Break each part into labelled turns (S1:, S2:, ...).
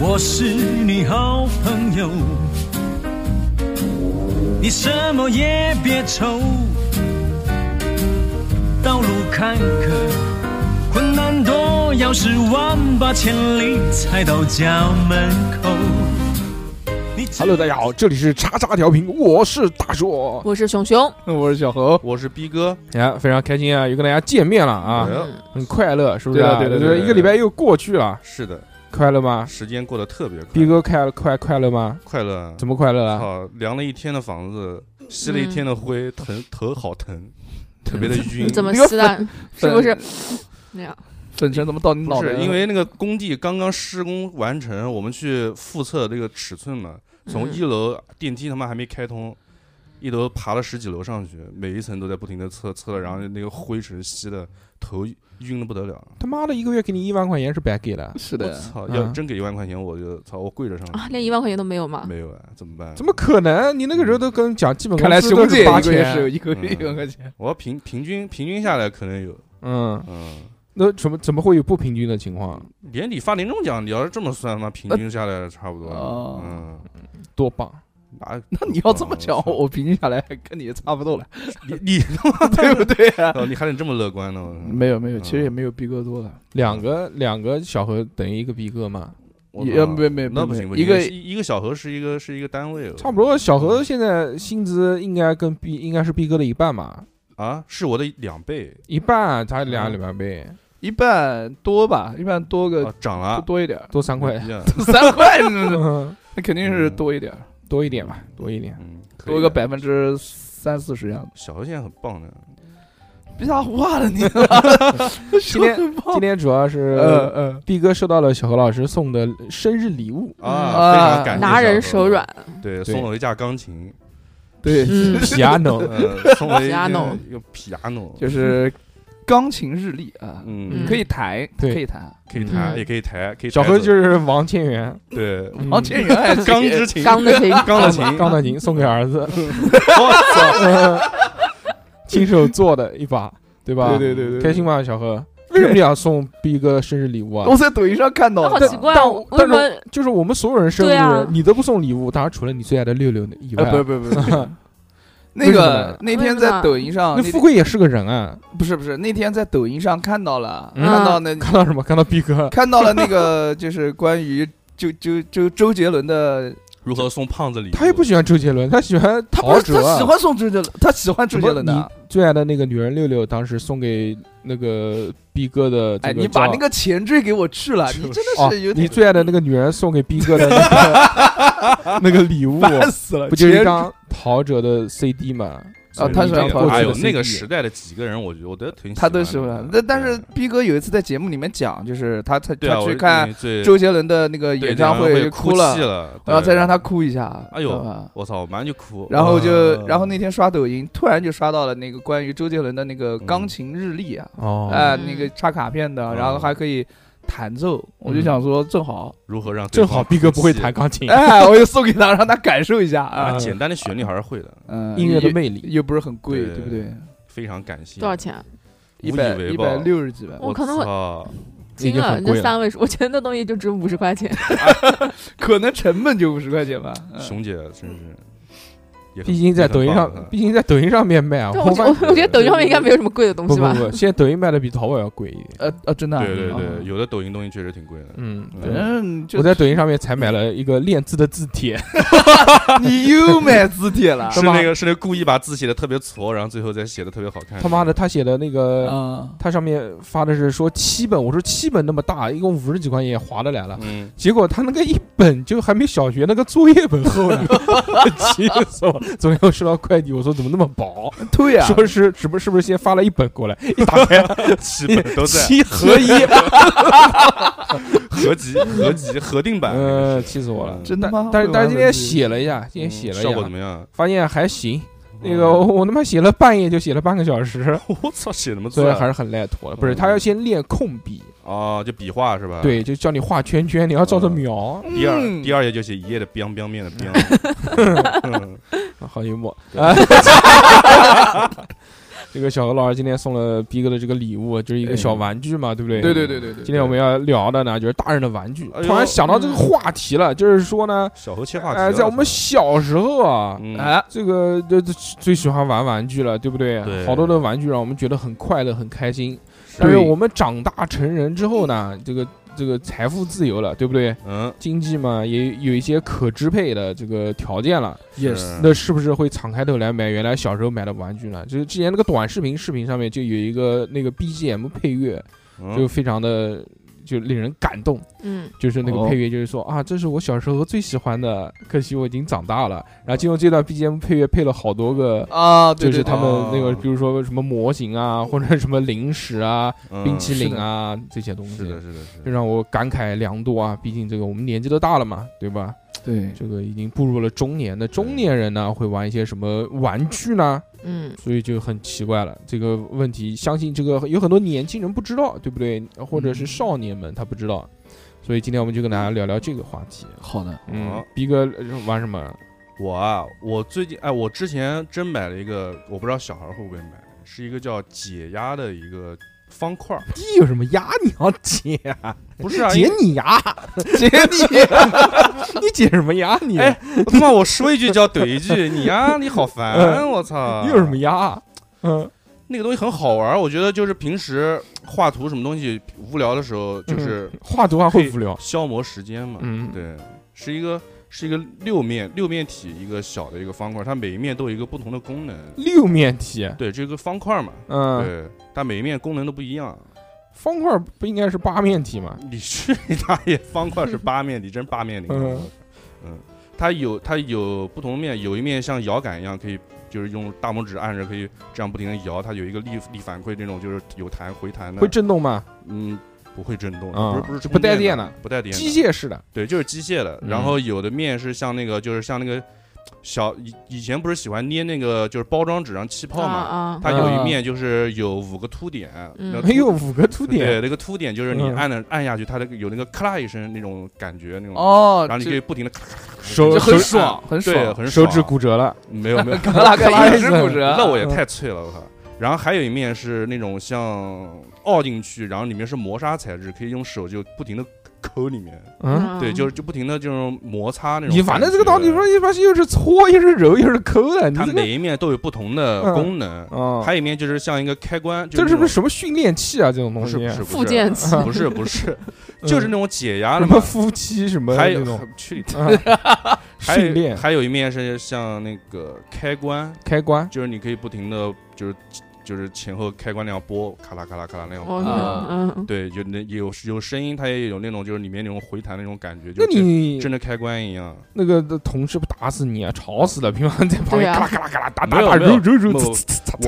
S1: 我是你好朋友，你什么也别愁。道路坎坷，困难多，要是万八千里才到家门口。你
S2: Hello，大家好，这里是叉叉调频，我是大硕，
S3: 我是熊熊，
S4: 我是小何，
S5: 我是逼哥，
S2: 哎，非常开心啊，又跟大家见面了啊，
S5: 嗯
S2: 很快乐，是不是
S4: 对
S2: 啊？
S4: 的对的
S2: 就是
S4: 对的
S2: 一个礼拜又过去了，
S5: 是的，
S2: 快乐吗？
S5: 时间过得特别快，
S2: 逼哥快快快乐吗？
S5: 快乐啊！
S2: 怎么快乐了？
S5: 好，量了一天的房子，吸了一天的灰，疼头好疼，特别的晕。
S3: 你怎么
S4: 你又
S3: 撕的？ 是不是那样？
S4: 粉尘怎么到你脑
S5: 不
S4: 袋
S5: 是
S4: 了？
S5: 因为那个工地刚刚施工完成，我们去复测这个尺寸嘛，从
S3: 嗯
S5: 一楼电梯他妈还没开通，一楼爬了十几楼上去，每一层都在不停的测测，然后那个灰尘吸的头晕的不得了。
S2: 他妈的，一个月给你一万块钱是白给了，
S4: 是
S5: 我
S4: 的，
S5: 操！要
S2: 嗯
S5: 真给一万块钱，我就操，我跪着上
S3: 啊，
S5: 去。
S3: 连一万块钱都没有吗？
S5: 没有啊，怎么办？
S2: 怎么可能？你那个时候都跟讲基本工
S4: 看来
S2: 资
S4: 熊
S2: 都是
S4: 姐
S2: 八
S4: 一个月是有
S2: 千，
S4: 一个月
S5: 嗯
S4: 一万块钱，
S5: 我要平平均平均下来可能有，
S2: 嗯，
S5: 嗯，
S2: 那怎么怎么会有不平均的情况？
S5: 年底发年终奖，你要是这么算，那平均下来差不多，
S4: 哦
S5: 嗯，啊
S2: 多棒！
S5: 那
S4: 那你要这么讲，
S5: 我
S4: 我平均下来跟你也差不多了，
S5: 你你他妈
S4: 对不对啊？
S5: 的，你还得这么乐观呢？我
S4: 没有没有，
S5: 嗯
S4: 其实也没有逼哥多了，
S2: 两个两个小何等于一个逼哥嘛，
S5: 我
S4: 也
S5: 操
S4: 没没
S5: 那
S4: 没
S5: 不行，不
S4: 一
S5: 行
S4: 个
S5: 一一个小何是一个是一个单位，哦
S2: 差不多。小何现在薪资应该跟逼应该是逼哥的一半吧，
S5: 啊，是我的两倍，
S2: 一半才
S4: 嗯
S2: 两个礼拜呗，
S4: 一半多吧，一半多个
S5: 啊，涨了嗯
S4: 多一点儿，
S2: 多三块，
S5: 一样
S4: 三块，那
S2: 嗯
S4: 肯定是多一点儿，
S2: 多一点吧，多一点。
S5: 嗯，可以
S4: 多个
S5: 的
S4: 百分之三四十样子。
S5: 小何现在很棒的，
S4: 别瞎胡话了 你，
S2: 今天今天主要是
S4: 哦呃呃，
S2: 毕哥收到了小何老师送的生日礼物，
S5: 啊，非常
S2: 哎
S5: 感谢
S3: 拿人
S5: 小何
S3: 手软，
S5: 对，
S2: 嗯对
S5: 送了我一架钢琴，
S4: 对，
S3: 嗯
S2: piano，
S5: 呃，送了一
S3: Piano
S5: 个一个 piano，
S4: 就是钢琴日历啊，
S5: 嗯，
S4: 可以弹，
S2: 对
S4: 可以弹，啊
S5: 可以弹，
S3: 嗯
S5: 也可以抬，可以
S2: 小
S5: 抬
S2: 何
S5: 走
S2: 就是王千源，
S5: 对
S2: 嗯
S4: 王千源哦还是
S5: 钢之琴，
S3: 钢的可以。
S2: 哦
S5: 钢的琴，
S2: 钢的琴送给儿子，
S4: 嗯
S5: 我操！
S2: 亲手做的一把，对吧？
S4: 对对对对，
S2: 开心吗，小何？为什么你要送毕哥生日礼物啊
S4: 我？在抖音上看
S3: 那
S4: 到
S3: 好
S4: 的，
S3: 奇怪
S2: 但
S3: 啊，为什
S2: 但是
S3: 么
S2: 就是我们所有人生
S3: 对啊
S2: 日，你都不送礼物，当然除了你最爱的六六以
S4: 啊，不
S2: 外，
S4: 不不不，那个那天在抖音上，
S2: 那
S4: 那
S2: 富贵也是个人啊。
S4: 不是不是，那天在抖音上看到了，
S2: 嗯
S4: 看到那
S2: 看到什么？看到毕哥
S4: 看到了那个 就是关于周周周周杰伦的，
S5: 如何送胖子礼物？
S2: 他也不喜欢周杰伦，他喜欢
S4: 他
S2: 陶
S4: 不是
S2: 喆。
S4: 他喜欢送周杰伦， 他喜欢周杰伦的。
S2: 你最爱的那个女人六六，当时送给那个逼哥的
S4: 哎，
S2: 这个叫，
S4: 你把那个前缀给我去了，你真的
S2: 哦
S4: 是有，
S2: 你
S4: 点
S2: 最爱的那个女人送给逼哥的那 个那个礼物，
S4: 烦死了。
S2: 不就是一
S4: 前
S2: 张陶喆的 CD 吗？
S4: 啊他
S5: 是
S4: 喜欢
S2: 过去的
S5: 哎呦，
S2: CD
S5: 那个时代的几个人，我觉得挺喜
S4: 他
S5: 欢
S4: 都
S5: 的
S4: 喜欢，但但是
S5: 对
S4: 逼哥有一次在节目里面讲，就是他他
S5: 对啊，
S4: 他
S5: 我
S4: 去看
S5: 最
S4: 周杰伦的那个
S5: 对
S4: 演唱
S5: 会
S4: 就
S5: 哭
S4: 哭了
S5: 泣，了，
S4: 然后再让
S5: 他，
S4: 他哭一下。
S5: 哎呦
S4: 知道吧
S5: 我操，我马上就哭。
S4: 然后就，
S5: 啊
S4: 然后那天刷抖音，突然就刷到了那个关于周杰伦的那个钢琴日历啊，
S2: 哦
S4: 哎，
S3: 嗯
S4: 那个插卡片的，
S5: 嗯
S4: 然后还可以弹奏，我
S2: 嗯
S4: 就想说正好，
S5: 如何让对
S2: 正好
S5: 方
S2: 逼哥
S5: 哭
S2: 不会
S5: 泣
S2: 弹钢琴， 嗯
S4: 哎，我就送给他，让他感受一下啊
S5: 啊，，简单的旋律还是会的，
S4: 嗯，
S2: 音乐的魅力。
S4: 又又不是很贵，
S5: 对
S4: 对不对？
S5: 非常感谢。
S3: 多少？钱？啊
S4: 一
S5: 无以
S4: 百
S5: 为
S4: 一
S5: 报
S4: 百六十几万，
S3: 我可能会
S5: 操，
S2: 已
S3: 惊
S2: 经
S3: 了，
S2: 很
S3: 你
S2: 贵了啊
S3: 这三位数，我觉得那东西就值五十块钱。
S4: 可能成本就五十块钱吧。嗯
S5: 熊姐真是，也很
S2: 毕竟在抖音
S5: 也很棒啊
S2: 上，毕竟在抖音上面卖啊，
S3: 但 我
S2: 我
S3: 觉
S2: 发
S3: 我我觉得抖音上面应该没有什么贵的东
S2: 不
S3: 西
S2: 不
S3: 吧？
S2: 不，现在抖音卖的比淘宝要贵一点。
S4: 呃呃，真的啊，
S5: 对对
S4: 啊
S5: 对，有的抖音东西确实挺贵的。
S2: 嗯，
S5: 嗯
S2: 对
S4: 反正就
S2: 我在抖音上面才买了一个练字的字帖，
S4: 你又买字帖了
S2: 是
S5: 是
S2: 吗
S5: 那个是那个故意把字写的特别矬，然后最后再写的特别好看。
S2: 他妈的，他写的那个
S4: 啊！
S2: 他上面发的是说七本，我说七本那么大，一共五十几块钱也划得来了。
S5: 嗯，
S2: 结果他那个一本就还没小学那个作业本厚 呢，气死我！昨天我收到快递，我说怎么那么薄？
S4: 对
S5: 啊
S4: 呀，
S2: 说是是不是是不是先发了一本过来，一 打开
S5: 七本都在
S2: 七合一，
S5: 合集、合集、核定版。
S2: 嗯，气死我了！
S4: 真的吗？
S2: 但是但是今天写
S4: 了，
S2: 了一下，今
S5: 也
S2: 天写了
S5: 嗯效
S2: 一
S5: 果怎
S2: 下，
S5: 么嗯样？
S2: 发现还行。那个我我他妈写了半夜就写了半个小时，
S5: 我操，写什么字
S2: 所以还
S5: 啊？
S2: 是很赖坨的。不是他要先练控笔，
S5: 哦，就笔画是吧？。
S2: 对，就叫你画圈圈，你要照着描。
S5: 第二
S4: 嗯
S5: 第二页就写一页的 biang biang 面 的 biang，
S2: 啊好幽默
S5: 对
S2: 啊！这个小何老师今天送了逼哥的这个礼物，就是一个小玩具嘛，对不对？
S4: 对对对对对，
S2: 今天我们要聊的呢，就是大人的玩具。
S5: 哎呦
S2: 突然想到这个话题了，就是说呢，
S5: 小何切啊话题
S2: 哎，
S5: 了，
S2: 在我们小时候啊，
S5: 嗯
S4: 哎，
S2: 这个就就最喜欢玩玩具了，对不对？
S5: 对
S2: 好多的玩具让我们觉得很快乐、很开心。但
S4: 对
S2: 是我们长大成人之后呢，这个这个财富自由了，对不对？
S5: 嗯
S2: 经济嘛，也有一些可支配的这个条件了。
S5: Yes
S2: 那是不是会敞开头来买原来小时候买的玩具呢？就是之前那个短视频视频上面就有一个那个 BGM 配乐，
S5: 嗯
S2: 就非常的就令人感动。
S3: 嗯，
S2: 就是那个
S4: 哦
S2: 配乐，就是说、啊，这是我小时候最喜欢的，可惜我已经长大
S5: 嗯
S2: 了。然后就用这段 BGM 配乐配了好多个，
S4: 啊，
S2: 就
S4: 对对
S2: 是他
S4: 对，
S2: 们那个，
S5: 哦
S2: 比如说什么模型啊，或者什么零食啊、
S5: 嗯
S2: 冰淇淋啊这些东西，
S5: 是的，是的，是
S2: 就
S5: 的，
S2: 让我感慨良多啊。毕竟这个我们年纪都大了嘛，对吧？
S4: 对，
S2: 这个已经步入了中年的中年人呢，会玩一些什么玩具呢？
S3: 嗯，
S2: 所以就很奇怪了。这个问题，相信这个有很多年轻人不知道，对不对？或者是少年们他不知道，所以今天我们就跟大家聊聊这个话题。
S4: 好 的，
S2: 嗯
S5: 好，
S2: 逼哥呃玩什么？
S5: 我啊，我最近哎，我之前真买了一个，我不知道小孩会不会买，是一个叫解压的一个方块儿，
S2: 地有什么啊牙？你要解
S5: 不是啊，因为
S2: 解你牙？
S4: 姐你
S2: 你解什么牙？你
S5: 哎我他妈我说一句叫怼一句，你呀、你好烦，我操！
S2: 嗯你有什么牙？嗯
S5: 那个东西很好玩儿，我觉得就是平时画图什么东西无聊的时候，
S2: 嗯
S5: 就是
S2: 画图画会无聊。
S5: 消磨时间嘛。
S2: 嗯，
S5: 对，是一个是一个六面六面体一个小的一个方块，它每一面都有一个不同的功能。
S2: 六面体。
S5: 对，这个方块嘛，
S2: 嗯，
S5: 对，它每一面功能都不一样。
S2: 方块不应该是八面体吗？
S5: 你去 你大爷！方块是八面体，真八面体。
S2: 嗯
S5: 嗯，它有它有不同的面，有一面像摇杆一样，可以就是用大拇指按着，可以这样不停的摇。它有一个力力反馈，这种就是有弹回弹的。
S2: 会震动吗？
S5: 嗯，不会震动的，
S2: 啊
S5: 不是不是
S2: 不带
S5: 充
S2: 电
S5: 的
S2: 的，
S5: 不带电的，
S2: 机械式的。
S5: 对，就是机械的。
S2: 嗯
S5: 然后有的面是像那个，就是像那个小以以前不是喜欢捏那个就是包装纸上气泡
S3: 啊
S5: 嘛，
S3: 啊，
S5: 它有一
S2: 啊
S5: 面就是有五个凸点，
S3: 嗯
S5: 那
S2: 哎
S5: 凸
S2: 呦，五个凸点。
S5: 对，那个凸点就是你
S2: 嗯
S5: 按了按下去，它那个有那个咔啦一声那种感觉，那种，
S4: 哦
S5: 然后，你
S4: 这
S5: 可以不停的咔，
S2: 手
S4: 这很
S2: 手
S4: 爽，很
S5: 对，
S4: 爽，，
S5: 很
S2: 手指
S5: 爽啊
S2: 骨折了。
S5: 没有 没 有
S4: 克拉克也是
S2: 克拉克
S4: 骨折，
S5: 那我也
S2: 嗯
S5: 太脆了，我靠。然后还有一面是那种像凹进去，然后里面是磨砂材质，可以用手就不停的抠里面，
S2: 嗯，
S5: 对，就是是就不停的这种摩擦那种感觉。
S2: 你反正这个道理说，一般是又是搓又是揉又是抠啊的，你
S5: 它
S2: 这个
S5: 每一面都有不同的功能，
S2: 啊，
S5: 还有一面就是像一个开关，就
S2: 这是不是
S5: 是
S2: 什么训练器啊？这种
S5: 那
S2: 东
S5: 种
S2: 西，
S5: 不是不是
S3: 附件
S2: 啊
S3: 词，
S5: 不是不是，
S2: 嗯
S5: 就是那种解压的
S2: 什
S5: 嘛
S2: 么。夫妻什么
S5: 还
S2: 那
S5: 有
S2: 种
S5: 去你
S2: 啊
S5: 还有
S2: 训练
S5: 还有一面是像那个开关，
S2: 开关，
S5: 就是你可以不停的就是就是前后开关那样拨，咔啦咔啦咔啦那样拨。
S3: 我
S4: 啊
S3: 嗯
S5: 对，有那有有声音，它也有那种就是里面那种回弹那种感觉，
S2: 那
S5: 就跟
S2: 你
S5: 真的开关一样。
S2: 那个同事不打死你啊？吵死了！平常在旁
S3: 对
S2: 边
S3: 啊
S2: 嘎啦嘎啦嘎啦打
S5: 没
S2: 打
S5: 有
S2: 打
S5: 没有
S2: 揉揉揉，
S5: 没有
S2: 呲呲呲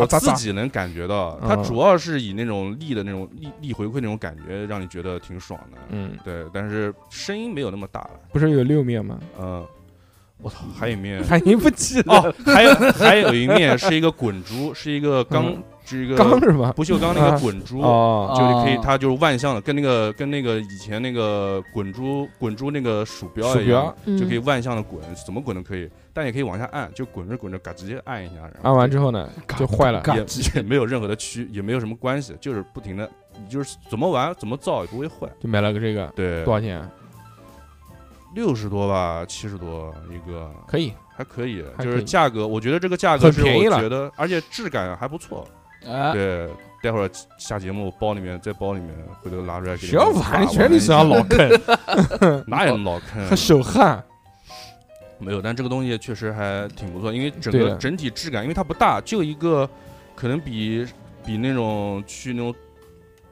S5: 我
S2: 呲
S5: 自
S2: 呲
S5: 己能感觉到，
S2: 嗯
S5: 它主要是以那种力的那种力力回馈那种感觉，让你觉得挺爽的。
S2: 嗯，
S5: 对，但是声音没有那么大了。
S2: 不是有六面吗？
S5: 嗯，我操，还有一面
S2: 还赢不起
S5: 哦，还有还有一面是一个滚珠，是一个钢
S2: 嗯，
S5: 是一个
S2: 钢是吧？
S5: 不锈钢那个滚珠，
S2: 哦，
S5: 就是可以
S4: 啊，
S5: 它就是万向的，跟那个跟那个以前那个滚珠滚珠那个鼠标
S2: 鼠
S5: 一样
S2: 标，
S3: 嗯，
S5: 就可以万向的滚，怎么滚都可以，但也可以往下按，就滚着滚着，嘎直接按一下，然后
S2: 按完之后呢就坏了。
S5: 也也没有任何的区，也没有什么关系，就是不停的，你就是怎么玩怎么造也不会坏。
S2: 就买了个这个，
S5: 对
S2: 多，少钱？啊
S5: 六十多吧，七十多一个，
S2: 可以，
S5: 还可以，
S2: 还
S5: 就
S2: 可
S5: 是
S2: 以
S5: 价格，我觉得这个价格
S2: 很
S5: 是
S2: 便宜
S5: 我
S2: 了啊
S5: 觉得，而且质感还不错。
S4: 哎，
S5: 对，待会儿下节目包里面再包里面，回头拿出来给你
S2: 谁要
S5: 们
S2: 玩？
S5: 挖
S2: 全哦你身上老，坑，
S5: 挖哪有那么老坑啊
S2: 还？手汗。
S5: 没有，但这个东西确实还挺不错，因为整
S2: 对
S5: 个
S2: 的
S5: 整体质感，因为它不大，就一个，可能比比那种去那种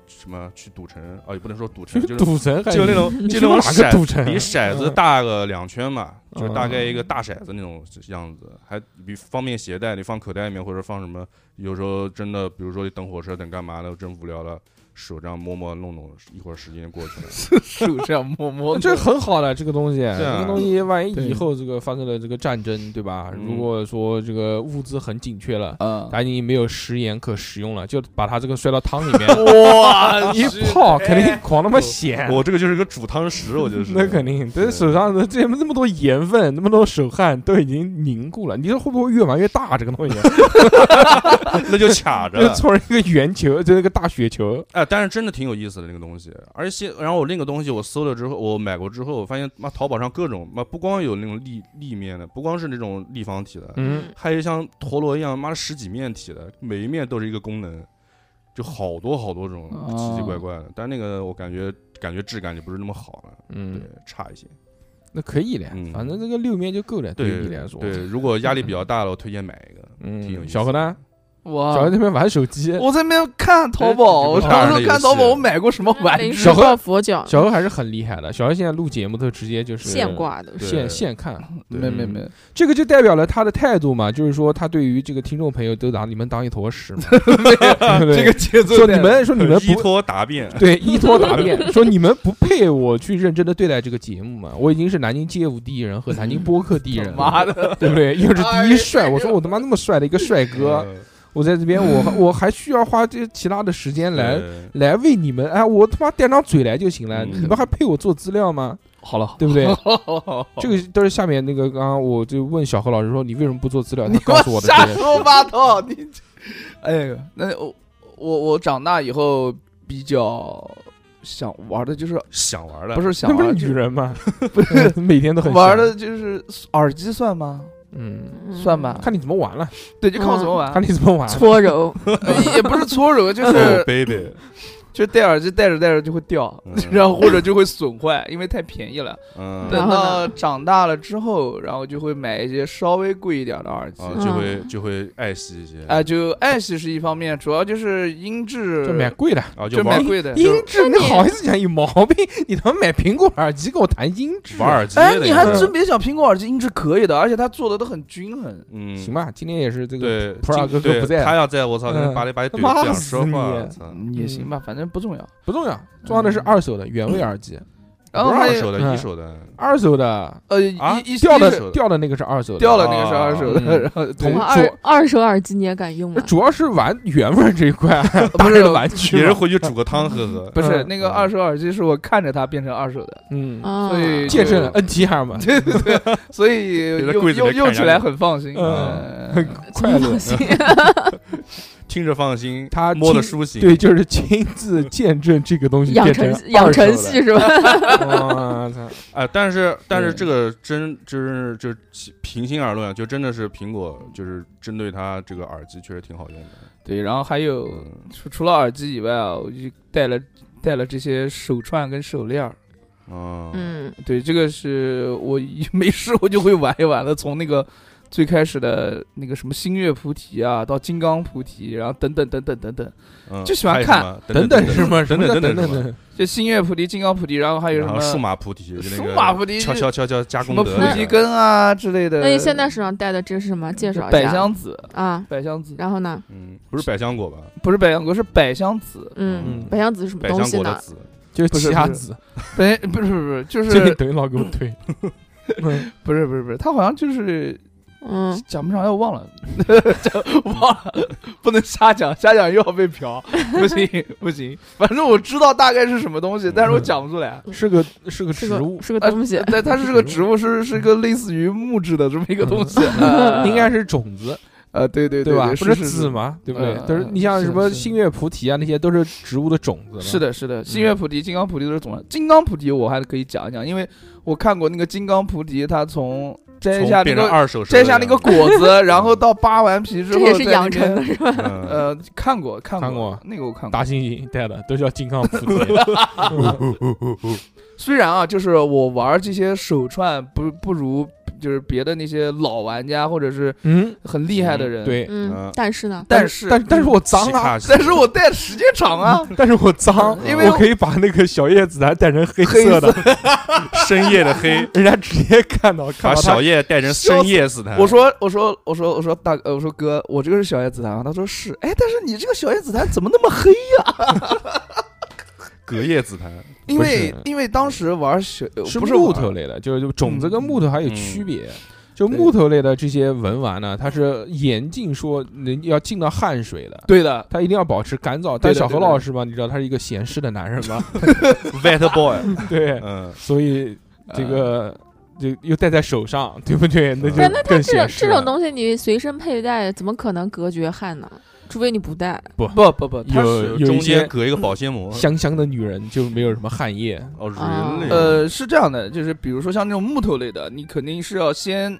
S5: 什么去赌城啊，也不能说 赌城，就是
S2: 赌神还
S5: 就那种就那种
S2: 哪个赌
S5: 骰
S2: 城？啊
S5: 比骰子大个两圈嘛，
S2: 嗯
S5: 就是大概一个大骰子那种样子，还比方便携带，你放口袋里面或者放什么，有时候真的，比如说你等火车等干嘛的，真无聊了，手这样摸摸弄弄，一会儿时间过去了，
S4: 树上摸摸，
S2: 这很好的这个东西，
S5: 啊
S2: 这个东西万一
S4: 对
S2: 以后这个发生了这个战争，对吧？
S5: 嗯
S2: 如果说这个物资很紧缺了，
S4: 啊，
S2: 它已经没有食盐可食用了，就把它这个摔到汤里面
S4: 哇，
S2: 一泡，
S5: 哎
S2: 肯定狂他妈咸。
S5: 我这个就是个煮汤石，我觉得是，
S2: 那肯定，这手上这这么这么多盐盐分，那么多手汗都已经凝固了。你说会不会越玩越大？这个 东西
S5: 啊那就卡着
S2: 就。凑成一个圆球，就那个大雪球。
S5: 哎，但是真的挺有意思的那个东西，而且然后我那个东西我搜了之后，我买过之后，我发现妈淘宝上各种妈不光有那种立立面的，不光是那种立方体的，
S2: 嗯，
S5: 还有像陀螺一样妈的十几面体的，每一面都是一个功能，就好多好多种
S4: 哦
S5: 奇奇怪怪的。但那个我感觉感觉质感就不是那么好了，对
S2: 嗯，，
S5: 差一些。
S2: 那可以的，
S5: 嗯
S2: 反正这个六面就够了，对于你来说。
S5: 对，如果压力比较大了，我推荐买一个。挺有意
S2: 嗯，
S5: 思
S2: 小何呢？小何
S4: 哇
S2: 这！边玩手机，
S4: 啊我在那边看淘宝，
S5: 哎
S4: 我
S5: 这
S4: 什么
S5: 不是
S4: 时候看淘
S5: 大人的
S4: 宝？
S5: 游戏
S4: 我买过什么玩具？
S2: 小何
S3: 抱佛脚，
S2: 小何还是很厉害的。小何现在录节目都直接就是
S3: 现挂的，
S5: 对
S2: 现现看，
S5: 对
S4: 没没没，
S2: 这个就代表了他的态度嘛，就是说他对于这个听众朋友都拿你们当一坨屎嘛， 对不对
S4: 这个节奏
S2: 说
S4: 带
S2: 你
S4: 的
S2: 们说你们
S5: 依
S2: 不
S5: 托答辩，
S2: 对，依托答辩， 说你们不配我去认真的对待这个节目嘛？我已经是南京街舞第一人和南京播客第一人了，
S4: 妈的，哎
S2: 对不对？又是第一帅，我说我他妈那么帅的一个帅哥，
S5: 呃
S2: 我在这边我 还我还需要花这其他的时间来
S5: 对
S2: 来为你们，哎，我他妈带张嘴来就行了，
S5: 嗯
S2: 你们还配我做资料吗？
S4: 好了，
S2: 对不 对？这
S4: 这
S2: 个都是下面那个刚刚我就问小何老师说你为什么不做 资料？他
S4: 你给
S2: 告诉我的这
S4: 瞎
S2: 件事
S4: 说八道，你这，哎呦，那我我我长大以后比较想玩的就是
S5: 想玩的
S4: 不是
S2: 那
S4: 想
S2: 不是
S4: 玩，就
S2: 女
S4: 是
S2: 人吗？不是， 每天都很
S4: 玩
S2: 香
S4: 的就是耳机算吗？
S2: 嗯，
S3: 嗯
S4: 算吧
S2: 看你怎么玩
S5: 嗯
S2: 了，
S4: 对，就看我怎么玩，
S2: 看你怎么玩了。
S3: 搓揉，
S4: 哎也不是搓揉，就
S5: 哦
S4: 是
S5: ，baby，
S4: 就戴耳机戴着戴着就会掉
S5: 嗯，
S4: 然后或者就会损坏，因为太便宜了。
S5: 嗯，
S3: 对然
S4: 等
S3: 后呢
S4: 到长大了之后，然后就会买一些稍微贵一点的耳机。
S5: 啊，
S3: 嗯
S5: 就会就会爱惜一些
S4: 哎，就爱惜是一方面，主要就是音质
S2: 就买贵的，
S5: 啊，就
S4: 就买
S5: 玩
S4: 贵的。
S2: 音质你好意思讲有毛病？你他妈买苹果耳机跟我谈音质？
S5: 玩耳机
S4: 哎，
S5: 的，嗯
S4: 你还真别讲，苹果耳机音质可以的，而且它做的都很均衡。
S5: 嗯，
S2: 行吧，今天也是这个
S5: 对，
S2: 普尔
S5: 今
S2: 哥哥不在
S5: 对他要在我操，
S2: 嗯
S5: 把你把你怼
S2: 骂
S5: 这样
S2: 死
S5: 说话，
S2: 你
S5: 操，
S4: 嗯也行吧，反正不重要。
S2: 不重要，重要
S5: 嗯
S2: 的是二手的原味耳机，
S4: 然
S5: 不
S4: 后
S5: 是
S4: 还
S5: 二
S4: 有
S2: 嗯
S5: 手的，一手的，
S2: 二手的
S4: 呃，
S5: 啊
S4: 一一
S2: 掉
S4: 一
S2: 的
S4: 是
S2: 掉的那个是二手的，
S4: 掉了那个是
S5: 啊
S4: 二手
S2: 嗯
S4: 的， 然后对
S2: 同
S3: 哇
S2: 做
S3: 二二手耳机你也敢用啊吗？
S2: 主要是玩原味儿这一块，
S4: 不是
S2: 这个玩具
S5: 也
S2: 嘛
S5: 是回去煮个汤喝喝。
S4: 不是
S2: 嗯
S4: 那个二手耳机是我看着它变成二手的，
S2: 嗯，
S3: 啊，
S4: 所 以
S2: 见证了 NTR 嘛，
S4: 对对对，所以
S5: 在
S4: 用
S5: 柜子里
S4: 用
S5: 看
S4: 用
S5: 人
S4: 起
S5: 家
S4: 来很放心。
S2: 嗯
S4: 嗯
S2: 快乐
S3: 放。心
S5: 听着放心，
S2: 他
S5: 摸
S2: 亲
S5: 着舒心。
S2: 对，就是亲自见证这个东西
S3: 养
S2: 变
S3: 成
S2: 成
S3: 养
S2: 二手的
S3: 成系。是吧？
S2: 我操！
S5: 哎，但是但是
S2: 对
S5: 这个真就是就是平心而论，啊就真的是苹果就是针对它这个耳机确实挺好用的。
S4: 对，然后还有
S5: 嗯
S4: 除除了耳机以外啊，我就带了带了这些手串跟手链儿。
S5: 啊，
S3: 嗯，
S4: 对，这个是我一 没事我就会玩一玩的，从那个最开始的那个什么星月菩提啊，到金刚菩提，然后等等等等等等，
S5: 嗯
S4: 就喜欢
S5: 还有
S4: 看
S5: 什么
S2: 等
S5: 等
S2: 等
S5: 等
S2: 是吗？什
S5: 等
S2: 么叫
S5: 等
S2: 等
S5: 等
S2: 等
S5: 等，
S2: 等，
S4: 就星月菩提、金刚菩提，然后还有
S5: 然
S4: 什
S5: 后
S4: 么
S5: 数码菩提，就那
S4: 数
S5: 个
S4: 码菩提
S5: 敲敲敲敲加
S4: 什
S5: 功
S4: 么
S5: 德
S4: 菩
S5: 那
S4: 提
S5: 个
S4: 根啊之类的。
S3: 那你现在手上戴的这是什么？介绍一下。
S4: 百香子，
S3: 啊，
S4: 百香子
S3: 然后呢？
S5: 嗯，不是百香果吧？
S4: 不是百香果，是百香子。
S3: 嗯，
S2: 嗯
S3: 百香子是什么
S5: 百
S3: 东
S5: 香
S3: 西
S5: 果的
S3: 呢？
S5: 籽，
S2: 就是
S4: 不是
S2: 奇亚
S4: 不是
S2: 籽，
S4: 百不是不是不是，就
S2: 这个
S4: 是
S2: 等于老给我推。 嗯
S4: 不是不是不是，他好像就是
S3: 嗯，
S4: 讲不上，要忘了，这 忘了，不能瞎讲，瞎讲又要被 嫖，不行不行。反正我知道大概是什么东西，但是我讲不出来。
S2: 是个是个
S3: 是
S2: 植物
S3: 个，是个东西。
S4: 但它是个植物，是是一个类似于木质的这么一个东西，呃
S2: 嗯 应该是种子，
S4: 呃，对对
S2: 对吧？不
S4: 是
S2: 籽？嘛，对不对？
S4: 嗯
S2: 都是你像
S4: 是
S2: 什么
S4: 是
S2: 星月菩提啊，那些都是植物的种子嘛。
S4: 是的，是的，星月菩提、金刚菩提都是总的。金刚菩提我还可以讲一讲，因为我看过那个金刚菩提，它从摘
S5: 从
S4: 下那
S5: 变成
S4: 个
S5: 二手
S4: 摘下那 个果子，然后到扒完皮之
S3: 这
S4: 后，
S3: 也是养成的，。是吧？
S5: 呃
S4: 呃，看过看
S2: 看过
S4: 那个我看过。
S2: 大猩猩带的都叫金刚菩提，
S4: 嗯虽然啊，就是我玩这些手串不不如就是别的那些老玩家或者是
S2: 嗯，
S4: 很厉害的人，，
S2: 对。
S3: 嗯
S5: 嗯，
S3: 但是呢，
S4: 但是
S2: 但但是我脏
S5: 西
S2: 啊，
S5: 卡西
S4: 但是我戴的时间长啊，
S2: 但是我脏，
S4: 因为
S2: 我可以把那个小叶子还带成 黑
S4: 黑
S2: 色的，
S5: 深夜的黑，
S2: 人家直接看到，看
S5: 把
S2: 到
S5: 小
S2: 他
S5: 叶带成深夜斯坦。
S4: 我说我说我说我说大呃我说哥，我这个是小叶紫檀啊，他说是，哎，但是你这个小叶紫檀怎么那么黑？
S5: 隔夜紫檀，
S4: 因为
S2: 不是
S4: 因为当时玩小呃不
S2: 木头
S4: 玩
S2: 类的，就是就种子跟木头还有区别。就
S4: 对
S2: 木头类的这些文玩呢，它是严禁说能要进到汗水的，
S4: 对的，
S2: 它一定要保持干燥。
S4: 对
S2: 但
S4: 的
S2: 小何
S4: 对的
S2: 老师嘛，你知道他是一个闲适的男人嘛，
S5: Vet Boy，
S2: 对，
S5: 嗯，
S2: 所以这个就又戴在手上，对不对？那就
S5: 对
S3: 那
S2: 更
S3: 这
S2: 显示
S3: 这种
S2: 了
S3: 东西你随身佩戴，怎么可能隔绝汗呢？除非你不戴。
S4: 不不不，它
S2: 有
S4: 是
S2: 有
S5: 中
S2: 一
S5: 间
S2: 些
S5: 隔
S4: 嗯
S5: 一个保鲜膜。
S2: 香香的女人就没有什么汗液，
S5: 哦，
S3: 啊
S5: 人类
S4: 呃是这样的，就是比如说像那种木头类的，你肯定是要先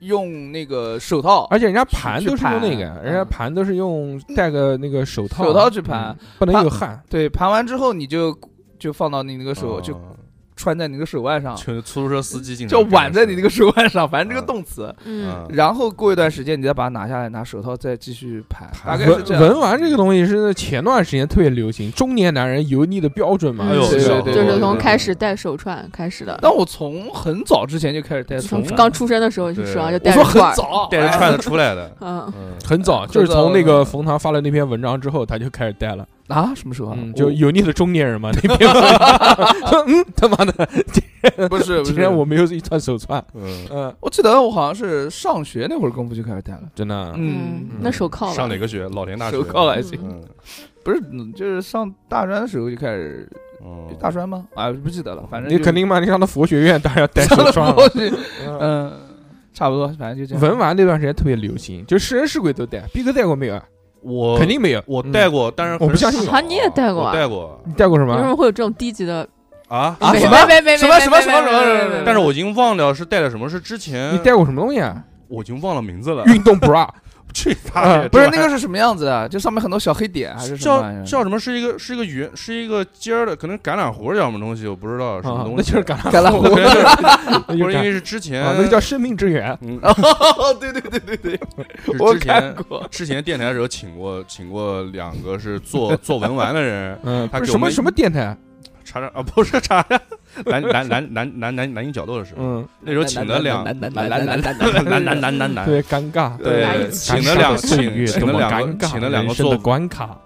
S4: 用那个手套。
S2: 而且人家盘
S4: 去
S2: 都是用那
S4: 盘
S2: 个，人家
S4: 嗯
S2: 盘都是用戴个那个手套，
S4: 手套啊去盘
S2: 嗯，不能有汗。
S4: 对，盘完之后你就就放到你那个手，就
S5: 啊
S4: 穿在你那个手腕上，
S5: 就出租车司机经
S4: 叫
S5: 常
S4: 挽在你哦那
S5: 这
S4: 个
S5: 么
S4: 手腕上，反正这个动词。
S5: 说
S3: 嗯，
S5: 啊
S4: 然后过一段时间，你再把它拿下来，拿手套再继续盘，大概是
S2: 文
S4: 这样。
S2: 文玩这个东西是前段时间特别流行，中年男人油腻的标准嘛，
S3: 哎
S5: 呦
S2: 对
S5: 是
S2: 不
S5: 啊
S2: 对
S3: 就
S4: 对
S3: 是从
S4: 对
S3: 开始戴手串开始的，
S4: 但我从很早之前就开始戴手
S3: 从
S4: 套，
S3: 刚出生的时候就手上就
S4: 我
S3: 戴着
S4: 说很
S3: 串儿。。
S4: 早，
S5: 带着串子出来的
S3: 嗯，
S5: 嗯，
S2: 很早，
S4: 嗯
S2: 就是从那
S4: 这
S2: 个
S4: 个
S2: 冯唐发了那篇文章之后，他就开始戴了。
S4: 啊，什么时候啊
S2: 嗯，？就油腻的中年人嘛，那篇文章。 嗯，他妈的，
S4: 我 不 是不
S2: 竟
S4: 是
S2: 然我没有一串手串。
S5: 嗯，
S2: 嗯，
S4: 我记得我好像是上学那会儿功夫就开始戴了，
S2: 真的，啊
S3: 嗯
S5: 嗯，
S3: 那手铐
S5: 上
S3: 吧
S5: 哪个学？老田大学。
S4: 手铐还行，
S5: 嗯，
S4: 不是，嗯就是上大专的时候就开始，
S5: 嗯，
S4: 大专吗？啊，不记得了，反正
S2: 你肯定嘛，你上了佛学院，当然要戴
S4: 上
S2: 手
S4: 了
S2: 串
S4: 过
S2: 了。
S4: 去，
S2: 嗯
S4: 嗯，差不多，反正就这样。
S2: 文玩那段时间特别流行，就是是人是鬼都戴。逼哥戴过没有啊？
S5: 我
S2: 肯定没有。
S5: 我
S2: 嗯
S5: 带过，但是
S2: 我不相信
S5: 很少
S3: 啊你也带过啊
S5: 我带过
S2: 你戴过什
S3: 为什
S2: 么？啊
S3: 么会有这种低级的？
S5: 啊
S4: 啊
S3: 没
S4: 什么
S3: 没没没
S4: 什
S3: 没
S4: 么
S3: 没
S4: 什么
S3: 没
S4: 什
S3: 没
S4: 么什么
S3: 没
S4: 什么
S3: 没没
S4: 什么
S5: 但是我已经忘掉是带的什么，是之前
S2: 你戴嗯过什么东西啊？
S5: 我已经忘了名字了。
S2: 运动 bra，
S5: 去他
S2: 啊
S5: 的，
S4: 呃不是
S5: 这玩意
S4: 那
S5: 儿
S4: 个是什么样子啊？就上面很多小黑点还是什么玩意
S5: 叫
S4: 儿？
S5: 叫什么？是一个是一个圆是一个尖儿的，可能橄榄核叫什么东西，我不知 道什么
S2: 啊
S5: 东西。
S2: 那就是 橄榄，
S4: 橄榄
S5: 我 可
S4: 核
S5: 能就是
S2: 那就是
S5: 不
S2: 是
S5: 因
S2: 橄榄
S5: 为是之前
S2: 啊，那个叫生命之源。
S5: 嗯，
S4: 哦，对对对对对，
S5: 是
S4: 我
S5: 之
S4: 看
S5: 前
S4: 过。
S5: 之前电台的时候请过请过两个是做做文玩的人，
S2: 嗯，
S5: 他
S2: 不是什
S5: 给我
S2: 么
S5: 们
S2: 什么电台？
S5: 查查啊不是查查南南南南南南南京角斗的时候，
S2: 嗯，
S5: 那时候请了两
S4: 男男
S5: 男
S4: 男
S5: 男
S4: 男
S5: 男
S4: 男
S5: 男男男男男
S2: 特别尴尬。
S3: 来
S5: 对，
S3: 一
S5: 请了两
S2: 岁月
S5: 请请了
S2: 多么
S5: 两
S2: 尴
S5: 个
S2: 尬
S5: 请了两
S2: 人
S5: 个
S2: 生的
S5: 做啊
S2: 关卡。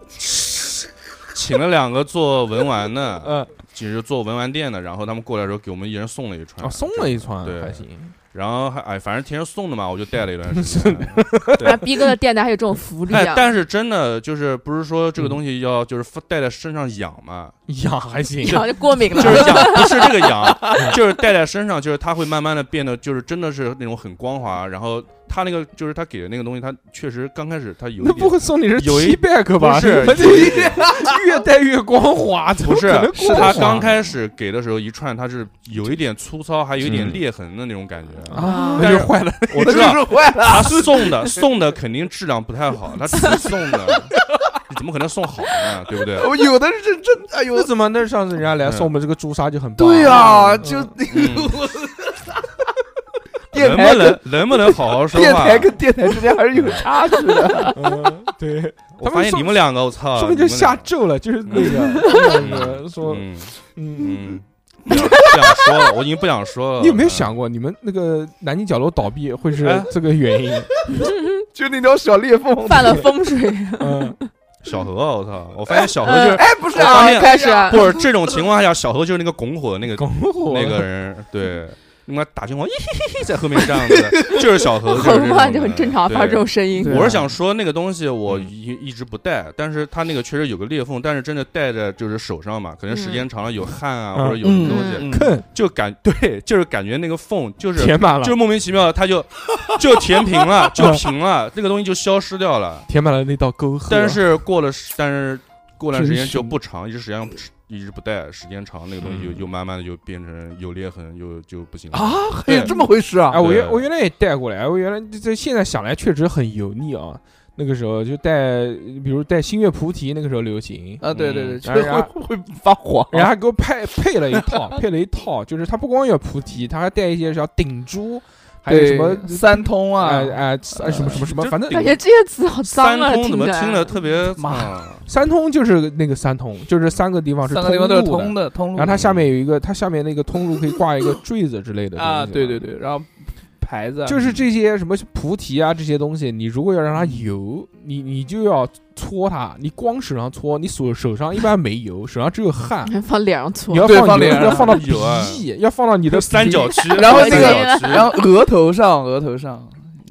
S5: 请了两个做文玩的，
S2: 嗯，
S5: 其实做文玩店的，然后他们过来的时候给我们一人送了一串
S2: 啊，，松了一串
S5: 对
S2: 还行。
S5: 然后还哎，反正天天送的嘛，我就带了一段时间。
S3: 啊，逼哥的电台还有这种福利
S5: 哎
S3: 啊，！
S5: 但是真的就是不是说这个东西要就是放带在身上痒嘛，
S2: 呀，还行。
S3: 然后就过敏
S5: 就
S3: 了。
S5: 是痒，不是这个痒，就是带在身上，就是它会慢慢的变得就是真的是那种很光滑，然后它那个就是他给的那个东西，它确实刚开始它 有
S2: 那
S5: 一
S2: 不
S5: 点
S2: 会送你是
S5: 有一
S2: T back 吧？
S5: 不是
S2: 这越戴越光滑，怎么
S5: 不是
S2: 可能，
S5: 是
S2: 光
S5: 他
S2: 滑
S5: 刚开始给的时候一串，它是有一点粗糙，还有一点
S2: 嗯
S5: 裂痕的那种感觉。
S2: 啊，
S5: 但
S2: 那
S5: 是
S2: 就坏了。
S5: 我
S4: 那
S5: 知
S4: 就
S5: 道
S4: 是坏了，
S5: 他送的送的肯定质量不太好，他只是送的，你怎么可能送好呢？对不对？
S4: 我有的是真，哎呦嗯
S2: 那，怎么？那上次人家来送我们这个朱砂就很棒啊
S4: 对呀，就
S5: 嗯
S4: 电
S5: 能
S4: 台跟
S5: 不能能不能好好说
S4: 电
S5: 话？
S4: 台跟电台之间还是有差距的。
S2: 嗯对，
S5: 我发现你们两个，我操，
S2: 说明就
S5: 啊你们俩
S2: 下咒了，就是那个那个说，
S5: 嗯
S2: 嗯。
S5: 嗯，不想不想说了，我已经不想说 了。
S2: 你有没有想过，你们那个南京角落倒闭会是
S5: 哎
S2: 这个原因？
S4: 就那条小裂缝。
S3: 犯了风水，
S2: 嗯，
S5: 小何啊？我操！我发现小何 就是
S4: 哎，不是
S5: 我
S4: 啊
S5: 发，现
S3: 开始啊
S5: 不是这种情况下，小何就是那个拱火那 个
S2: 拱火
S5: 那个人，对，你妈打电话，咦嘿嘿，在后面这样 子，就是小何，就是这
S3: 很
S5: 种
S3: 嘛
S5: 的
S3: 就很正常，发出这。
S5: 对
S3: 种嗯声音
S4: 对。
S5: 我是想说那个东西我一一直不戴，但是它那个确实有个裂缝，但是真的戴着就是手上嘛，可能时间长了有汗啊，
S2: 嗯
S5: 或者有什么东西，
S3: 嗯
S2: 坑
S5: 就感 对，就是感觉那个缝就是
S2: 填满了
S5: 就是，莫名其妙的，它就 就填平了，就平了，那个东西就消失掉了。
S2: 填满了那道沟壑。
S5: 但是过了时，但是过段时间就
S2: 真是
S5: 不长，一直时间一直不戴，时间长那个东西就又慢慢的就变成有裂痕，又就不行了。
S4: 啊，还有这么回事啊
S2: 哎，？我原
S5: 对
S2: 我原来也带过来，我原来这这现在想来确实很油腻啊。那个时候就带，比如带星月菩提，那个时候流行，
S4: 啊，对对对，
S2: 嗯
S4: 就会会会发黄。
S2: 人家还给我配配了一 套，配了一套，就是它不光有菩提，它还带一些像顶珠，还有
S4: 对
S2: 什么
S4: 三通
S2: 啊
S4: 啊？
S2: 啊什么什么什么，
S5: 这
S2: 反正
S5: 顶
S3: 感觉这些词好
S5: 三
S3: 脏啊，
S5: 通怎么听
S3: 着。
S5: 着特别
S4: 妈
S5: 啊
S2: 三通就是那个三通，就是三个地方是
S4: 三个地方都哦是
S2: 路的
S4: 通的，通路
S2: 然后它下面有一个，它下面那个通路可以挂一个坠子之类的东西
S4: 啊，对对，对，然后牌子啊
S2: 就是这些什么菩提啊这些东西，你如果要让它油，
S4: 嗯
S2: 你你就要搓它，你光手上搓，你手手上一般没油，手上只有 汗，
S3: 还放脸上搓
S2: 你，要
S4: 对
S2: 放
S4: 放
S2: 你
S4: 脸上
S2: 要放到鼻
S5: 有啊，
S2: 要放到你的
S5: 三角
S2: 鼻
S5: 区，
S4: 然后那
S5: 三
S4: 个
S5: 角区
S4: 然后额头上，额头上，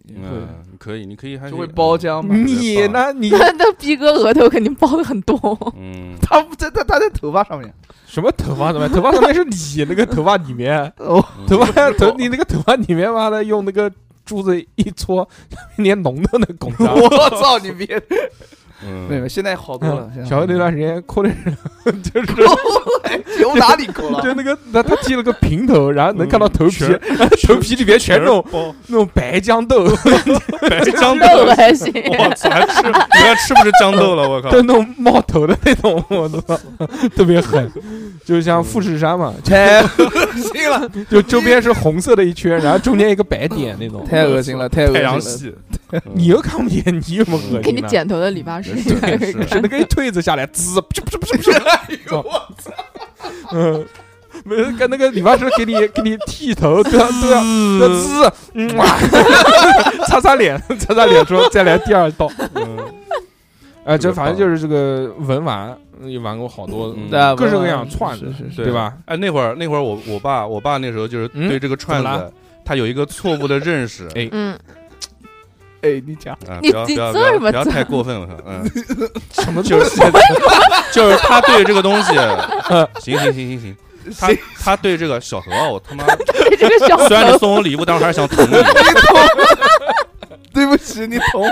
S5: 嗯，可以，你可以还
S4: 就会包
S5: 浆。
S4: 浆嘛。
S2: 你呢？你
S3: 那那逼哥额头肯定包的很 多，
S5: 嗯，
S4: 他不在他他在头发上面，
S2: 什么头发怎么？头发上面是你那个头发里面，
S4: 哦，
S5: 嗯
S2: 头发头你那个头发里面，妈的用那个珠子一搓，连脓都能拱上。
S4: 我操你别！没有，
S5: 嗯，
S4: 现在好多了。
S2: 嗯
S4: 现在
S2: 小何那段时间抠的人，就是
S4: 有哪里抠
S2: 就
S4: 了？
S2: 那个他他剃了个平头，然后能看到头皮，
S5: 嗯
S2: 然后 头皮里面全是那种
S5: 包
S2: 那种白浆豆，
S5: 白
S3: 那
S5: 浆
S3: 我
S5: 豆，
S3: 还行。
S5: 我操，还吃你要吃不是浆豆了，我靠
S2: 都，那种冒头的那种，我操，特别狠。就像富士山嘛，
S4: 太恶心了，
S2: 就周边是红色的一圈，然后中间一个白点那 种。
S4: 太恶心了，太
S5: 太阳
S4: 恶心了。
S5: 系，
S2: 你又看不见，你有没有恶心？
S3: 给你剪头的理发师
S5: 嗯是
S3: 还有一
S5: 是
S3: 个
S2: 是那个一推子下来， 滋，不是不是不是不是，我操，嗯，没有跟那个理发师给你给你剃头，都要都要都要滋，嗯哇， 擦擦脸，擦擦脸说再来第二道，
S5: 嗯
S2: 哎，这反正就是这个文玩也玩过好多，
S5: 嗯
S4: 对啊
S2: 各式各样串
S4: 是
S2: 的
S4: 是是，
S2: 对吧？
S5: 哎，那会儿那会儿我我爸我爸那时候就是
S2: 嗯
S5: 对这个串
S2: 怎么
S5: 子，他有一个错误的认识。
S2: 哎
S3: 嗯，
S4: 哎，你讲，
S5: 啊，不
S3: 你
S5: 要不
S3: 你
S5: 要不
S3: 做
S5: 要
S3: 什么
S5: 不要
S3: 做
S5: 太过分，我靠，嗯，
S2: 什么
S5: 就是就是他对这个东西，行行行行行，他
S4: 行
S5: 他对这个小何啊，我 他妈
S3: 对这个小
S5: 虽然你
S3: 头，
S5: 送我礼物，但我还是想捅你。
S4: 对不起，你捅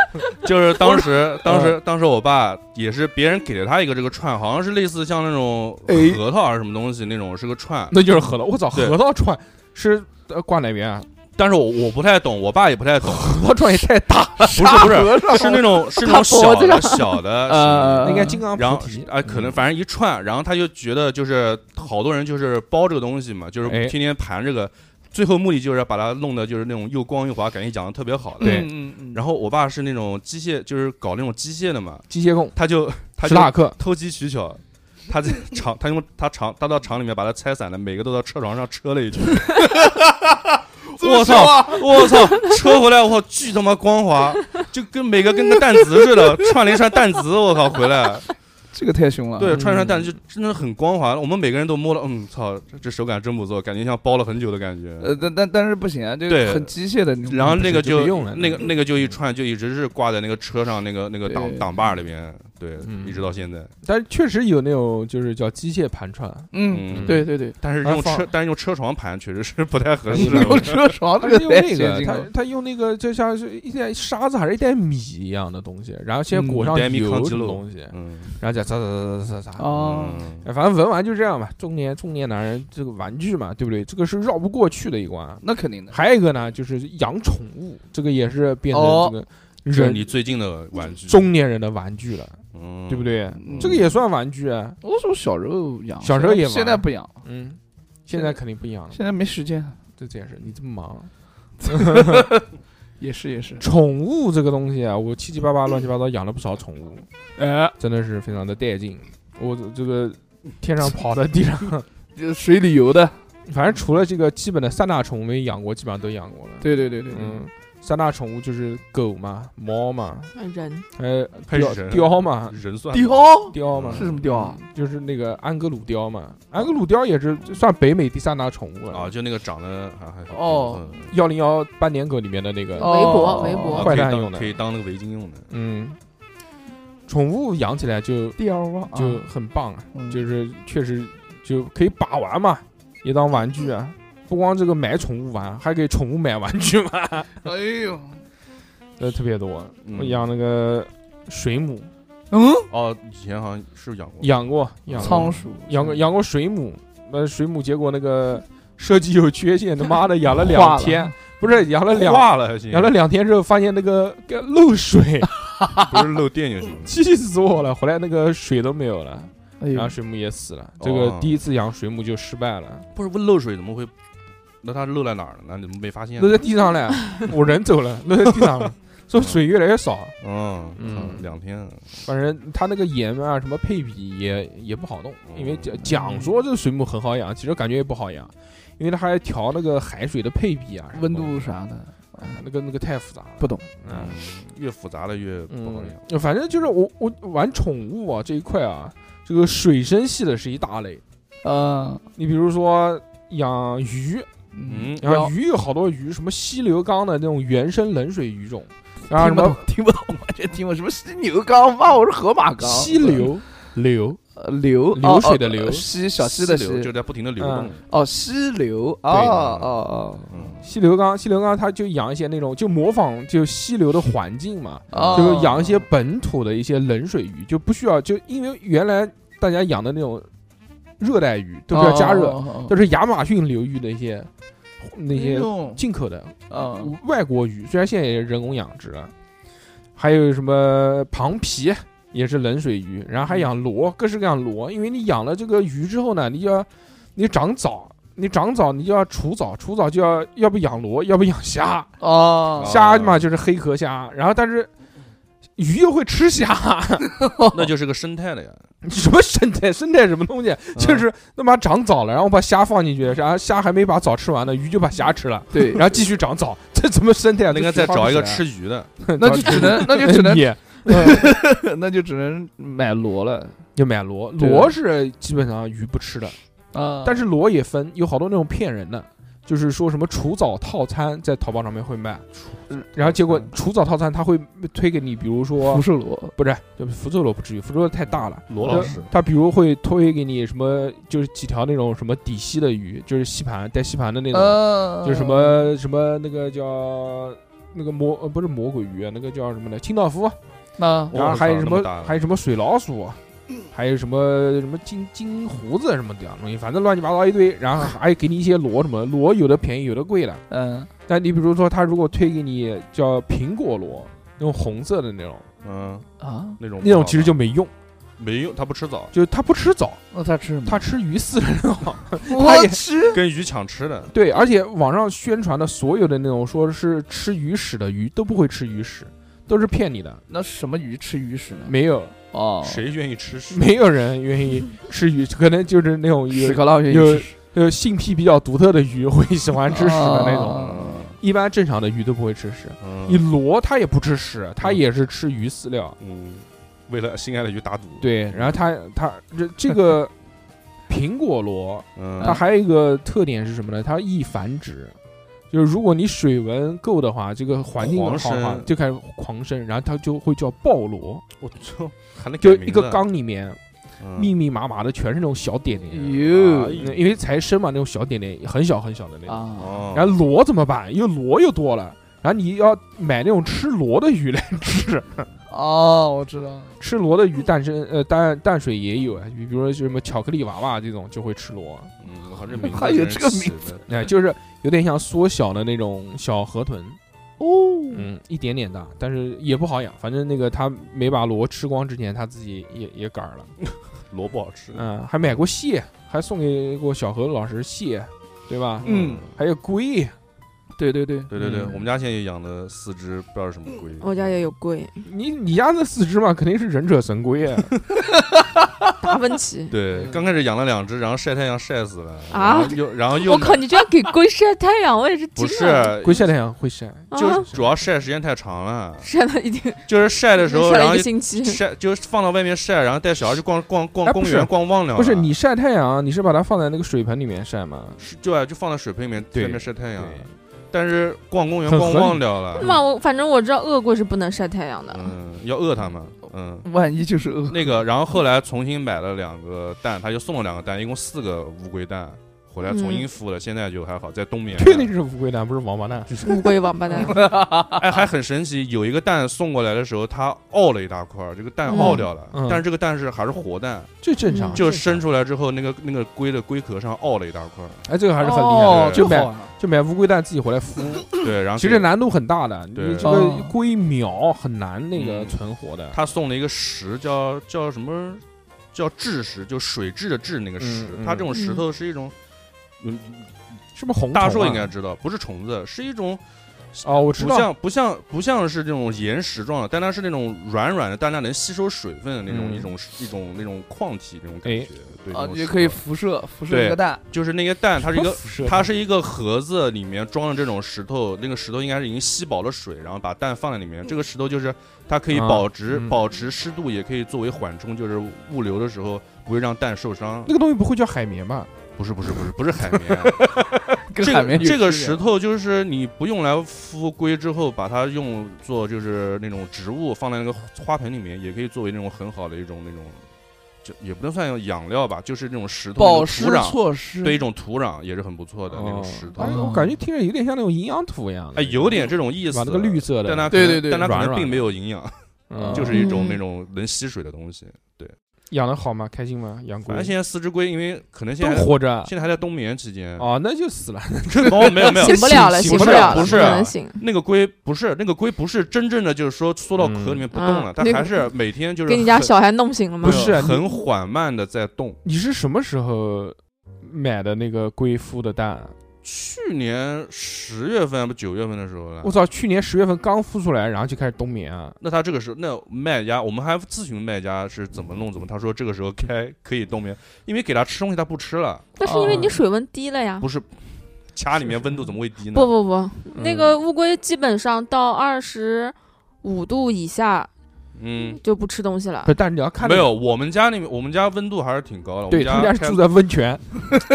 S5: 就是当时
S2: 嗯
S5: 当时当时我爸也是别人给了他一个这个串，好像是类似像那种
S4: 哎
S5: 核桃还是什么东西那种是个串，
S2: 那就是核桃，我操，
S5: 对
S2: 核桃串是呃挂哪边啊？
S5: 但是我我不太懂，我爸也 不太懂，
S2: 核桃串也太大了，
S5: 不是不是啊
S4: 和尚
S5: 是啊那种是那种
S3: 他脖
S5: 小
S3: 子
S5: 的
S3: 上
S5: 小的
S4: 呃
S2: 那应该金刚嗯
S5: 然
S2: 菩
S5: 后
S2: 提
S5: 啊，可能反正一串，然后他就觉得就是好多人就是包这个东西嘛，就是
S2: 哎
S5: 天天盘这个，最后目的就是把它弄得就是那种又光又滑，感觉讲的特别好的。
S2: 对
S4: 嗯嗯
S5: 然后我爸是那种机械，就是搞那种机械的嘛，
S2: 机械供
S5: 他就他
S2: 史
S5: 就
S2: 塔克，
S5: 偷机取巧，他在厂他用他厂他到厂里面把它拆散了，每个都到车床上车了 一圈。我操！
S4: 操，
S5: 我操！车回来，我靠，巨他妈光滑，就跟每个跟个弹子似的，串了一串弹子，我靠，回来。
S4: 这个太凶了。
S5: 对，
S2: 嗯
S5: 穿上蛋就真的很光滑。我们每个人都摸了，嗯，操，这这手感真不错，感觉像包了很久的感觉。
S4: 呃，但但但是不行啊，这
S5: 对
S4: 个很机械的那种。
S5: 然后那个
S2: 嗯不行就
S5: 就
S2: 没用了嗯
S5: 那个那个就一串就一直是挂在那个车上那个那个挡
S4: 对
S5: 挡把里面，对，
S2: 嗯
S5: 一直到现在。
S2: 但是确实有那种就是叫机械盘串，
S4: 嗯，
S5: 嗯
S4: 对对对，
S5: 但是
S2: 啊
S5: 用
S2: 放嗯
S5: 车但是用车床盘确实是不太合适。
S4: 用车床
S2: 他
S4: 这
S2: 是
S4: 个
S2: 用
S4: 太
S2: 那
S4: 先
S2: 个，
S4: 进
S2: 他
S4: 了。
S2: 他用那个就像是一袋沙子还是一袋米一样的东西，然后先
S4: 嗯
S2: 裹上
S5: 一袋米
S2: 油
S5: 糠
S2: 的
S5: 鸡肉
S2: 东西，
S5: 嗯，
S2: 然后再擦擦擦擦擦擦。
S4: 哦，
S5: 嗯
S2: 哎，反正文玩就这样吧，中年中年男人这个玩具嘛，对不对？这个是绕不过去的一关。
S4: 那肯定的。
S2: 还有一个呢，就是养宠物，这个也是变成
S4: 哦
S2: 这个
S5: 这是
S2: 人
S5: 你最近的玩具，
S2: 中年人的玩具了，
S5: 嗯
S2: 对不？对？
S4: 嗯
S2: 这个也算玩具啊，
S4: 我说小时候养，
S2: 小时候也玩
S4: 现在不养，
S2: 嗯，现在肯定不一样了，
S4: 现在没时间。
S2: 这这也是你这么忙。
S4: 也是也是，
S2: 宠物这个东西啊，我七七八八乱七八糟养了不少宠物，
S4: 哎，
S2: 真的是非常的带劲。我这个天上跑的，地上，
S4: 水里游的，
S2: 反正除了这个基本的三大宠物没养过，基本上都养过了。，
S4: 对对对对，
S2: 嗯，三大宠物就是狗嘛、猫嘛，
S3: 啊人
S2: 还有
S5: 还有
S2: 雕
S5: 人
S2: 雕嘛、
S5: 人算吗
S4: 雕
S2: 雕嘛
S4: 是，什么雕啊？
S2: 就是那个安格鲁雕嘛。安格鲁雕也是算北美第三大宠物
S5: 啊，
S2: 了，
S5: 就那个长得还还
S4: 哦，
S2: 幺零幺斑点狗里面的那个，
S4: 哦
S3: 围脖围
S5: 啊
S3: 脖，
S2: 坏
S5: 可以
S2: 蛋
S5: 当
S2: 用的
S5: 可以当那个围巾用的。
S2: 嗯，宠物养起来就
S4: 雕啊，
S2: 就很棒啊。
S4: 嗯
S2: 就是确实就可以把玩嘛，也当玩具啊。不光这个买宠物玩，还给宠物买玩具 嘛，
S4: 哎呦，
S2: 呃，特别多。
S5: 嗯
S2: 我养那个水母，
S4: 嗯，
S5: 哦，以前好像是养过，
S2: 养过，养过
S4: 仓鼠
S2: 养过养过水母，那水母结果那个设计有缺 陷，他妈的养了
S4: 化
S2: 两
S4: 了
S2: 天，不是养了两
S5: 化了还行，
S2: 养了两天之后，发现那个个漏 水，。
S5: 不是漏电就行了
S2: 气死我了！回来那个水都没有了，
S4: 哎
S2: 然后
S4: 呦，
S2: 水母也死了。这个
S5: 嗯哦
S2: 第一次养水母就失败了。
S5: 不是不漏水怎么会？那它漏在哪儿了呢？怎么没发现呢？
S2: 落在地上 了，我人走了，落在地上了，说水越来越少，
S5: 嗯
S2: 嗯
S5: 操两天啊，
S2: 反正它那个盐啊什么配比也也不好弄，因为讲讲说这个水母很好养，其实感觉也不好养，因为它还要调那个海水的配比啊，什么
S4: 温
S2: 东
S4: 度
S2: 西
S4: 啥的，
S2: 啊那个那个太复杂了，
S4: 不懂，
S2: 嗯
S5: 越复杂的越不好养。
S2: 嗯，反正就是我我玩宠物啊这一块啊，这个水生系的是一大类，
S4: 嗯
S2: 你比如说养鱼，
S4: 嗯，
S5: 嗯，
S2: 然后
S4: 有
S2: 鱼有好多鱼，什么溪流缸的那种原生冷水鱼种，然后什
S4: 听不
S2: 么
S4: 懂，听不懂，完全 听不懂。什么犀牛缸？妈，我是河马缸。
S2: 溪流流，
S4: 呃，流
S2: 流水的流
S4: 哦哦溪小溪的
S5: 流就
S4: 溪。
S5: 在不停的流动，
S2: 嗯
S4: 哦，溪流。哦
S2: 对的
S4: 哦
S5: 嗯，
S2: 溪流缸，溪流缸，它就养一些那种就模仿就溪流的环境嘛，
S4: 哦，
S2: 就是养一些本土的一些冷水鱼，就不需要就因为原来大家养的那种热带鱼都
S4: 哦
S2: 比较加热，
S4: 哦哦哦
S2: 就是亚马逊流域的一些那些
S4: 嗯
S2: 进口的
S4: 嗯
S2: 外国鱼，虽然现在也人工养殖了，还有什么螃皮也是冷水鱼，然后
S5: 嗯
S2: 还养螺，各式各样螺。因为你养了这个鱼之后呢，你就要你长藻，你长藻你就要除藻，除藻就要要不养螺，要不养虾，
S4: 哦，
S2: 虾嘛就是黑壳虾，然后但是。鱼又会吃虾， 哦
S5: 那就是个生态了呀。
S2: 什么生态？生态什么东西？
S5: 嗯
S2: 就是他妈长藻了，然后把虾放进去，然后虾还没把藻吃完呢，鱼就把虾吃了，
S4: 对，
S2: 然后继续长藻，这怎么生态啊？
S5: 那应该
S2: 这
S5: 再
S2: 菊花
S5: 找一
S2: 不
S5: 个
S2: 起来
S5: 吃鱼的，
S4: 那就只能那就 只能
S2: 嗯也
S4: 那就只能买螺了
S2: 就买螺，
S4: 对的
S2: 螺是基本上鱼不吃的，
S4: 啊
S2: 但是螺也分，有好多那种骗人的，就是说什么除藻套餐在淘宝上面会卖，嗯然后结果
S4: 嗯
S2: 除藻套餐它会推给你，比如说
S4: 福寿螺
S2: 不是，就是福州螺不至于，福州螺太大了。
S5: 罗老师，
S2: 它比如会推给你什么，就是几条那种什么底溪的鱼，就是吸盘带吸盘的那种，
S4: 呃
S2: 嗯就是什么什么那个叫那个魔呃不是魔鬼鱼啊，那个叫什么呢？清道夫，啊
S4: 那
S2: 然后还有什么
S5: 哇那么大的
S2: 还有什么水老鼠，啊 还有什么什么金金胡子什么的东西，反正乱七八糟一堆。然后还给你一些螺什么螺，有的便宜，有的贵的。
S4: 嗯
S2: 但你比如说，他如果推给你叫苹果螺，那种红色的那种，
S5: 嗯，
S4: 啊，
S5: 那种
S2: 那种其实就没用，嗯
S5: 没用，他不吃 藻，
S2: 就是他不吃藻，
S4: 那它吃什么？
S2: 他吃鱼刺的那 种。
S4: 我
S2: 也
S4: 吃
S5: 跟鱼抢吃的，
S2: 对，而且网上宣传的所有的那种说是吃鱼屎的鱼都不会吃鱼屎，都是骗你的，
S4: 那什么鱼吃鱼屎呢？
S2: 没有
S4: 哦，
S5: 谁愿意吃屎？
S2: 没有人愿意吃鱼，可能就是那种有
S4: 屎壳郎愿意
S2: 有
S4: 吃屎
S2: 呃，性癖比较独特的鱼会喜欢吃屎的那种，
S4: 哦
S5: 嗯
S2: 一般正常的鱼都不会吃屎。
S5: 嗯
S2: 你螺它也不吃屎，它也是吃鱼饲料。
S5: 嗯，为了心爱的鱼打赌，，
S2: 对，然后它它这这 个苹果螺，
S5: 嗯，
S2: 它还有一个特点是什么呢？它易繁殖，就是如果你水温够的话，这个环境好
S5: 狂
S2: 的话
S5: 生
S2: 就开始狂生，然后它就会叫暴螺，
S5: 我操，还能
S2: 就
S5: 改
S2: 一
S5: 名
S2: 个
S5: 字，
S2: 缸里面
S5: 嗯
S2: 密密麻麻的全是那种啊小点点，
S4: 哟
S5: 哎呦
S2: 因为才生嘛，那种小点点很小很小的那种。
S4: 啊，
S5: 哦，
S2: 然后螺怎么办？因为螺又多了，然后你要买那种吃螺的鱼来吃，
S4: 哦，我知道，
S2: 吃螺的鱼诞生呃淡淡水也有啊，比比如说什么巧克力娃娃这种就会吃螺，
S5: 嗯，我靠，这名字
S4: 还有
S5: 真是
S4: 这个
S5: 起
S4: 名
S5: 的，
S2: 哎、就是有点像缩小的那种小河豚，
S4: 哦，
S2: 嗯，一点点大，但是也不好养，反正那个他没把螺吃光之前，他自己也也杆儿了，
S5: 萝卜好吃，
S2: 嗯，还买过蟹，还送给过小何老师蟹，对吧？
S4: 嗯
S2: 还有龟，
S4: 对对对，
S5: 对对对，
S2: 嗯
S5: 我们家现在也养了四只，不知道是什么龟，。
S3: 我家也有龟，
S2: 你你家那四只嘛，肯定是忍者神龟啊。
S3: 达芬奇
S5: 对，
S2: 嗯
S5: 刚开始养了两只，然后晒太阳晒死了
S3: 啊
S5: 然后又然后又
S3: 我靠，你这样给龟晒太阳，我也是惊
S5: 不
S3: 了。
S5: 是
S2: 龟晒太阳会晒，
S5: 就
S3: 啊，
S5: 主要晒时间太长了，
S3: 晒了一定
S5: 就是晒的时候，
S3: 晒
S5: 然
S3: 了
S5: 后
S3: 一个星期。啊
S5: 晒就是放到外面晒，然后带小孩去逛逛
S2: 哎
S5: 逛
S2: 不
S5: 公
S2: 是
S5: 园逛忘了，
S2: 不是你晒太阳，你是把它放在那个水盆里面晒吗？
S5: 是对啊，就放在水盆里面
S2: 对
S5: 在那晒太阳
S2: 对，
S5: 但是逛公园
S2: 很
S5: 逛
S2: 合理
S5: 忘掉了，
S3: 嘛，我反正我知道鳄龟是不能晒太阳的。
S5: 嗯，要饿它们，嗯。
S4: 万一就是饿，
S5: 那个，然后后来重新买了两个蛋，他就送了两个蛋，一共四个乌龟蛋，回来重新孵了，现在就还好，在东边。
S2: 确定是乌龟蛋，不是王八蛋。
S3: 乌龟王 八蛋，
S5: 哎，还很神奇，有一个蛋送过来的时候，它凹了一大块儿，这个蛋
S3: 嗯
S5: 凹掉了，
S2: 嗯
S5: 但是这个蛋是还是活蛋，
S2: 这正常，
S3: 嗯
S5: 就
S2: 生
S5: 生。出来之后，那个那个龟的龟壳上凹了一大块儿，
S2: 哎，这个还是很厉害
S4: 哦
S2: 的，，
S5: 这
S2: 就
S4: 好
S2: 买
S4: 啊，
S2: 就买乌龟蛋自己回来孵，
S5: 对，然后
S2: 嗯其实难度很大的，你
S5: 嗯对
S2: 这个
S4: 哦
S2: 龟苗很难那个
S5: 嗯
S2: 存活的。
S5: 他送了一个石，叫叫什么？叫蛭石，就水蛭的蛭那个石
S2: 嗯嗯，
S5: 它这种石头是一种，嗯，
S2: 是不是红
S5: 大
S2: 虫
S5: 硕
S2: 啊
S5: 应该知道，不是虫子，是一种
S2: 哦，我知
S5: 不
S2: 道，
S5: 像不像不像是这种岩石状的，但它是那种软软的，但它能吸收水分的那种、
S2: 嗯
S5: 一种一种那种矿体那种感觉。对，那种
S4: 啊也可以
S5: 石头
S4: 辐射辐射
S5: 对
S4: 一个蛋，
S5: 就是那个蛋，它是一个
S2: 辐射
S5: 它是一个盒子，里面装了这种石头，那个石头应该是已经吸饱了水，然后把蛋放在里面。这个石头就是它可以
S2: 啊
S5: 保持、
S2: 嗯
S5: 保持湿度，也可以作为缓冲，就是物流的时候不会让蛋受伤
S2: 那。个东西不会叫海绵吧？
S5: 不是不是不是不是海绵，啊
S4: 跟
S5: 这
S4: 海绵
S5: 个
S4: 有
S5: 这个
S4: 区别
S5: 石头就是你不用来敷龟之后，把它用做就是那种植物放在那个花盆里面，也可以作为那种很好的一种那种，这也不能算养料吧，就是那种石头
S4: 保
S5: 那种
S4: 湿
S5: 土壤，
S4: 措施
S5: 对一种土壤也是很不错的那种石头
S2: 哎，。
S4: 哦
S2: 我感觉听着有点像那种营养土一样的，
S5: 哎，有点这种意思，
S2: 把那个绿色的，
S5: 但它
S4: 对
S5: 可
S4: 对
S5: 能
S4: 对
S5: 但它
S2: 软
S5: 可能
S2: 软
S5: 并
S2: 的
S5: 没有营养，
S2: 嗯
S5: 就是一种
S3: 嗯
S5: 那种能吸水的东西。
S2: 养的好吗？开心吗？养龟
S5: 反啊正现在四只龟，因为可能现
S2: 都
S5: 在
S2: 活着
S5: 现在还在冬眠期间，
S2: 哦，那就死了。
S5: 哦，没有没有
S3: 醒，不了了，
S2: 醒
S3: 醒
S2: 不了
S3: 了，
S5: 不是啊
S3: 能醒。
S5: 那个龟不是那个龟不是真正的就是说缩到壳里面不动了，
S3: 嗯
S5: 它
S3: 那个
S5: 还是每天就是啊
S3: 给你家
S5: 很
S3: 小孩弄醒了吗
S5: 啊
S2: 不？是你
S5: 很缓慢的在动。
S2: 你是什么时候买的那个龟孵的蛋？啊
S5: 去年十月份不九月份的时候了
S2: 我，操，去年十月份刚孵出来，然后就开始冬眠啊！
S5: 那他这个时候那卖家我们还咨询卖家是怎么弄怎么，他说这个时候开可以冬眠，因为给它吃东西它不吃了，
S3: 那是因为你水温低了呀。
S5: 不是家里面温度怎么会低呢？
S3: 不不不，那
S2: 嗯
S3: 个乌龟基本上到二十五度以下
S5: 嗯。
S3: 就不吃东西了
S2: 不。是，但是你要看
S5: 没，有，我们家那边，我们家温度还是挺高的。我
S2: 对
S5: 们
S2: 他们家
S5: 家
S2: 是
S5: 开
S2: 住在温泉，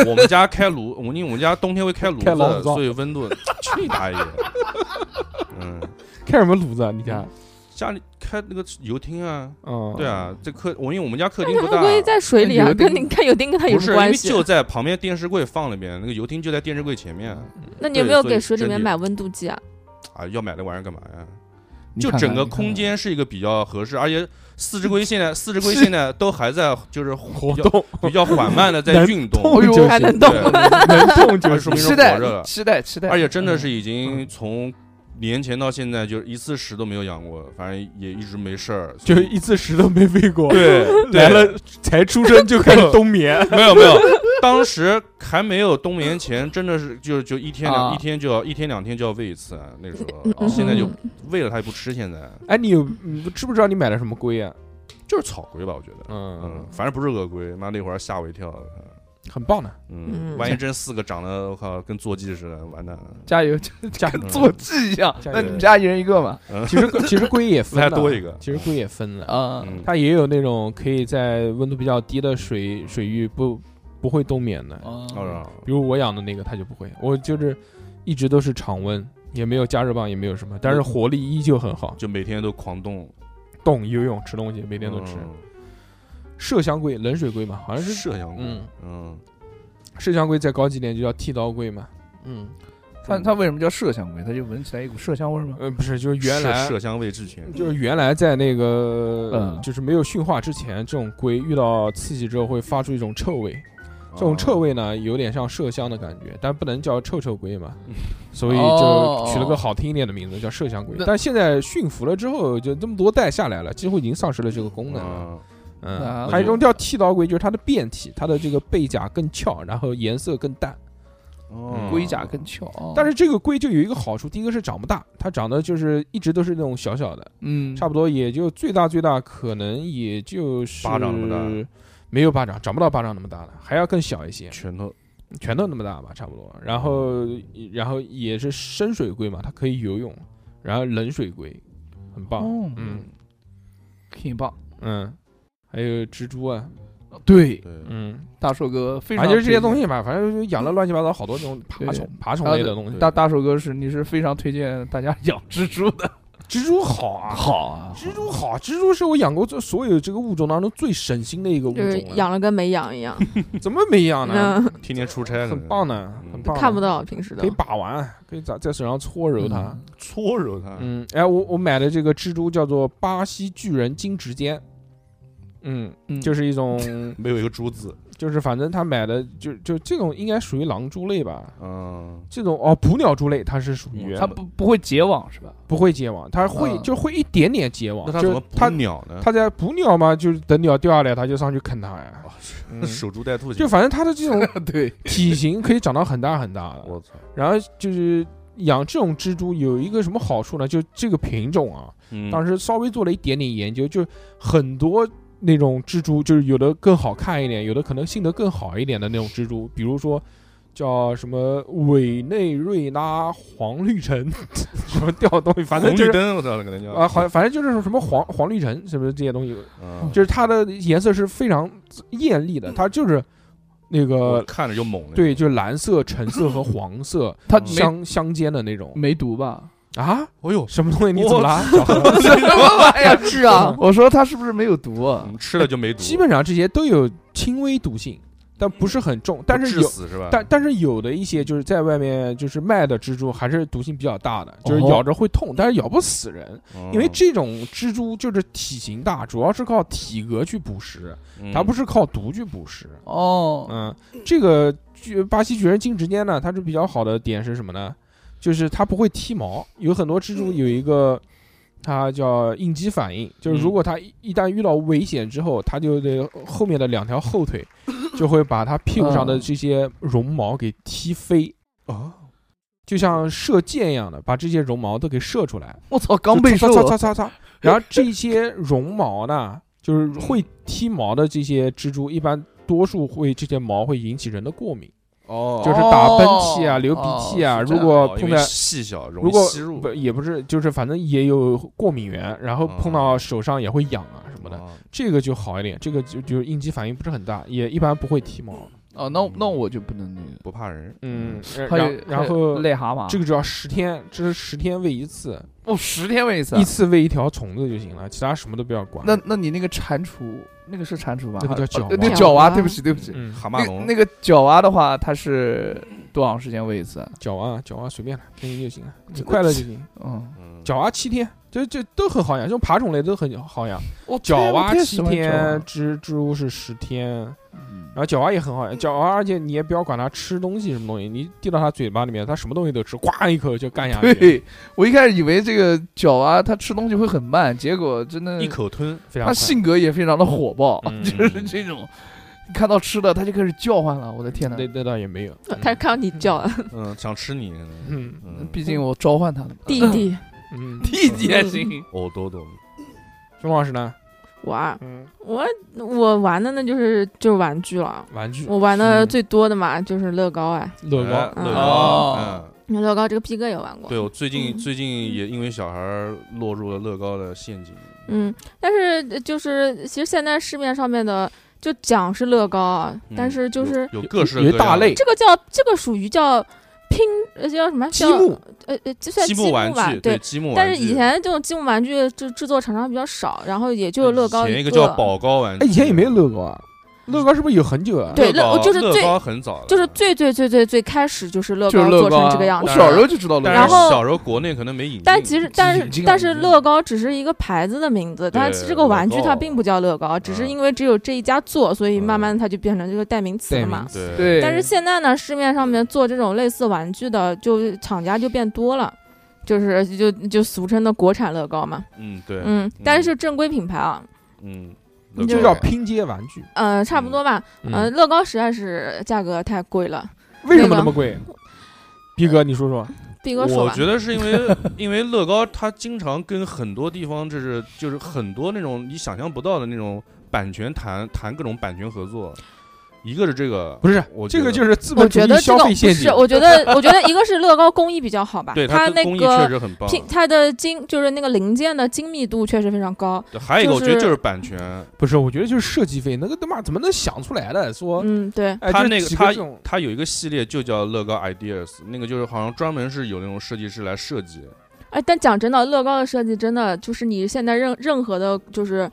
S5: 我们家开炉，我们因为我们家冬天会开炉
S2: 开老虎
S5: 子，
S2: 灶
S5: 所以温度 去他爷！嗯，
S2: 开什么炉子啊？你家？
S5: 家里开那个油汀啊，
S4: 哦
S2: 嗯，
S5: 对，啊，这客我因为我们家客厅
S3: 那
S5: 不
S3: 乌
S5: 大，
S3: 龟在水里啊，
S2: 有点
S3: 跟你看有丁跟它有
S5: 不
S3: 什
S5: 是
S3: 么
S5: 因为
S3: 关系？啊
S5: 就在旁边电视柜放了边，那个油汀就在电视柜前面
S4: 嗯
S3: 那你有
S5: 对
S3: 没有
S5: 所以
S3: 给水里
S5: 真
S3: 面
S5: 的
S3: 买温度计啊？
S5: 啊，要买那玩意儿干嘛呀？
S4: 你
S5: 就
S4: 看看
S5: 整个
S4: 你看
S5: 空
S4: 看
S5: 间是一个比较合适，而且四只龟 现在四只龟现在都还在就是
S2: 活
S5: 比较
S2: 动
S5: 比较缓慢的在
S2: 能
S5: 运
S2: 动
S5: 动，
S4: 哎呦
S2: 就
S3: 还
S2: 行，
S3: 能动？
S2: 能动就
S5: 就是说明是
S4: 期
S5: 活
S4: 待
S5: 着了。
S4: 期待期待，
S5: 而且真的是已经从年前到现在，就是一次屎都没有养过，反正也一直没事儿。
S2: 就
S5: 所以
S2: 一次屎都没喂过，
S5: 对
S2: 来了才出生就开始冬 眠，
S5: 没有没有，当时还没有冬眠前，真的是就就一天两、
S4: 啊
S5: 一天就要一天两天就要喂一次啊，那个时候，
S3: 嗯
S5: 现在就
S3: 嗯
S5: 喂了它也不吃，现在
S2: 哎，你有你知不知道你买的什么龟啊？
S5: 就是草龟吧，我觉得，嗯
S2: 嗯，，
S5: 反正不是鳄龟，妈那会儿吓我一跳，
S2: 很棒的，
S5: 嗯，
S3: 嗯
S5: 万一真四个长得我靠跟坐骑似的，完蛋了，
S4: 加油，
S2: 加
S5: 嗯
S4: 坐骑一样。
S2: 加油
S4: 啊那你们家一人一个嘛？
S2: 其实其实龟也分
S5: 再
S2: 了，
S5: 多一个
S2: 其实龟也分了，
S4: 啊，
S5: 嗯，
S2: 它也有那种可以在温度比较低的水水域不不会冬眠嗯的，
S5: 哦是
S4: 哦，
S5: 吧
S2: 比如我养的那个它就不会，我就是一直都是常温，也没有加热棒，也没有什么，但是活力依旧很好，
S5: 就每天都狂动，
S2: 动游泳吃东西，每
S5: 每
S2: 天都吃。麝香龟、冷水龟嘛，好像是
S5: 麝香龟，
S2: 嗯
S5: 嗯，
S2: 麝香龟，再高级点就叫剃刀龟嘛，嗯，
S4: 它它为什么叫麝香龟？它就闻起来一股麝香味儿吗？
S2: 呃不是，就是原
S5: 麝
S2: 来
S5: 麝香味俱全，
S2: 就是原来在那个、
S4: 嗯
S2: 就是没有驯化之前，这种龟遇到刺激之后会发出一种臭味，
S5: 哦
S2: 这
S5: 嗯
S2: 种臭味呢有点像麝香的感觉，但不能叫臭臭龟嘛，
S5: 嗯
S2: 所以
S5: 哦
S2: 就取了个好听一点的名字叫麝香龟
S4: 那。
S2: 但现在驯服了之后，就这么多代下来了，几乎已经丧失了这个功能了。
S5: 嗯，
S2: 嗯
S4: 那，
S2: 还有一种叫剃刀龟，就是它的变体，它的这个背甲更翘，然后颜色更淡。
S5: 哦
S4: 龟甲更翘，哦
S2: 但是这个龟就有一个好处，第一个是长不大，它长得就是一直都是那种小小的，
S4: 嗯，
S2: 差不多也就最大最大可能也就是
S5: 巴掌那么大，
S2: 没有巴掌，长不到巴掌那么大了，还要更小一些，
S5: 拳头
S2: 拳头那么大吧，差不多。然后
S3: 嗯
S2: 然后也是深水龟嘛，它可以游泳，然后冷水龟，很棒，
S4: 哦
S2: 嗯
S4: 挺棒。
S2: 嗯，还有蜘蛛啊，
S4: 对，
S5: 对。
S2: 嗯，
S4: 大寿哥非常
S2: 反正就是这些东
S4: 西。
S2: 西吧，反正就养了乱七八糟好多那种爬
S3: 啊
S2: 虫爬虫类的东西
S5: 对。
S4: 大大寿哥是你是非常推荐大家养 蜘蛛的，
S2: 蜘蛛好啊，
S4: 好啊，
S2: 蜘蛛好，蜘蛛是我养过这所有这个物种当中最省心的一个物
S3: 就是
S5: 啊
S2: 种了，啊
S3: 养了跟没养一样，
S2: 怎么没养呢？
S3: 嗯，
S5: 天天出差，
S2: 很棒，呢，很棒呢，啊
S3: 看不到平时
S2: 可
S3: 的嗯
S2: 以。把玩，啊可以在在手上搓揉它。
S5: 搓揉它。
S2: 嗯，哎，我我买的这个蜘蛛叫做巴西巨人金指尖，嗯，
S4: 嗯，
S2: 就是是一 种，
S5: 没有一个猪字，
S2: 就是反正他买的就就这种应该属于狼蛛类吧。
S5: 嗯，
S2: 这种哦，捕鸟蛛类它是属于
S4: 它不不会结网是吧？
S2: 不会结网，它会
S4: 嗯
S2: 就会一点点结网
S5: 那，它怎
S2: 就
S5: 么
S2: 是
S5: 捕
S2: 它
S5: 鸟呢？
S2: 它在捕鸟嘛，就是等鸟掉下来，它就上去啃它
S5: 哦
S2: 呀。嗯
S5: 它守株待兔，
S2: 就反正它的这 种
S4: 对，
S2: 体型可以长到很大很大的，
S5: 我操，
S2: 然后就是养这种蜘蛛有一个什么好处呢？就这个品种啊，
S5: 嗯
S2: 当时稍微做了一点点研究，就很多那种蜘蛛，就是有的更好看一点，有的可能性能更好一点的那种蜘蛛，比如说叫什么委内瑞拉黄绿橙， 什么掉东西，反正
S5: 红
S2: 就是
S5: 绿灯，我操，那个人叫
S2: 啊，好，反正就是什么黄黄绿橙，什么这些东西，
S5: 嗯
S2: 就是它的颜色是非常艳丽的，它就是那个
S5: 我看着就猛了。
S2: 呃对，，就是蓝色、橙色和黄色
S4: 它没
S2: 相相间的那种
S4: 没毒 吧？
S2: 啊，
S5: 哦嗯呦，
S2: 什么东西？你怎么
S4: 我
S2: 啦？小何
S4: 什么玩意儿？
S3: 是啊，
S4: 我说哎他是不是没有毒啊
S5: 我？们嗯吃了就没毒，
S2: 呃基本上这些都有轻微毒性，但不是很重，但
S5: 嗯不
S2: 是
S5: 致
S2: 有。
S5: 死啊是吧？
S2: 但但是有的一些就是在外面就是卖的蜘蛛还是毒性比较大的，就是
S4: 哦
S2: 咬着会痛，但是咬不死人，
S5: 嗯
S2: 因为这种蜘蛛就是体型大，主要是靠体格去捕食，它不
S5: 是
S2: 是靠毒去捕食。
S4: 哦，
S2: 嗯，这个巨巴西巨人金之间呢，它是比较好的点是什么呢？就是它不会踢毛，有很多蜘蛛有一个，它叫应激反应，就是
S4: 嗯
S2: 如果它一一旦遇到危险之后，它就得后面的两条后腿就会把它屁股上
S4: 嗯
S2: 的这些绒毛给踢飞，
S5: 啊，
S2: 就像射箭一样的，把这些绒毛都给射出来。
S4: 我操，刚被
S2: 就擦
S4: 射
S2: 擦擦擦擦， 然后这些绒毛呢，就是会踢毛的这些蜘蛛，一般多数会这些毛会引起人的过敏。
S5: 哦
S2: 就是打喷嚏啊、流鼻涕啊，
S4: 哦是这
S2: 如
S4: 样
S2: 果
S5: 哦因
S2: 碰
S5: 为
S2: 在
S5: 细小容
S2: 如
S5: 易
S2: 果
S5: 吸入
S2: 不也不是，就是反正也有过敏源，然
S4: 嗯
S2: 后碰到手上也会痒啊什么的，
S5: 哦
S2: 这个就好一点，这个就就是应激反应不是很大，也一般不会剃毛。
S4: 哦，那那我就不能那个。
S5: 不怕人。
S2: 嗯，，
S4: 还有
S2: 然然后
S4: 癞蛤蟆，
S2: 这个只要十天，这是十天喂一次，
S4: 哦十天喂一次啊
S2: 一。次喂一条虫子就行了，其他什么都不要管。
S4: 那那你那个蟾蜍，那个是蟾蜍吧？
S2: 那个叫
S4: 哦
S2: 角
S4: 那
S2: 蛙
S4: 角蛙，
S3: 角蛙
S4: 对不起对不起。
S2: 嗯，
S5: 蛤
S4: 那
S5: 蟆龙
S4: 那个角蛙的话，它是多长时间喂一次啊？
S2: 脚啊脚啊随便了，开心就行了，你快乐就行。
S4: 嗯，
S5: 嗯
S2: 脚啊七天，这这都很好养，这种爬虫类都很好养。
S4: 我
S2: 角蛙
S4: 哦天啊
S2: 七
S4: 我太喜欢
S2: 天，
S4: 角
S2: 蜘蛛是十天。
S4: 蛙了嗯
S2: 然后角蛙也很好，角蛙而且你也不要管它吃东西什么东西，你递到它嘴巴里面，它什么东西都吃，呱一口就干下去，
S4: 对，我一开始以为这个角蛙它吃东西会很慢，结果真的
S5: 一口 吞，
S2: 非常
S4: 它
S2: 快。
S4: 性格也非常的火爆，
S2: 嗯
S4: 就是这种看到吃的它就开始叫唤了。我的天呐，
S2: 那那倒也没有，
S3: 他看到你叫啊
S5: 嗯，想吃你，
S2: 嗯
S5: 嗯，
S4: 毕竟我召唤它 的
S3: 弟弟，
S2: 嗯，
S4: 弟弟也
S3: 嗯
S4: 行。
S5: 哦，都懂。
S2: 熊老师呢？
S3: 我啊，
S2: 嗯，
S3: 我我玩的那就是就是玩具了。
S2: 玩
S5: 嗯
S2: 具
S3: 我玩的最多的嘛就是乐高啊，
S2: 乐高，
S5: 哎
S3: 嗯
S5: 乐
S4: 哦
S5: 高，
S3: 乐高这个 P 哥也玩
S5: 嗯，
S3: 过
S5: 对，我最近
S3: 嗯
S5: 最近也因为小孩儿落入了乐高的陷阱。
S3: 嗯，但是呃就是其实现在市面上面的就讲是乐高啊，
S5: 嗯
S3: 但是就是
S5: 有有各式各
S2: 有
S5: 样
S2: 一
S5: 的
S2: 大类
S3: 这个叫这个属于叫拼呃叫什么
S2: 积
S3: 叫
S2: 木，
S3: 呃呃就算积
S5: 积木玩
S3: 吧
S5: 具，
S3: 对。
S5: 积木玩具。
S3: 但是以前这种积木玩具制制作厂商比较少，然后也就乐高
S5: 嗯以前一
S3: 个
S5: 个叫宝高玩具，
S2: 哎，以前也没有乐高啊，乐高是不是有很久啊？
S3: 对
S5: 乐高
S3: 乐就是
S5: 乐
S3: 最
S5: 高很早了，啊
S3: 就是最最最最最开始就是乐
S4: 就是
S3: 高
S4: 乐
S3: 做
S4: 高啊，
S3: 成这个样
S4: 我
S3: 子。
S4: 小时候就知道乐高，
S5: 但
S3: 然
S5: 是
S3: 后
S5: 小时候国内可能没引进，
S3: 但其实，但
S4: 引
S3: 是
S4: 进啊
S3: 但
S4: 引
S3: 是
S4: 进
S3: 乐高只是一个牌子的名字，它
S5: 对
S3: 这个玩具
S5: 乐高
S3: 它并不叫乐高，只是
S5: 嗯
S3: 因为只有这一家做，所以慢慢
S5: 嗯
S3: 它就变成这个代名词
S2: 代
S3: 了
S2: 名
S3: 嘛。
S2: 词，
S5: 对
S4: 对，
S3: 但是现在呢，市面上面做这种类似玩具的，就厂家就变多了，就是就就俗称的国产乐高嘛。
S5: 嗯对
S3: 嗯，但是正规品牌啊，
S5: 嗯，
S3: 就
S2: 就
S5: 乐
S2: 叫
S5: 高
S2: 拼接玩具。
S3: 嗯，差不多吧。
S2: 嗯
S3: 嗯，乐高实在是价格太贵了。
S2: 为什么那么贵？逼哥，你说说，
S3: 毕哥说
S5: 我
S3: 吧，
S5: 觉得是因为因为乐高它经常跟很多地方就是就是很多那种你想象不到的那种版权谈谈各种版权合作，一个是这个
S2: 不是
S5: 我觉
S2: 这
S5: 得
S2: 个就是资
S3: 我
S2: 本主
S3: 觉
S2: 义
S3: 得这
S2: 消
S3: 个
S2: 费
S3: 不
S2: 陷阱
S3: 是，。我觉得我觉得一个是乐高工艺比较好吧，
S5: 对
S3: 它
S5: 的
S3: 那
S5: 工艺
S3: 个
S5: 确实很棒，
S3: 拼它的精就是那个零件的精密度确实非常高。
S5: 对还有一个我
S3: 就
S5: 觉得
S3: 是
S5: 就是版权，
S2: 不是，我觉得就是设计费，那个他妈怎么能想出来的？
S5: 哦
S2: 说，
S3: 嗯，对，
S2: 哎，
S5: 它
S2: 就
S5: 那个
S2: 几
S5: 它
S2: 这种
S5: 它有一个系列就叫乐高 Ideas，那个就是好像专门是有那种设计师来设计，
S3: 哎，但讲真的，乐高的设计真的就是你现在任任何的，就是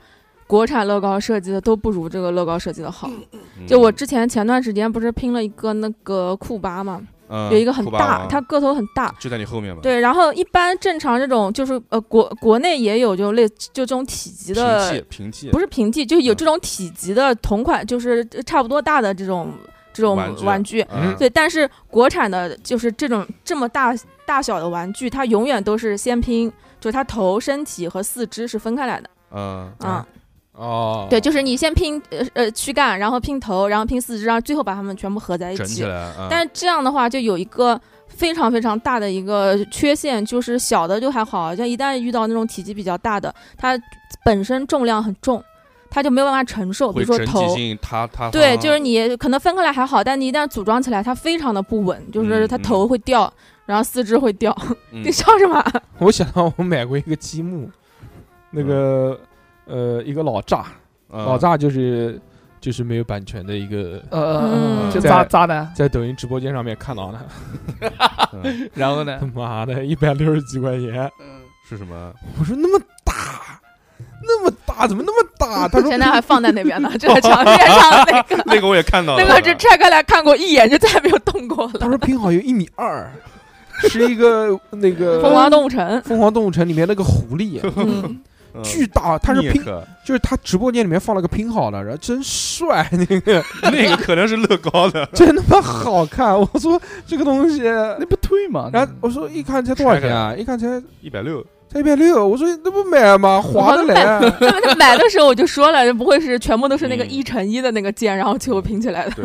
S3: 国产乐高设计的都不如这个乐高设计的好。
S5: 嗯
S3: 就我之前前段时间不是拼了一个那个库巴嘛，
S5: 嗯啊
S3: 有一个很大，它
S5: 它
S3: 个头很大。
S5: 就在你后面嘛，，
S3: 对，然后一般正常这种就是呃国国内也有就类就这种体积
S5: 平
S3: 的
S5: 替平替
S3: 不是平替，就有
S5: 嗯
S3: 这种体积的同款，就是差不多大的这种这种
S5: 玩具
S3: 玩具。
S5: 嗯
S3: 对，但是国产的就是这种这么大大小的玩具，它永远都是先拼，就是它头、身体和四肢是分开来的
S5: 嗯
S3: 啊。
S2: 哦，
S3: 对，就是你先拼呃呃躯干，然后拼头，然后拼四肢，然后最后把它们全部合在一
S5: 整起
S3: 起。
S5: 来，嗯
S3: 但是这样的话，就有一个非常非常大的一个缺陷，就是小的就还好，像一旦遇到那种体积比较大的，它本身重量很重，它就没有办法承受，比
S5: 会
S3: 如说
S5: 整体
S3: 头。
S5: 性塌
S2: 啊
S5: 塌
S3: 对，
S5: 方
S3: 就是你可能分开来还好，但你一旦组装起来，它非常的不稳，就是
S5: 嗯
S3: 它
S5: 嗯
S3: 头会掉，然后四肢会掉。
S5: 嗯
S3: 你笑什么？
S2: 我想到我买过一个积
S3: 嗯
S2: 木，那个呃一个老炸，
S5: 嗯
S2: 老炸就是就是没有版权的一个，
S4: 呃，
S3: 嗯
S4: 就
S2: 在
S4: 渣渣男，
S2: 在抖音直播间上面看到的，
S5: 嗯
S4: 然后
S2: 他
S4: 呢？
S2: 妈的，一百六十几块钱，
S5: 是什么？
S2: 我说那么大，那么大，怎么那么大？啊他说
S3: 嗯现在还放在那边呢，就 在墙面上那个
S5: 那个我也看到了，啊
S3: 那个只拆开来看过一眼，就再也没有动过
S2: 他
S3: 了。
S2: 说拼好有一米 二，是一个那个
S3: 凤凰动物 城，
S2: 疯狂动物城里面那个狐 狸，
S3: 嗯，
S5: 嗯
S2: 巨大，他是
S5: 那
S2: 拼，
S5: 个
S2: 就是他直播间里面放了个拼好的，然后真 帅，那个
S5: 那个可能是乐高的，
S2: 真他妈好看。我说这个东西，
S4: 那不退吗？
S2: 然后我说一看才多少钱啊？一看才
S5: 一 百六，
S2: 才一百六，我说那不买吗？划得来。啊
S3: 那么他买的时候我就说了，不会是全部都是那个
S5: 嗯
S3: 一乘一的那个键，然后最后拼起来的。
S5: 对，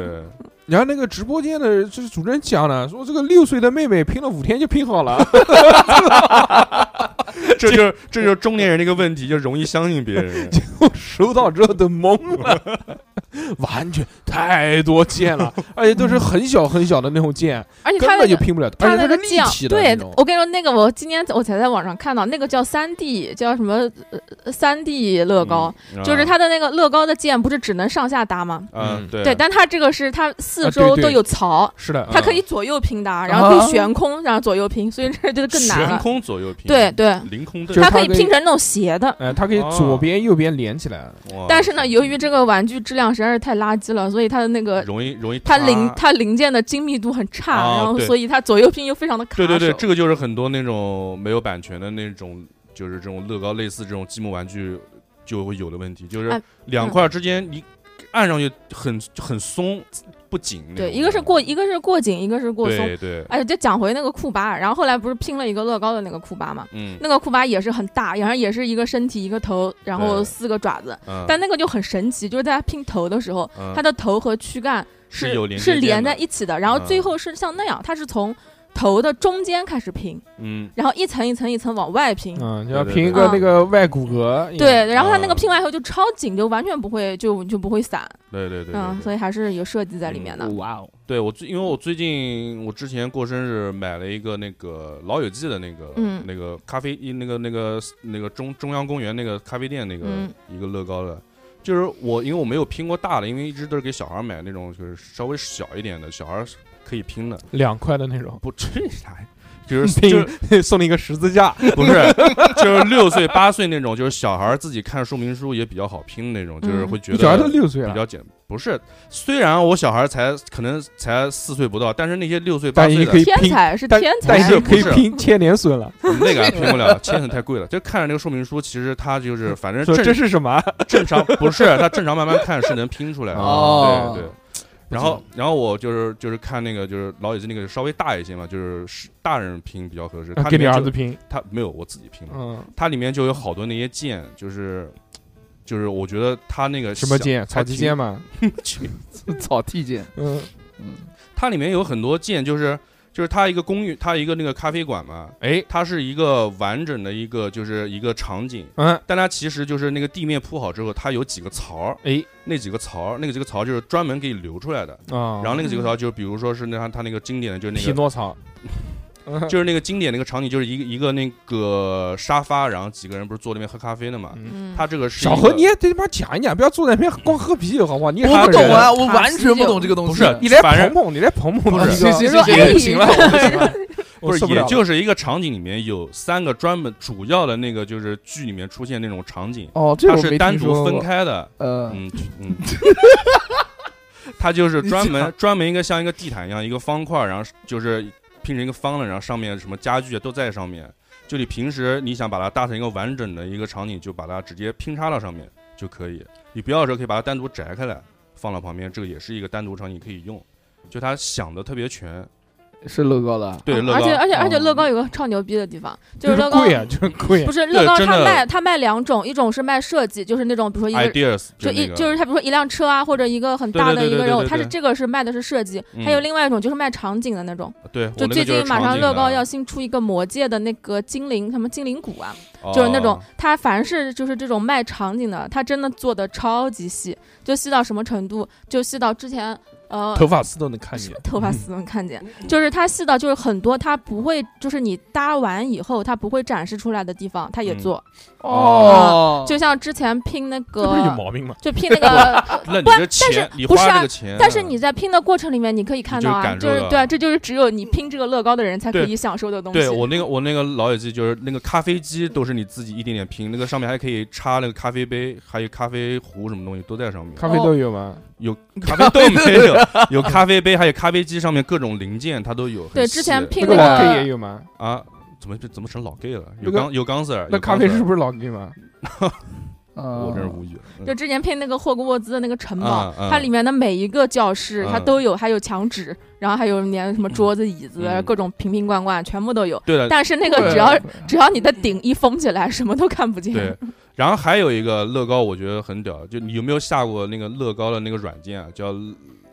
S2: 然后那个直播间的就是主持人讲了，说这个六岁的妹妹拼了五天就拼好 了，
S5: 这就是这就是中年人的一个问题，就容易相信别人。
S2: 我收到之后都懵了，完全太多键了，而且都是很小很小的那种键，
S3: 而且
S2: 根
S3: 他那
S2: 本就
S3: 个
S2: 拼不了，
S3: 他
S2: 而且它
S3: 那个
S2: 是立
S3: 酱，
S2: 体的那
S3: 对哦
S2: 种。
S3: 我跟你说，那个我今天我才在网上看到，那个叫三 D，叫什么呃三 D 乐高，
S5: 嗯
S3: 就是，它的那个乐高的键不是只能上下搭吗？
S5: 啊
S2: 嗯
S5: 嗯，对
S3: 对，但它这个是它四
S2: 啊对
S3: 周
S2: 对
S3: 都有槽，
S2: 是的，
S3: 它
S2: 嗯
S5: 啊
S3: 可以左右平搭，然后可
S4: 啊
S3: 以悬空，然后左右拼，所以这就更难
S5: 悬
S3: 了。
S5: 空左右平，哦
S3: 对，对，
S5: 凌空
S2: 就
S5: 对
S2: 是，
S3: 它可以
S2: 它可以
S3: 拼成那种斜的。
S2: 哎，它可以左边、右边连起来。
S5: 哇
S3: 但是呢，由于这个玩具质量实在是太垃圾了，所以它的那个
S5: 容易容易
S3: 它
S5: 塌
S3: 零它零件的精密度很差，
S5: 哦
S3: 然后
S5: 对
S3: 所以它左右拼又非常的卡
S5: 对对对，
S3: 手
S5: 这个就是很多那种没有版权的那种，就是这种乐高类似这种积木玩具就会有的问题，就是
S3: 啊
S5: 两块之间你按上去很很松不紧那种感
S3: 对，
S5: 觉。
S3: 一个是过一个是过紧，一个是过松。
S5: 对对，
S3: 哎，就讲回那个库巴，然后后来不是拼了一个乐高的那个库巴嘛？
S5: 嗯
S3: 那个库巴也是很大，然后也是一个身体、一个头，然后
S5: 对
S3: 四个爪子。
S5: 嗯，
S3: 但那个就很神奇，就是在拼头的时候，
S5: 嗯
S3: 它的头和躯干
S5: 是有连接
S3: 是连
S5: 键的
S3: 在一起的，然后最
S5: 嗯
S3: 后是像那样，它是从头的中间开始拼，
S5: 嗯
S3: 然后一层一层一层往外拼。
S2: 嗯，就
S5: 对
S2: 要
S5: 对
S2: 拼一
S3: 对
S2: 个那个外骨骼。
S3: 对，然后它那个
S5: 嗯
S3: 拼完以后就超紧，就完全不会就就不会散，
S5: 对对对，嗯
S3: 嗯，所
S5: 以
S3: 以还是有设计在里面的。
S4: 哇哦，
S5: 对我最因为我最近我之前过生日买了一个那个老友记的那个
S3: 嗯
S5: 那个咖啡一那个那个那个中中央公园那个咖啡店那个
S3: 嗯
S5: 一个乐高的。就是我，因为我没有拼过大的，因为一直都是给小孩买那种，就是稍微小一点的，小孩是可以拼的。
S2: 两块的那种，
S5: 不至于啥呀， 就是
S2: 拼
S5: 就 是
S2: 送了一个十字架。
S5: 不是，就是六岁八岁那种，就是小孩自己看说明书也比较好拼的那种，就是
S3: 嗯
S5: 会觉
S2: 你
S5: 得
S2: 小孩都六岁
S5: 比
S2: 了，
S5: 较简。不是，虽然我小孩才可能才四岁不到，但是那些六岁八
S2: 但
S5: 岁
S2: 也
S5: 的
S2: 可以
S3: 天
S2: 拼，
S3: 才是
S2: 但
S3: 天才，
S2: 但
S5: 是
S2: 也可以
S5: 不是
S2: 拼千年隼了。
S5: 那个拼不了，千层太贵了。就看着那个说明书，其实他就是反正
S2: 说嗯
S5: 正
S2: 这是什么？
S5: 正常不是他正常慢慢看是能拼出来的。
S4: 哦
S5: 对对。然后，然后我就是就是看那个就是老友记那个稍微大一些嘛，就是是大人拼比较合适。他
S2: 啊给
S5: 里
S2: 你
S5: 面
S2: 儿
S5: 就嗯
S2: 子拼。
S5: 他没有，我自己拼的。
S2: 嗯，
S5: 它里面就有好多那些键，就是就是我觉得它那个
S2: 什么
S5: 小
S2: 剑？
S5: 它
S2: 草鸡
S5: 挺
S2: 剑嘛。
S4: 草剃剑，
S2: 嗯，
S5: 它里面有很多键，就是就是它一个公寓，它一个那个咖啡馆嘛，
S2: 哎，
S5: 它是一个完整的一个就是一个场景，
S2: 嗯，
S5: 但它其实就是那个地面铺好之后，它有几个槽儿，
S2: 哎，
S5: 那几个槽儿，那个几个槽儿就是专门给你留出来的。
S2: 啊，
S5: 然后那个几个槽儿就比如说是那它它那个经典的就是
S2: 匹
S5: 那个
S2: 诺曹，
S5: 就是那个经典那个场景就是一个一个那个沙发，然后几个人不是坐那边喝咖啡的嘛，
S2: 嗯，
S3: 嗯，
S5: 它这个是一
S2: 小何，
S5: 个
S2: 你也得他妈讲一讲，不要坐在那边光喝啤酒好不好？你也是
S4: 我
S2: 个
S4: 不懂
S2: 人
S4: 啊，我完全不懂这个东西。哦
S5: 不是
S2: 你来
S5: 反正
S2: 捧捧，你来捧捧
S4: 不
S2: 吧，
S4: 是
S2: 行行
S3: 你说
S2: 行行，
S3: 哎
S2: 不行了，不行了，
S5: 不
S2: 我
S5: 是
S2: 受，不
S5: 也
S2: 了了。
S5: 就是一个场景里面有三个专门主要的那个，就是剧里面出现那种场景，
S4: 哦，这
S5: 它
S4: 我
S5: 是
S4: 没
S5: 单
S4: 听说
S5: 独分
S4: 过。
S5: 开的。
S4: 呃，
S5: 嗯嗯， 它就是专
S4: 你
S5: 门
S4: 讲
S5: 专门一个像一个地毯一样一个方块，然后是就是拼成一个方的，然后上面什么家具啊都在上面。就你平时你想把它搭成一个完整的一个场景，就把它直接拼插到上面就可以。你不要的时候可以把它单独摘开来放到旁边，这个也是一个单独场景可以用。就它想的特别全，
S4: 是乐高的，
S5: 对，乐
S3: 嗯而且
S5: 高嗯
S3: 而且而且
S4: 哦
S3: 乐高有个超牛逼的地方，就
S2: 就是是
S3: 乐高
S2: 贵啊，就是贵啊
S3: 不。是乐高，
S5: 真
S3: 它
S5: 的
S3: 卖它卖两种，一种是卖设计，就是那种比如说一个
S5: ideas
S3: 就
S5: 那
S3: 一
S5: 个
S3: 就是它比如说一辆车啊，或者一个很大的
S5: 对对对
S3: 一个人
S5: 对对
S3: 偶，
S5: 对
S3: 它是
S5: 对
S3: 这个是卖的是设计，
S5: 嗯
S3: 还有另外一种就是卖场景的那种，
S5: 对，我
S3: 就
S5: 那
S3: 最
S5: 个就是
S3: 近马
S5: 场
S3: 上
S5: 景
S3: 乐
S5: 的啊
S3: 高要新出一个魔界的那个精灵什么精灵谷啊，就是那种
S5: 哦
S3: 它凡是就是这种卖场景的，它真的做的超级细，就细到什么程度？就细到之前。呃，
S2: 头发丝都能看见。
S3: 头发丝能 看见，就是它细到就是很多，它不会就是你搭完以后，它不会展示出来的地方，它也
S5: 嗯
S3: 做。
S4: 哦，
S3: 就像之前拼那
S2: 这不是有啊哦
S3: 个，
S2: 毛病吗？
S3: 就拼那 个，
S5: 那你
S3: 不
S5: 这
S3: 但是
S5: 钱，你
S3: 不是
S5: 花
S3: 啊
S5: 这个钱，嗯
S3: 但是你在拼的过程里面，你可以看到啊，
S5: 你
S3: 就
S5: 就是感受到
S3: 对啊，这就是只有你拼这个乐高的人才可
S5: 对
S3: 以享受的东西。
S5: 对我那个我那个老友记就是那个咖啡机都是你自己一点点拼，那个上面还可以插那个咖啡杯，还有咖啡壶什么东西都在上面。
S2: 咖啡豆有吗？
S5: 有咖啡豆没有？ 有咖啡杯，还有咖啡机上面各种零件它都有。很
S3: 对
S5: 细
S3: 之前拼
S2: 那
S3: 那
S2: 个
S3: 个
S2: 老 K 也有吗？
S5: 啊，怎么怎么成老 gay 了？
S2: 那
S5: 有
S2: 个
S5: 钢有钢丝儿，
S2: 那
S5: 有
S2: 咖
S5: 钢
S2: 啡
S5: 丝儿
S2: 是不啊是老 K 吗？
S5: 我
S4: 我
S5: 真是无语了。嗯
S3: 就之前配那个霍格沃兹的那个城堡，
S5: 嗯嗯
S3: 它里面的每一个教室
S5: 嗯
S3: 它都有，还有墙纸，然后还有连什么桌子、椅子
S5: 嗯，呃
S3: 各种瓶瓶罐罐全部都有。
S5: 对了，
S3: 但是那个只要只要你的顶一封起来，什么都看不见。
S5: 对，然后还有一个乐高，我觉得很屌，就你有没有下过那个乐高的那个软件啊？叫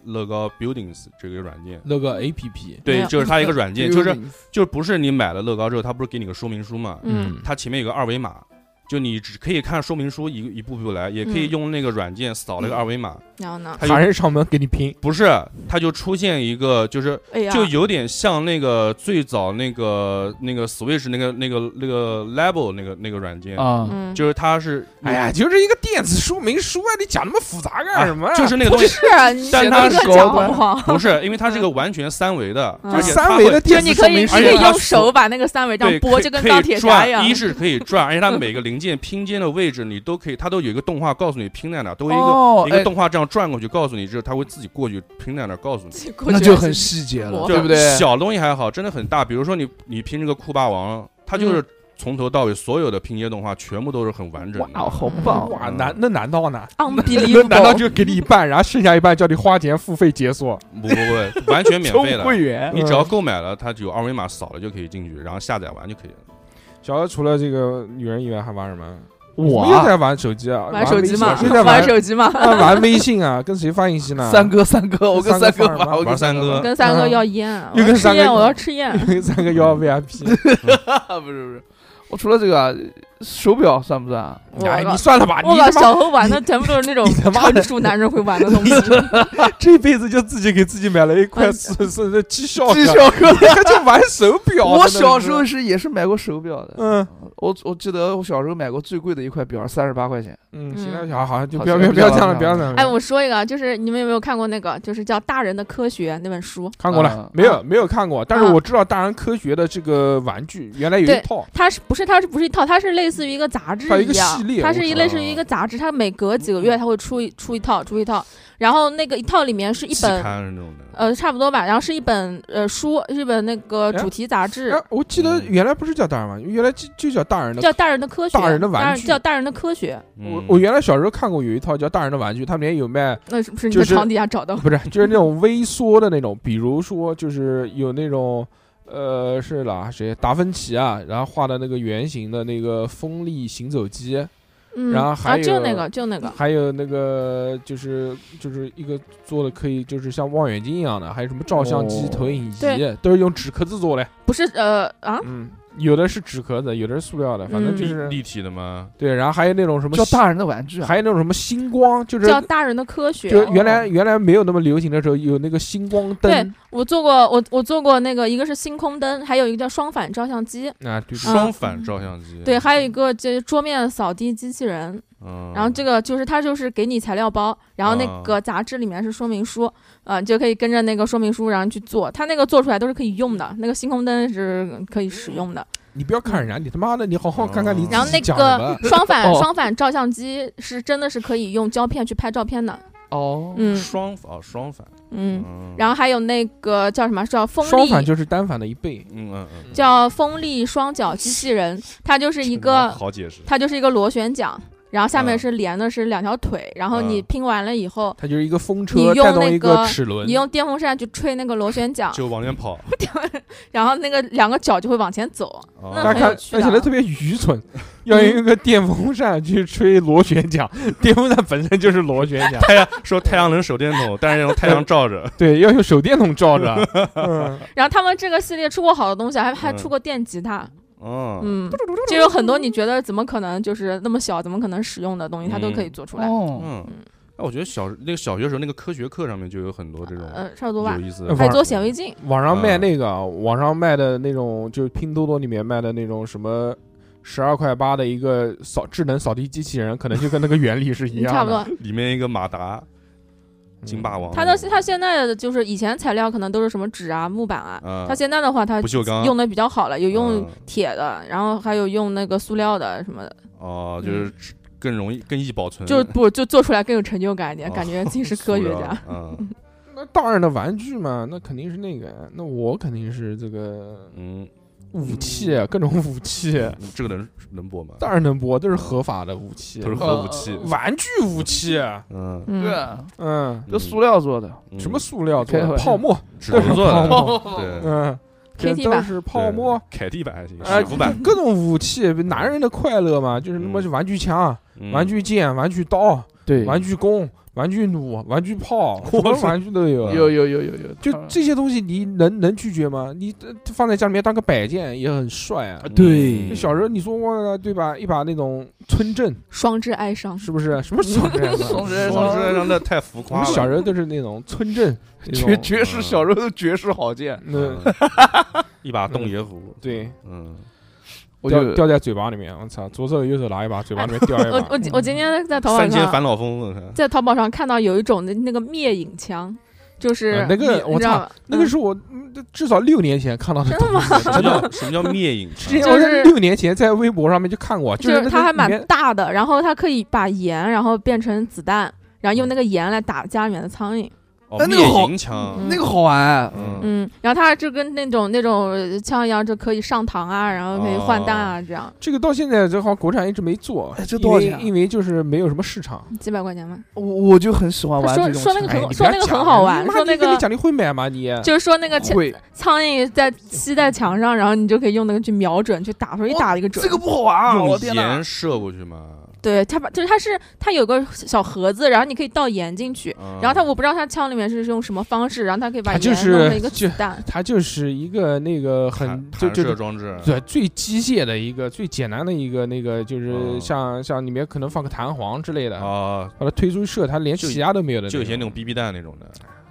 S5: 乐高 Buildings 这个软件。
S2: 那个 A P P，
S3: 没
S5: 对，
S3: 有
S5: 就是它一 个软件，就是
S2: 嗯
S5: 就不是你买了乐高之后，它不是给你个说明书嘛？
S3: 嗯，
S5: 它前面有个二维码，就你只可以看说明书一一步步来，也可以
S3: 嗯
S5: 用那个软件扫那个二维码，
S3: 然后呢
S5: 它
S2: 喊
S5: 就
S2: 人上门给你拼，
S5: 不是，它就出现一个就是。
S3: 哎呀，
S5: 就有点像那个最早那个那个 Switch 那个那个那个 Level 那个那个软件，
S4: 啊，
S3: 嗯，
S5: 就是它是
S2: 哎呀，就是一个电子说明书啊，你讲那么复杂干什么啊？
S5: 就是那个
S3: 不
S5: 东西
S3: 是啊，你
S5: 但
S3: 写
S5: 它
S3: 的一
S5: 是
S3: 个
S2: 高
S3: 讲
S2: 端
S3: 好不好？
S5: 不是，因为它是个完全三维的，
S3: 嗯
S5: 而
S2: 就是
S5: 且
S2: 啊三
S5: 它
S2: 维
S5: 会
S2: 的
S3: 就
S2: 电
S3: 你
S2: 子说
S3: 可以
S2: 明
S3: 你
S2: 书啊
S3: 可
S5: 而且
S3: 以
S5: 它
S3: 用手把那个三维这样
S5: 对
S3: 拨，
S5: 可以
S3: 就跟
S5: 可以
S3: 钢铁侠
S5: 转
S3: 一样
S5: 一。是可以转，而且它每个零件拼接的位置你都可以，它都有一个动画告诉你拼在哪，都会一个。
S4: 哦
S5: 一
S4: 哎
S5: 个动画这样转过去，告诉你之后，它会自己过去拼在那儿告诉你。
S3: 过去
S4: 那就很细节了，
S3: 我
S4: 对不对？
S5: 小东西还好，真的很大。比如说你你拼这个酷霸王，它
S3: 嗯
S5: 就是从头到尾所有的拼接动画全部都是很完整的。
S3: 哦
S4: 哇，好棒！
S2: 哇，
S3: 嗯
S2: 难那难道呢？ 那难道
S3: unbelievable，
S2: 就给你一半，然后剩下一半叫你花钱付费解锁？嗯
S5: 不不不，完全免
S4: 充
S5: 费的。
S4: 会
S3: 哎
S4: 员，
S3: 嗯
S5: 你只要购买了，它就有二维码扫了就可以进去，然后下载完就可以了。
S2: 小姚除了这个女人以外还玩什么？
S4: 我
S2: 又
S4: 啊
S2: 在玩手机啊，
S3: 玩手机嘛
S2: 又在，
S3: 玩
S2: 玩
S3: 手 机嘛，
S2: 在玩微信啊，跟谁发信息呢？
S4: 三哥，三哥，我跟
S2: 三
S4: 三
S2: 哥
S4: 哥
S2: 玩
S4: 玩，我
S5: 玩
S4: 跟
S5: 三哥，
S3: 跟三哥要烟啊，
S2: 嗯
S3: 我
S2: 又跟
S3: 要
S2: 三
S3: 吃
S2: 哥啊
S3: 烟，我 要吃 烟。
S2: 三个
S3: 嗯
S2: 幺 VIP。
S4: 哥 不是不是，我除了这个啊手表算不算啊？
S2: 哎，你算了吧，
S3: 我
S2: 你
S3: 靠，
S2: 他妈
S3: 小何玩的全部都是那种
S2: 你他妈的
S3: 成熟男人会玩的东西。
S2: 这辈子就自己给自己买了一块
S3: 嗯
S2: 是是是绩效
S4: 这
S2: 表，
S4: 哦小哥，
S2: 他就玩手表。
S4: 我
S2: 真的
S4: 小
S2: 是
S4: 时候，是也是买过手表的，
S2: 嗯
S4: 我我记得我小时候买过最贵的一块表，三十八块钱。
S2: 嗯，
S3: 嗯
S2: 行了，小孩好像就
S4: 好
S2: 不要不
S4: 行
S2: 要不要
S4: 不
S2: 这
S4: 知道
S2: 样了，不要这样了。
S3: 哎，我说一个啊，就是你们有没有看过那个，就是叫《大人的科学》那本书？
S2: 看过了
S4: 啊，
S2: 没有没有看过，但是
S3: 啊
S2: 我知道大人科学的这个玩具原来有一
S3: 对
S2: 套，
S3: 它是不是它是不是一套？它是类似于一个杂志
S2: 它有一个
S3: 样
S2: 系列，
S3: 它是
S2: 我
S3: 一
S2: 知
S3: 类似于一个杂志，它每隔几个月它会出一出一套，出一套。然后那个一套里面是一
S5: 期
S3: 本
S5: 刊那种的。
S3: 呃差不多吧，然后是一本呃书，是一本那个
S2: 哎
S3: 主题杂志，
S2: 哎，我记得
S5: 嗯
S2: 原来不是叫大人玩具，原来就就叫大人的。
S3: 叫《大人的科学》，
S2: 大人的玩
S3: 大人
S2: 具
S3: 叫《大人的科学》，
S2: 我
S5: 嗯
S2: 我原来小时候看过有一套叫大人的玩具，他们也有卖，
S3: 那是不是你
S2: 就
S3: 在
S2: 是
S3: 床底下 找到？
S2: 不是就是那种微缩的那种，比如说就是有那种。呃，是哪谁？达芬奇啊，然后画的那个圆形的那个风力行走机，
S3: 嗯，
S2: 然后还
S3: 啊，就那
S2: 有
S3: 个，就那个，
S2: 还有那个就是就是一个做的可以就是像望远镜一样的，还有什么照相机、
S4: 哦
S2: 投影仪
S3: 对，
S2: 都是用纸壳子做的。
S3: 不是呃啊，
S2: 嗯，有的是纸壳子，有的是塑料的，
S3: 嗯
S2: 反正就
S5: 立
S2: 是、
S5: 立体的吗？
S2: 对。然后还有那种什么
S4: 叫
S2: 星
S4: 大人的玩具啊，
S2: 还有那种什么星光，就是
S3: 叫《大人的科学》。
S2: 就原来原来没有那么流行的时候，有那个星光灯
S3: 哦我做过，我我做过那个，一个是星空灯，还有一个叫双反照相机，
S2: 啊，对对
S5: 双反照相机。
S3: 嗯对，还有一个就是桌面扫地机器人。
S5: 嗯，
S3: 然后这个就是它就是给你材料
S2: 嗯
S3: 包，然后那个杂志里面是说明书，啊，你就可以跟着那个说明书然后去做。它那个做出来都是可以用的，那个星空灯是可以使用的。
S2: 你不要看人家，你他妈的，你好好看
S5: 啊
S2: 看你
S3: 然后
S2: 自己
S3: 那
S2: 讲什么
S3: 个。双反
S4: 哦
S3: 双反照相机是真的是可以用胶片去拍照片的，
S4: 哦，
S3: 嗯
S5: 双哦双反，
S3: 嗯。
S5: 嗯，
S3: 然后还有那个叫什么叫风
S2: 双反
S3: 力
S2: 就是单反的一倍，
S5: 嗯嗯嗯，
S3: 叫风力双脚机器人，它就是一
S5: 这他妈
S3: 个
S5: 嗯好解释，
S3: 它就是一个螺旋桨，然后下面
S5: 嗯
S3: 是连的是两条腿，然后你
S5: 嗯
S3: 拼完了以后，
S2: 它就是一个风
S3: 你
S2: 车
S3: 用
S2: 带动一
S3: 那个
S2: 齿轮
S3: 你，用电风扇去吹那个螺旋桨，
S5: 就往前 跑。
S3: 然后那个两个脚就会往前走。
S5: 哦
S3: 那
S2: 大家
S3: 很
S2: 看
S3: 有趣
S2: 看
S3: 的
S2: 起来特别愚蠢，要用一个电风扇去吹螺旋桨，电风扇本身就是螺旋桨，
S5: 太阳说太阳能手电筒，但是用太阳照着，
S2: 对，要用手电筒照着， 嗯，
S3: 然后他们这个系列出过好多东西，还还
S5: 嗯
S3: 出过电吉他，
S5: 嗯，
S3: 嗯，就有很多你觉得怎么可能就是那么小，怎么可能使用的东西，它都可以做出来。
S4: 哦，
S5: 嗯，哎，我觉得小那个小学时候那个科学课上面就有很多这种
S3: 呃，差不多吧
S5: 有。意思
S2: 呃
S5: 的，
S3: 还做显微镜，
S2: 网上卖
S5: 嗯
S2: 那个，啊网上卖的那种，就是拼多多里面卖的那种什么十二块八的一个扫智能扫地机器人，可能就跟那个原理是一样的，
S3: 嗯差不多。
S5: 里面一个马达
S2: 嗯
S5: 金霸王，
S3: 它的它现在的就是以前材料可能都是什么纸啊、木板啊，
S5: 啊，
S3: 它现在的话它
S5: 不锈钢
S3: 用的比较好了，有用
S5: 嗯
S3: 铁的，然后还有用那个塑料的什么的，
S5: 哦，就是更容易更易保存，
S3: 嗯就不就做出来更有成就感一点，
S5: 嗯哦
S3: 感觉自 己是
S5: 塑
S3: 科学
S5: 料
S3: 家。，
S5: 嗯
S2: 那大人的玩具嘛，那肯定是那个，那我肯定是这个
S5: 嗯，
S2: 武器，啊各种武器，
S5: 这个能能播吗？
S2: 当然能播，都是合法的武器
S5: 都，是核武器，
S2: 玩具武器，
S5: 嗯，
S3: 嗯
S4: 对，啊，
S2: 嗯，
S4: 这塑料做的，
S2: 呃
S5: 嗯
S2: 什么塑料做
S4: 开
S2: 的，
S4: 会
S2: 泡沫，
S5: 纸做
S2: 各种
S5: 的，
S2: 泡沫
S4: 哦
S5: 对，
S2: 嗯，这
S3: KT
S2: 都
S3: 版
S2: 是泡沫，
S5: 对，凯蒂版还行，
S2: 啊
S5: 水，服版，
S2: 各种武器，男人的快乐嘛，就是那么
S5: 嗯
S2: 玩具枪、
S5: 嗯
S2: 玩具剑、玩具刀、
S4: 对
S2: 玩具弓、玩具弩、玩具炮，什么玩具都有。啊
S4: 有有有有有，
S2: 就
S4: 当然
S2: 这些东西，你能能拒绝吗？你呃放在家里面当个摆件也很帅啊。
S5: 嗯
S4: 对
S2: 就小时候你说忘了对吧？一把那种村镇
S3: 双至哀伤，
S2: 是不是？什么小镇啊？
S4: 双之哀
S5: 双
S4: 伤
S5: 之哀伤那太浮
S2: 我
S5: 夸
S2: 们
S5: 了，
S2: 小时候都是那种村镇，那
S4: 绝
S2: 种
S4: 绝世小时候的绝世好剑，
S2: 那
S5: 嗯一把洞爷虎，
S2: 对
S5: 嗯，
S4: 我
S2: 掉
S4: 就
S2: 掉在嘴巴里面。我操，左手右手拿一把，嘴巴里面掉一
S3: 我
S2: 把
S3: 我。今我今天在淘宝
S5: 三千
S3: 上
S5: 返老风我看
S3: 在淘宝上看到有一种的那个灭影枪，就是
S5: 呃
S2: 啊那个
S3: 你
S2: 我
S3: 你知道
S2: 操
S3: 吧？
S2: 那个是我嗯至少六年前看到的
S3: 真的吗？
S5: 什么叫什么叫灭影
S2: 之前
S5: 枪？
S3: 就
S2: 我
S3: 是
S2: 在六年前在微博上面就看过，
S3: 就是是
S2: 那
S3: 它
S2: 个
S3: 还
S2: 里
S3: 蛮
S2: 面
S3: 大的，然后它可以把盐然后变成子弹，然后用那个盐来打家里面的苍蝇。
S5: 哦，
S4: 但那
S5: 灭
S4: 个好
S5: 影枪，
S3: 嗯
S4: 那个好玩，啊
S5: 嗯，
S3: 嗯，然后它就跟那种那种枪一样，就可以上膛啊，然后可以换弹啊，这样
S2: 这个到现在这好像国产一直没做，
S4: 哎这
S2: 因
S4: 多少
S2: 为
S4: 钱啊
S2: 因为就是没有什么市场。
S3: 几百块钱吧。
S4: 我我就很喜欢玩
S3: 说
S4: 这种
S3: 说那个
S4: 枪
S2: 哎
S3: 很，
S2: 你不
S3: 说
S2: 要
S3: 那个很
S2: 讲
S3: 好
S2: 了
S3: 玩
S2: 你，妈
S3: 说
S2: 你
S3: 那
S2: 跟
S3: 个
S2: 你讲你会买吗你？
S3: 就是说那个枪
S4: 会
S3: 苍蝇在吸在墙上，然后你就可以用那个去瞄准，去打出一
S4: 哦
S3: 打一个准。
S4: 这个不好玩啊！我
S5: 用
S4: 天哪
S5: 盐，射过去嘛，
S3: 对它把就是它是它有个小盒子，然后你可以倒盐进去，然后它
S5: 他
S3: 我不知道它枪里面是用什么方式，然后它可以把
S2: 它就
S3: 盐弄
S2: 是
S3: 成一个
S2: 就
S3: 子弹。
S2: 它就是一个那个很就
S5: 弹
S2: 就
S5: 射
S2: 就
S5: 装置，
S2: 对最机械的一个最简单的一个那个就是
S5: 嗯
S2: 像像里面可能放个弹簧之类的，
S5: 啊，
S2: 把它推出去射，它连
S5: 就
S2: 气压都哦没有的种，
S5: 就以前那种 BB 弹那种的，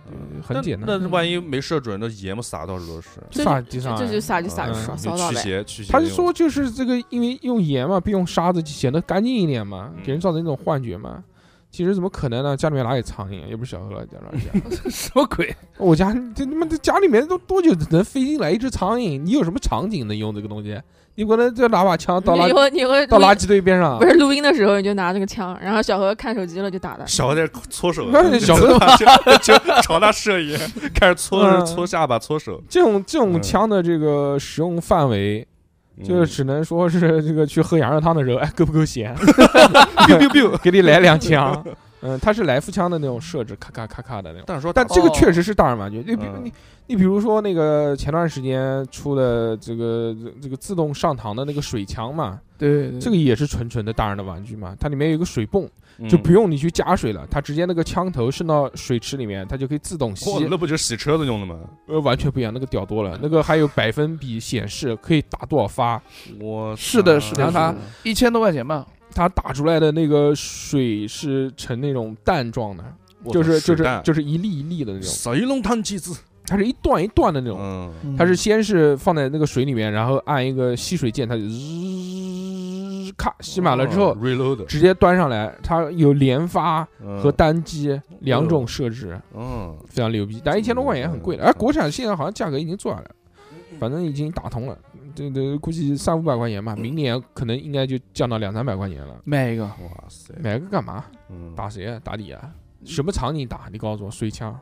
S2: 呃很
S5: 那
S2: 简单，
S5: 那万一没射准，那盐嘛撒到处都是，
S2: 就撒地上
S3: 就
S2: 啊。
S3: 就撒就撒就
S2: 嗯
S3: 扫
S5: 就
S3: 扫到
S5: 驱
S3: 呗。
S5: 邪驱邪
S2: 他
S5: 用。
S2: 是说就是这个，因为用盐嘛，比用沙子显得干净一点嘛，
S5: 嗯
S2: 给人造成一种幻觉嘛。其实怎么可能呢？家里面哪有苍蝇？也不是小何家老家，
S4: 什么鬼？
S2: 我家这他妈的家里面都多久能飞进来一只苍蝇？你有什么场景能用这个东西？你不能再拿把枪到垃
S3: 你会你会
S2: 到
S3: 录
S2: 垃
S3: 音
S2: 圾堆边上
S3: 不，是录音的时候你就拿这个枪，然后小何看手机了就打的。
S5: 小孩在搓手，
S2: 那小何
S5: 就朝他射眼， 开始搓
S2: 嗯
S5: 搓下巴、搓手，
S2: 这种这种
S5: 嗯
S2: 枪的这个使用范围，就是只能说是这个去喝羊肉汤的时候，哎， 够不够咸？
S5: biu biu biu。
S2: 给你来两枪。嗯，它是来福枪的那种设置，咔咔咔咔的那种。
S5: 但是说打
S2: 但这个
S4: 哦
S2: 确实是大人玩具。你比如
S5: 嗯
S2: 你你比如说那个前段时间出的这个这个自动上膛的那个水枪嘛，
S4: 对，对
S2: 这个也是纯纯的大人的玩具嘛，它里面有一个水泵，
S5: 嗯
S2: 就不用你去加水了，它直接那个枪头伸到水池里面，它就可以自动吸
S5: 哇，，那不就是洗车子用的吗？
S2: 呃，完全不一样，那个屌多了，那个还有百分比显示，可以打多少发，
S5: 我
S4: 是的是的
S2: 然后
S5: 操
S2: 它
S4: 一千多块钱吧，
S2: 它打出来的那个水是呈那种弹状的，
S5: 我操
S2: 就是就
S5: 水
S2: 是
S5: 弹
S2: 就是一粒一粒的那种，
S5: 水龙探气子，
S2: 它是一段一段的那种。
S5: 嗯，
S2: 它是先是放在那个水里面，然后按一个吸水键，它就日咔吸满了之后
S5: 哦，reload
S2: 直接端上来。它有连发
S5: 嗯
S2: 和单击两种设置，
S5: 嗯，
S2: 非常牛逼。但一千多块钱很贵了，而国产现在好像价格已经做下来了，反正已经打通了。这这估计三五百块钱吧，明年可能应该就降到两三百块钱了。
S4: 买一个，
S5: 哇塞，
S2: 买个干嘛？
S5: 嗯，
S2: 打谁啊？打你啊？什么场景打？你告诉我，水枪？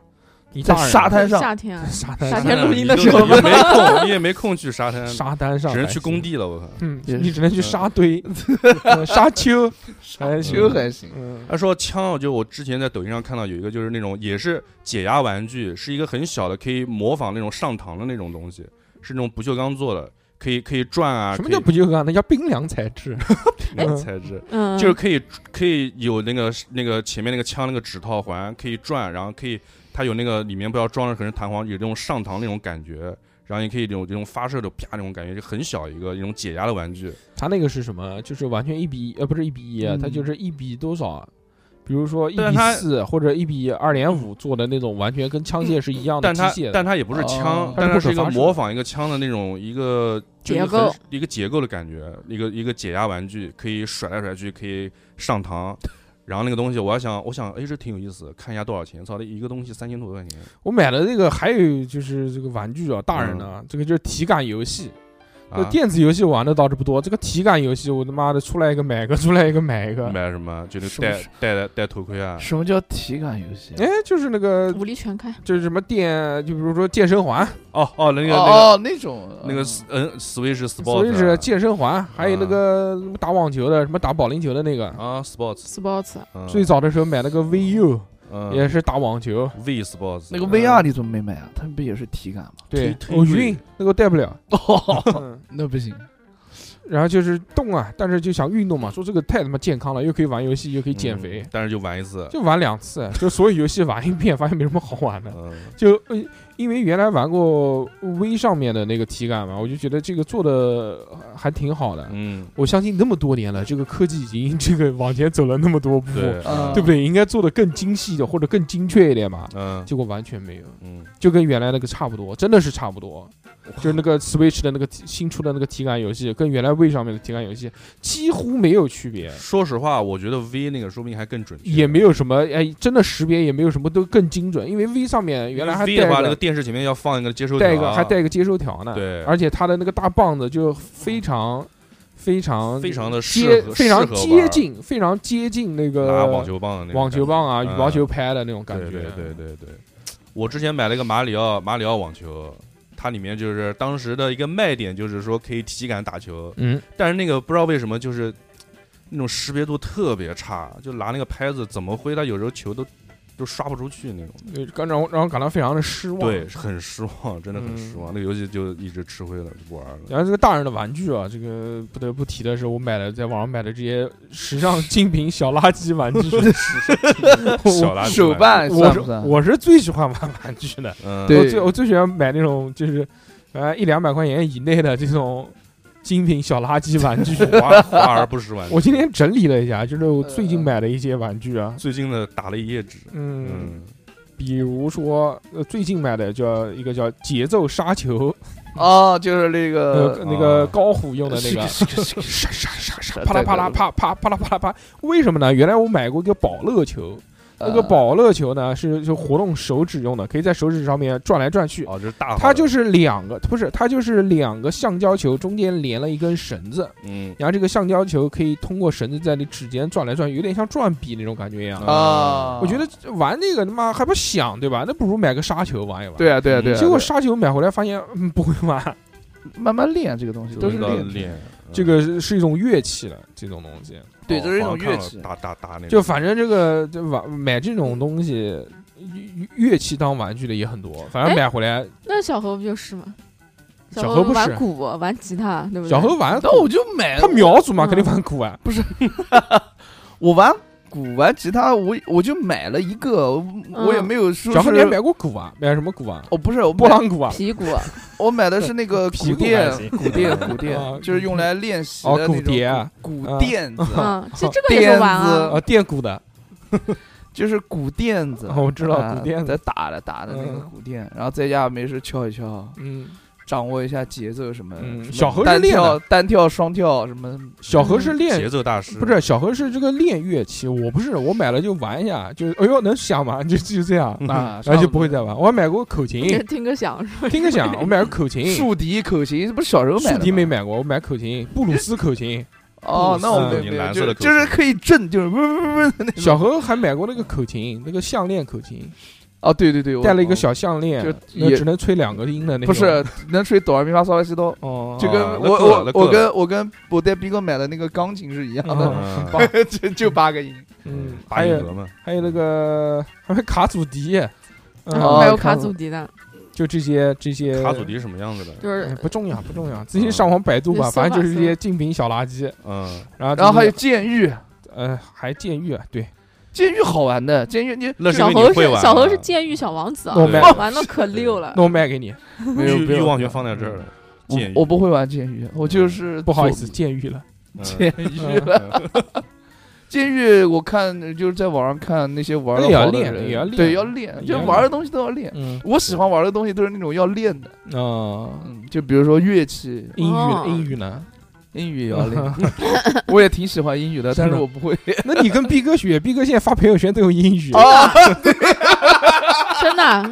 S2: 你
S4: 在
S2: 大人，
S4: 沙滩上
S3: 夏天啊
S2: 沙
S3: 夏
S2: 滩
S3: 天
S2: 上
S3: 录音的
S5: 你
S3: 时候
S5: 也没空，你也没空去沙 滩，
S2: 沙滩上
S5: 只能
S2: 还
S5: 去
S2: 行
S5: 工地了。我靠，
S2: 嗯，
S4: 也
S2: 你
S4: 是
S2: 只能去沙堆、
S5: 嗯
S2: 呃沙 丘，沙
S4: 就还行。
S2: 嗯，
S5: 他说枪，就我之前在抖音上看到有一个，就是那种也是解压玩具，是一个很小的，可以模仿那种上膛的那种东西，是那种不锈钢做的，可以可以转啊。
S2: 什么
S5: 可以
S2: 叫不锈钢？那叫冰凉材质。
S5: 那种材质？
S3: 嗯，
S5: 就是可以可以有那个那个前面那个枪那个指套环可以转，然后可以它有那个里面不知道装了可能弹簧，有这种上膛那种感觉。然后也可以有这种发射的啪那种感觉，就很小一个一种解压的玩具，
S2: 它那个是什么？就是完全一比一，呃，不是一比一啊，
S4: 嗯
S2: 它就是一比多少啊？比比如说一
S5: 但
S2: 比
S5: 它
S2: 四或者一比二点五做的那种，完全跟枪械是一样的
S5: 但
S2: 哦机
S5: 它
S2: 械的。
S5: 但它也不是枪
S4: 哦，
S5: 但
S2: 它是
S5: 是一个
S2: 不可发射的
S5: 模仿一个枪的那种一个就是
S3: 结
S5: 很
S3: 构
S5: 一个结构的感觉，一个一个解压玩具，可以甩来甩去，可以上膛。然后那个东西，我还想，我想，哎，这挺有意思的，看一下多少钱？操，这一个东西三千多块钱，
S2: 我买的这个还有就是这个玩具啊，大人的啊，这个就是体感游戏。
S5: 嗯啊，
S2: 电子游戏玩的倒是不多，这个体感游戏我他妈的出来一个买一个，出来一个买一个。
S5: 买了什么？就那
S4: 是不
S5: 戴
S4: 是
S5: 戴戴头盔啊，
S4: 什么叫体感游戏？啊
S2: 哎，就是那个
S3: 武力全开，
S2: 就是什么电，就比如说健身环，
S5: 哦哦，那个那个
S4: 哦，那种
S5: 那个
S4: 嗯
S5: S- 嗯，Switch
S2: 所以是
S5: Sports 啊
S2: 健身环，还有那个什么打网球的，什么打保龄球的那个。
S5: 啊，Sports，
S3: sports
S5: 嗯
S2: 最早的时候买了个 VU，
S5: 嗯
S2: 也是打网球，
S5: V Sports 嗯
S4: 那个 VR 你怎么没买啊？它不也是体感吗？
S2: 对，
S5: 推
S2: 我
S5: 推
S2: 晕
S5: 背，
S2: 那个带不了。
S4: 哦，
S2: 嗯
S4: 那不行，
S2: 然后就是动啊，但是就想运动嘛，说这个太他妈健康了，又可以玩游戏，又可以减肥
S5: 嗯，但是就玩一次，
S2: 就玩两次，就所有游戏玩一遍，发现没什么好玩 的。
S5: 嗯
S2: 就呃，因为原来玩过 V 上面的那个体感嘛，我就觉得这个做的还挺好的。
S5: 嗯，
S2: 我相信那么多年了，这个科技已经这个往前走了那么多步，
S5: 对，
S4: 啊
S2: 对不对？应该做的更精细的或者更精确一点嘛。
S5: 嗯
S2: 结果完全没有，
S5: 嗯，
S2: 就跟原来那个差不多，真的是差不多。就是那个 Switch 的那个体新出的那个体感游戏，跟原来 V 上面的体感游戏几乎没有区别，
S5: 说实话，我觉得 V 那个说不定还更准确，
S2: 也没有什么哎，真的识别也没有什么都更精准，因为 V 上面原来还
S5: V
S2: 带
S5: 的话，那个
S2: 个
S5: 电视前面要放一个接收条，啊
S2: 带一个还带一个接收条呢，
S5: 对
S2: 而且它的那个大棒子就非常非常
S5: 非常的
S2: 接
S5: 适合
S2: 非常
S5: 适合玩
S2: 接近非常接近那
S5: 拿
S2: 个
S5: 网球棒的那种
S2: 网球棒啊、
S5: 感
S2: 羽
S5: 觉
S2: 毛球拍的那种
S5: 嗯
S2: 感觉，
S5: 对对对对对。我之前买了一个马里奥马里奥网球，它里面就是当时的一个卖点，就是说可以体感打球，
S2: 嗯，
S5: 但是那个不知道为什么就是那种识别度特别差，就拿那个拍子怎么挥，它有时候球都都刷不出去那种。
S2: 呃刚让我让我感到非常的失望。
S5: 对，很失望，真的很
S2: 嗯
S5: 失望。那个游戏就一直吃灰了，就不玩了。
S2: 然后这个大人的玩具啊，这个不得不提的是，我买的在网上买的这些时尚精品小垃圾玩具，
S5: 小垃圾
S4: 手办
S2: 我
S4: 算
S2: 是
S4: 不算？
S2: 我是最喜欢玩玩具的，
S5: 嗯，
S4: 对
S2: 我最我最喜欢买那种就是，呃一两百块钱以内的这种精品小垃圾玩 具。
S5: 华华而不实玩。
S2: 我今天整理了一下，就是我最近
S4: 嗯
S2: 买的一些玩具啊，
S5: 最近的打了一页纸，
S2: 嗯，
S5: 嗯，
S2: 比如说呃最近买的叫一个叫节奏沙球，
S4: 哦，就是那
S2: 呃
S4: 个
S2: 那个
S5: 啊
S2: 高虎用的那个。
S4: 个
S2: 沙沙沙 沙，
S4: 对
S2: 啪啦啪啦
S4: 对对
S2: 啪啪啪啦啪啦啪。为什么呢？原来我买过一个宝乐球，那个
S4: 宝
S2: 宝乐球呢是就活动手指用的，可以在手指上面转来转去。
S5: 哦，这是大号的，
S2: 它就是两个，不是它就是两个橡胶球中间连了一根绳子，
S5: 嗯
S2: 然后这个橡胶球可以通过绳子在你指尖转来转去，有点像转笔那种感觉一样。
S4: 啊，
S2: 我觉得玩那个他妈还不响，对吧？那不如买个沙球玩一玩。
S4: 对啊对啊对啊，
S2: 结果
S4: 对啊
S2: 沙球买回来发现嗯不会 玩，
S4: 慢慢练这个东西都是
S5: 轮到
S4: 练
S5: 练
S2: 这个是是一种乐器了，这种东西。
S5: 嗯
S4: 对
S5: 哦
S4: 这是一种
S5: 好像看
S4: 乐
S5: 了
S4: 器
S5: 打打打那种，
S2: 就反正这个这玩买这种东西，乐乐器当玩具的也很多。反正
S3: 哎
S2: 买回来，
S3: 那小何不就是吗？
S2: 小何
S3: 何
S2: 不是
S3: 玩鼓，啊玩吉他，对不对？
S2: 小何玩
S4: 嗯那我就买
S2: 他秒组嘛，
S3: 嗯
S2: 肯定玩鼓啊。
S4: 我玩鼓玩吉他，我我就买了一个，我我也没有说
S2: 小何你还
S4: 是，
S2: 买过鼓啊？买什么鼓啊？
S4: 哦 不是，我
S2: 拨
S4: 买
S2: 浪 鼓啊？
S3: 皮鼓，
S4: 我买的是那个
S2: 皮鼓
S4: 鼓垫
S2: 还行，
S4: 鼓垫鼓
S2: 啊
S4: 垫，就是用来练习
S2: 哦
S4: 的那
S2: 鼓
S4: 种
S2: 碟啊
S4: 鼓
S2: 啊
S4: 鼓 垫子，
S3: 嗯，其实这个也是玩
S4: 电
S3: 啊，
S4: 子。
S2: 啊，电鼓的。
S4: 就是鼓垫子，
S2: 哦我知道
S4: 啊
S2: 鼓垫子
S4: 在打的打的那个
S2: 嗯
S4: 鼓垫，然后在家没事敲一敲，
S2: 嗯，
S4: 掌握一下节奏什么的。
S2: 嗯
S4: 什么
S2: 小何是
S4: 单
S2: 练的
S4: 跳、单跳、双跳什么，
S2: 小何
S4: 嗯
S2: 是
S5: 节
S2: 练，
S5: 奏大师
S2: 不是小何是这个练乐器，我不是，我买了就玩一下，就是哎呦能想玩就就这
S5: 嗯
S2: 样，
S4: 啊，
S2: 然后就不会再玩。我还买过口琴
S3: 听个响，
S2: 听个 响，我买过口琴，
S4: 竖笛、口琴，不是小时候买的
S2: 哎竖
S4: 吗
S2: 笛没买过，我买口琴，布鲁斯口琴。
S4: 哦，那我没
S5: 嗯
S4: 没有
S5: 蓝
S4: 就是
S5: 色的口琴
S4: 就是可以震，就是嗡嗡嗡 的那种。
S2: 小何还买过那个口琴，那个项链口琴。
S4: 哦，对对对，我
S2: 带了一个小项链，
S4: 就
S2: 那
S4: 也
S2: 只能吹两个音的那种。
S4: 不是能吹哆来咪发嗦拉西哆，
S2: 哦，
S4: 就
S5: 哦
S4: 跟
S5: 那
S4: 我
S5: 够了
S4: 我
S5: 那够
S4: 我
S5: 了
S4: 跟我跟我带逼哥买的那个钢琴是一样的，
S5: 嗯
S2: 棒
S4: 就就八个音。
S2: 哦 嗯，
S5: 八
S2: 还
S5: 音
S2: 有
S5: 盒嘛，
S2: 还有那个还有卡祖笛，
S4: 哦
S2: 嗯，
S3: 还有
S4: 卡
S3: 卡
S4: 祖
S3: 祖笛的，
S2: 就这些这些
S5: 卡祖笛是什么样子的？
S3: 就是
S2: 哎不重要不重要，自己上网百度吧，
S3: 嗯
S2: 反正就是这
S3: 搜吧
S2: 些精品小垃圾。
S5: 嗯，
S2: 然后
S4: 然后还有
S2: 这些
S4: 监狱，
S2: 呃还监狱啊，对，
S4: 监狱好玩的，监狱你
S5: 那是
S3: 小
S5: 因为
S3: 何
S5: 你
S3: 是
S5: 会玩啊。
S3: 小何是监狱小王子啊
S2: 那，我卖
S5: 对
S3: 玩的可溜了
S2: 那。我卖给你，
S4: 没有
S5: 欲
S4: 没
S5: 欲
S4: 有
S5: 望全放在这儿了。
S2: 嗯
S4: 我
S5: 监狱嗯
S4: 我不会玩监狱，我就是
S2: 不好意
S4: 左
S2: 思，监狱了。
S5: 嗯
S4: 监狱
S2: 嗯
S4: 监狱我看就是在网上看那些玩的
S2: 那也要
S4: 好的
S2: 练
S4: 人
S2: 也要
S4: 对，
S2: 练啊
S4: 要练，
S2: 也
S4: 就
S2: 要
S4: 玩的
S2: 练
S4: 东西都要练。
S2: 嗯
S4: 我喜欢玩的东西都是那种要练的，
S2: 啊，
S4: 嗯，就比如说乐器，
S2: 英
S3: 哦
S2: 语英语呢？
S4: 英语也要练。我也挺喜欢英语的，但是我不会。
S2: 那你跟逼哥学，逼哥现在发朋友圈都有英语，
S4: 啊，
S3: 真的。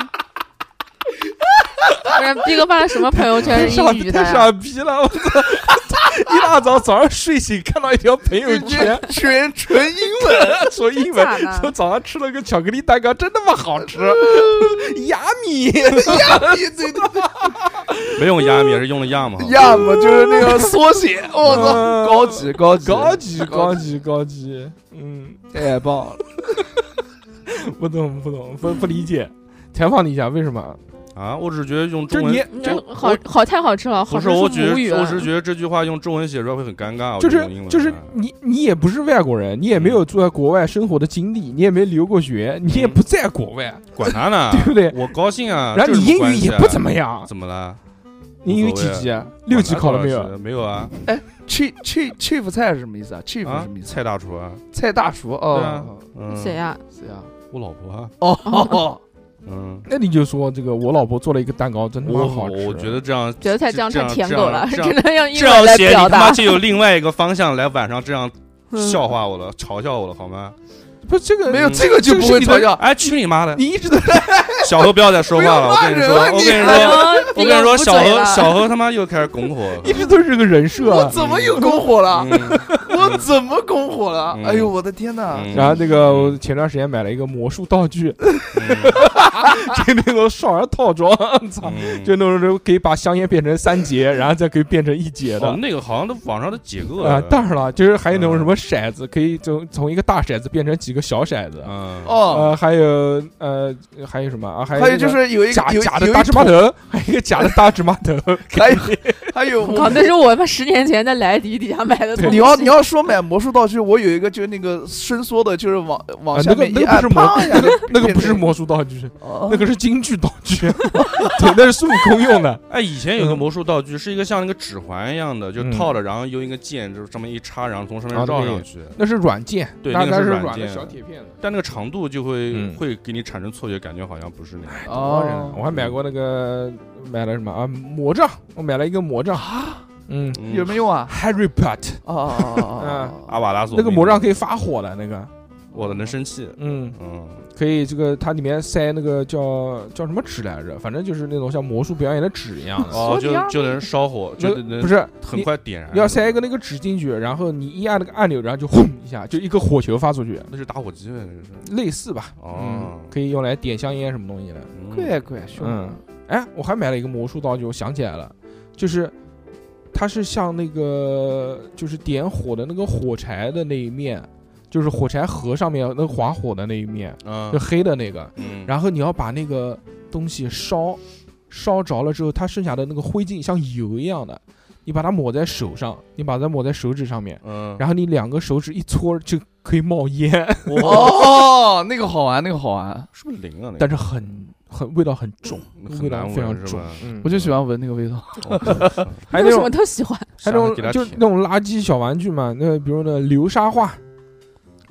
S3: 不是逼哥发的什么朋友圈
S2: 太
S3: 是
S2: 傻
S3: 英语
S2: 逼
S3: 啊的
S2: 太
S3: 呀？
S2: 傻逼了！我操， 一大早早上睡醒看到一条朋友圈
S4: 全纯英文，
S2: 说英文，
S3: 假
S2: 说
S3: 的？
S2: 早上吃了个巧克力蛋糕，真他妈好吃， 雅米。
S4: 对对对，
S5: 没用亚米，也是用了亚嘛。
S4: 要么就是那个缩 写，我
S2: 嗯
S4: 操，高级高级
S2: 高级，高
S4: 高
S2: 级，高级，嗯，
S4: 太棒了。
S2: 不懂，不懂，不不理解。采访你一下，为什么？
S5: 啊，我只是觉得用
S2: 就
S5: 中
S2: 是你
S5: 文，
S3: 嗯
S2: 就
S3: 好好太好吃了，好
S5: 不
S3: 吃
S5: 是，我
S3: 母
S5: 觉得
S3: 语了啊
S5: 我只是觉得这句话用中文写出来会很尴尬。我
S2: 啊就
S5: 就是用英文啊
S2: 就是
S5: 来
S2: 你你也不是外国人，你也没有在国外生活的经历，你也没留过
S5: 嗯
S2: 学，你也不在国外，
S5: 管他呢，
S2: 对不对？
S5: 我高兴啊。
S2: 然后
S5: 这有
S2: 你
S5: 什么
S2: 英
S5: 关
S2: 语
S5: 系
S2: 也
S5: 啊
S2: 不怎么样，
S5: 怎么了？
S2: 你英语几级啊？六级考了没有？
S5: 有？没有啊，
S4: chief chief chief 菜是什么意思啊？chief 是
S5: 啊
S4: 什么意，思？
S5: 蔡大厨啊，
S4: 蔡大厨
S5: 对啊
S4: 哦，
S5: 嗯，
S3: 谁？呀？
S4: 谁啊？
S5: 我老婆啊，
S4: 哦，
S5: 嗯。
S2: 那你就说这个，我老婆做了一个蛋糕，真他妈
S5: 我
S2: 好吃。
S5: 我觉得这样
S3: 觉得太这样太舔狗了，
S5: 这
S3: 只
S5: 样
S3: 能用英
S5: 这
S3: 文
S5: 样
S3: 来
S5: 写你
S3: 表
S5: 他妈
S3: 达。
S5: 就有另外一个方向来晚上 这样
S3: 嗯
S5: 笑话我了，嘲笑我了好吗？
S2: 不这个
S4: 没有
S5: 嗯
S4: 这个就
S2: 这
S4: 不
S2: 是
S4: 会
S2: 你的
S4: 嘲笑。
S5: 哎，去你妈的！
S2: 你一直都
S5: 小何不要再说话了，我跟你说，我跟你
S3: 哎呦
S5: 说，我跟你说，小
S3: 逼哥捂嘴
S5: 何
S3: 了
S5: 小何他妈又开始拱火
S2: 一直都是这个人设
S4: 我。怎么又拱火
S2: 嗯
S4: 了？
S5: 了。
S4: 我怎么拱火了？
S5: 嗯
S4: 哎呦，我的天哪！
S5: 嗯
S2: 然后那个我前段时间买了一个魔术道具，
S5: 嗯
S2: 就那种少儿套装，操，
S5: 嗯
S2: 就那种可以把香烟变成三节，然后再可以变成一节
S5: 哦
S2: 的。
S5: 那个好像都网上都解过
S2: 啊，当然了，就是还有那种
S5: 嗯
S2: 什么骰子，可以从从一个大骰子变成几个小骰子。
S5: 嗯，
S4: 哦，
S2: 呃，还有呃，还有什么啊？还有
S4: 还有
S2: 那个
S4: 就是有一个
S2: 假
S4: 有
S2: 假
S4: 有
S2: 的
S4: 一
S2: 大芝麻
S4: 桶，
S2: 头， 还有一个假的大芝麻头。
S4: 还有还有
S3: 我靠，
S4: 我。
S3: 那是我们十年前在莱迪底下买的东西。
S4: 你要你要说买魔术道具，我有一个就是那个伸缩的，就是往
S2: 啊
S4: 往，下
S2: 那个
S4: 面一
S2: 那个
S4: 按，
S2: 不是魔
S4: 啪一，
S2: 那
S4: 下
S2: 个那个
S4: 变
S2: 不是
S4: 成
S2: 魔术道具，
S4: 哦
S2: 那个是京剧道具， 对，那是孙悟空用 的。
S5: 哎，以前有个
S2: 嗯
S5: 魔术道具，是一个像那个指环一样的，就
S2: 嗯
S5: 套着，然后用一个剑，就是上面一插，然后从上
S2: 啊
S5: 面
S2: 那
S5: 绕
S2: 个有
S5: 上去。
S2: 那是软件，
S5: 对
S2: 大
S5: 那个
S2: 概
S5: 是软
S2: 软的
S5: 件
S2: 小铁片的。
S5: 但那个长度就会
S2: 嗯
S5: 会给你产生错觉，感觉好像不是那样。
S2: 我
S4: 哦，
S2: 还买过那个买了什么啊？魔杖，我买了一个魔杖啊，嗯
S5: 嗯
S4: 有没有啊？
S2: ，Harry Potter
S4: 哦哦哦
S2: 嗯
S4: 哦哦
S5: 阿瓦拉索
S2: 那个魔杖可
S5: 以，
S2: 以发火的那个，
S5: 啊我的能生气。
S2: 嗯，
S5: 嗯，
S2: 可以这个它里面塞那个叫叫什么纸来着？反正就是那种像魔术表演的纸一样的，
S5: 哦，
S3: 索里
S5: 就
S3: 亚
S5: 就能烧火，
S2: 啊那
S5: 就
S2: 个
S5: 能
S2: 不是
S5: 很快点燃。
S2: 你要塞一个那个纸进去，然后你一按那个按钮，然后就轰一下，就一个火球发出去，
S5: 那是打火机呗，那是。
S2: 类似吧？
S5: 哦
S2: 嗯，可以用来点香烟什么东西的。
S5: 嗯
S4: 乖乖兄
S2: 嗯，哎，我还买了一个魔术道具，我想起来了，就是它是像那个就是点火的那个火柴的那一面，就是火柴盒上面那个划火的那一面，
S5: 嗯
S2: 就黑的那个。
S5: 嗯，
S2: 然后你要把那个东西烧烧着了之后，它剩下的那个灰烬像油一样的，你把它抹在手上，你把它抹在手指上面，
S5: 嗯，
S2: 然后你两个手指一搓就可以冒烟，
S4: 哦，那个好玩，那个好玩，
S5: 是不是零啊？那
S2: 但
S5: 个
S2: 是很很味道很重，
S5: 很
S2: 味道
S5: 难
S2: 非常
S5: 闻是
S2: 重
S5: 吧。
S2: 嗯
S4: 我就喜欢闻那个味道。
S5: 哦
S2: 还有那
S3: 为什
S2: 种
S3: 么都喜欢？
S2: 还
S5: 下
S2: 有
S5: 次给
S2: 那种
S5: 他
S2: 就那
S5: 舔
S2: 种垃圾小玩具嘛，那比如那流沙画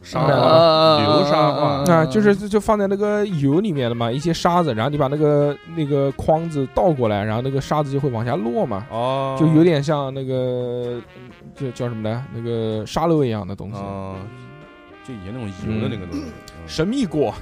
S5: 杀
S2: 啊
S5: 了。流沙画啊
S2: 啊，就是就就放在那个油里面的嘛，一些沙子，然后你把那个那个筐子倒过来，然后那个沙子就会往下落嘛，
S5: 哦，
S2: 就有点像那个嗯就叫什么呢？那个沙漏一样的东西。
S5: 啊，就以前那种油的那个东西。嗯
S2: 神秘果，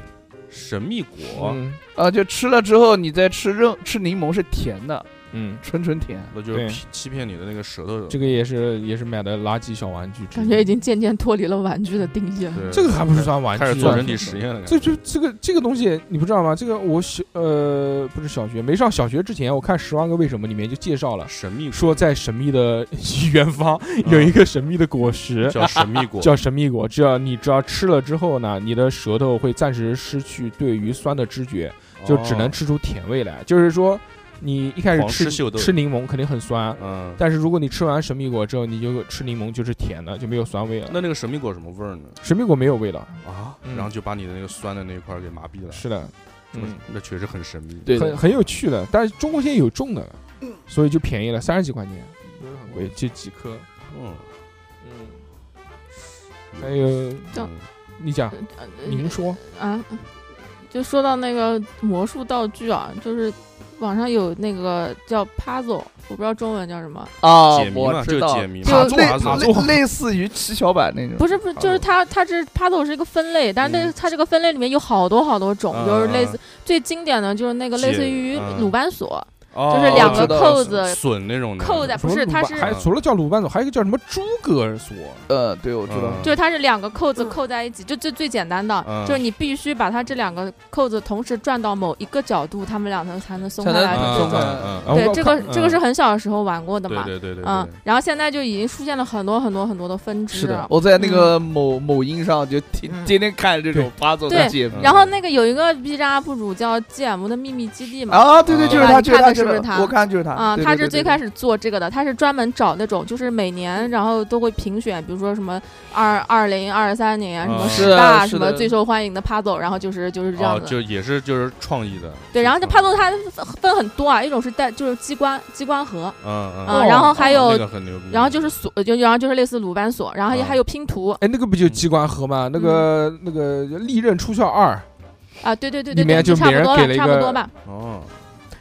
S5: 神秘果，
S2: 嗯
S4: 啊，就吃了之后，你再吃任吃柠檬是甜的，
S2: 嗯，
S4: 纯纯甜。
S5: 那就是
S2: 对
S5: 骗欺骗你的那个舌头。
S2: 这个也是也是买的垃圾小玩具之一，
S3: 感觉已经渐渐脱离了玩具的定义了。
S5: 对
S2: 这个还不是算玩具
S5: 开
S2: 啊，
S5: 始做人体实验了。
S2: 这就这个这个东西你不知道吗？这个我小呃不是小学，没上小学之前，我看《十万个为什么》里面就介绍了，
S5: 啊神秘
S2: 说在神秘的远方有一个神秘的果实。
S5: 叫神秘果，
S2: 叫神秘果，只要你只要吃了之后呢，你的舌头会暂时失去对于酸的知觉，就只能
S5: 哦。
S2: 吃出甜味来。就是说，你一开始
S5: 狂
S2: 吃
S5: 吃秀豆
S2: 吃柠檬肯定很酸，
S5: 嗯，
S2: 但是如果你吃完神秘果之后，你就吃柠檬就是甜的，就没有酸味了。
S5: 那那个神秘果什么味儿呢？
S2: 神秘果没有味道，
S5: 啊
S2: 嗯
S5: 然后就把你的那个酸的那一块儿给麻痹了。
S2: 是的，
S5: 这么
S2: 嗯，
S5: 那确实很神秘。
S4: 对
S2: 很很有趣的，但是中国现在有种的了，
S3: 嗯
S2: 所以就便宜了，三十几块钱，不是很贵，就几颗。
S5: 嗯，
S2: 嗯，还有
S3: 叫
S5: 嗯
S2: 你讲，
S3: 呃
S2: 您说，
S3: 啊，就说到那个魔术道具啊，就是网上有那个叫 puzzle，我不知道中文叫什么，
S4: 啊
S5: 解，谜嘛，
S4: 我
S5: 这
S4: 知
S5: 个
S4: 道
S5: 解，谜
S3: 就
S5: 嘛，
S4: 类
S3: 做
S5: 塔座啊
S4: 类类似于七巧板那种，
S3: 不是不是，就是
S5: puzzle
S3: 它它这 puzzle 是一个分类，但是那
S5: 嗯
S3: 它这个分类里面有好多好多种，
S5: 啊
S3: 就是类似最经典的就是那个类似
S5: 解
S3: 于
S5: 啊
S3: 鲁班锁，
S5: 就
S3: 就是两
S4: 我
S3: 个
S4: 知道
S3: 扣子
S5: 笋那种的
S3: 呃扣在，
S2: 什
S3: 嗯不
S2: 么
S3: 是
S2: 鲁
S3: 它
S2: 班
S3: 是
S2: 还除了叫鲁班锁，还有一个叫什么诸葛锁，
S5: 啊
S4: 呃，对，我知道，
S3: 就是它是两个扣子扣在一起，就最最简单的，
S5: 嗯
S3: 就是你必须把它这两个扣子同时转到某一个角度，它们两头才能松
S4: 才
S3: 开
S4: 能
S3: 来。
S5: 嗯
S4: 松开
S5: 嗯
S2: 啊
S5: 嗯，
S3: 对
S2: 我，
S3: 这个
S5: 看
S3: 这个是很小的时候玩过的
S5: 对
S3: 嘛，
S5: 对对对
S3: 嗯
S5: 对，，
S3: 然后现在就已经出现了很多很多很多的分支
S4: 是的，我在那个某某音上就天
S3: 啊嗯
S4: 天天看这种八走的
S3: 对
S4: 解谜
S5: 嗯
S3: 然后那个有一个 B 站 UP 主叫 GM 的秘密基
S5: 嗯
S3: 地嘛，
S4: 啊，对对，就是
S5: 对
S4: 他，
S3: 吧
S4: 就
S3: 嗯你看的
S4: 是就是
S3: 不是
S4: 他，
S3: 他
S4: 我看就是他
S3: 啊，
S4: 对
S3: 他
S4: 对
S3: 是
S4: 对
S3: 最
S4: 对
S3: 开始做这个的，他是专门找那种就是每年然后都会评选，比如说什么二二零二三年啊，什么
S5: 嗯
S4: 是
S3: 十
S4: 的
S3: 大
S4: 是
S3: 什么
S4: 的
S3: 最受欢迎的 puzzle，然后就是就是这样
S5: 哦，
S3: 子。
S5: 就哦也是就是创意的，
S3: 对，然后这
S5: 帕
S3: puzzle 它分很多啊，一种是带就是机关机关盒，
S5: 嗯
S3: 啊，
S5: 嗯，
S3: 然后还
S5: 哦那
S3: 有
S5: 个很牛逼，
S3: 然后就是锁，就然后就是类似鲁班锁，然后也
S5: 嗯
S3: 还有拼图
S2: 哎，那个不就机关盒吗？那
S3: 嗯
S2: 个那个利刃出鞘二，
S3: 啊，对对对
S2: 里
S3: 对
S2: 面
S3: 对，
S2: 就
S3: 差
S2: 每
S3: 不
S2: 人
S3: 多
S2: 给了一
S3: 了，差不
S2: 个
S3: 多吧。
S5: 哦，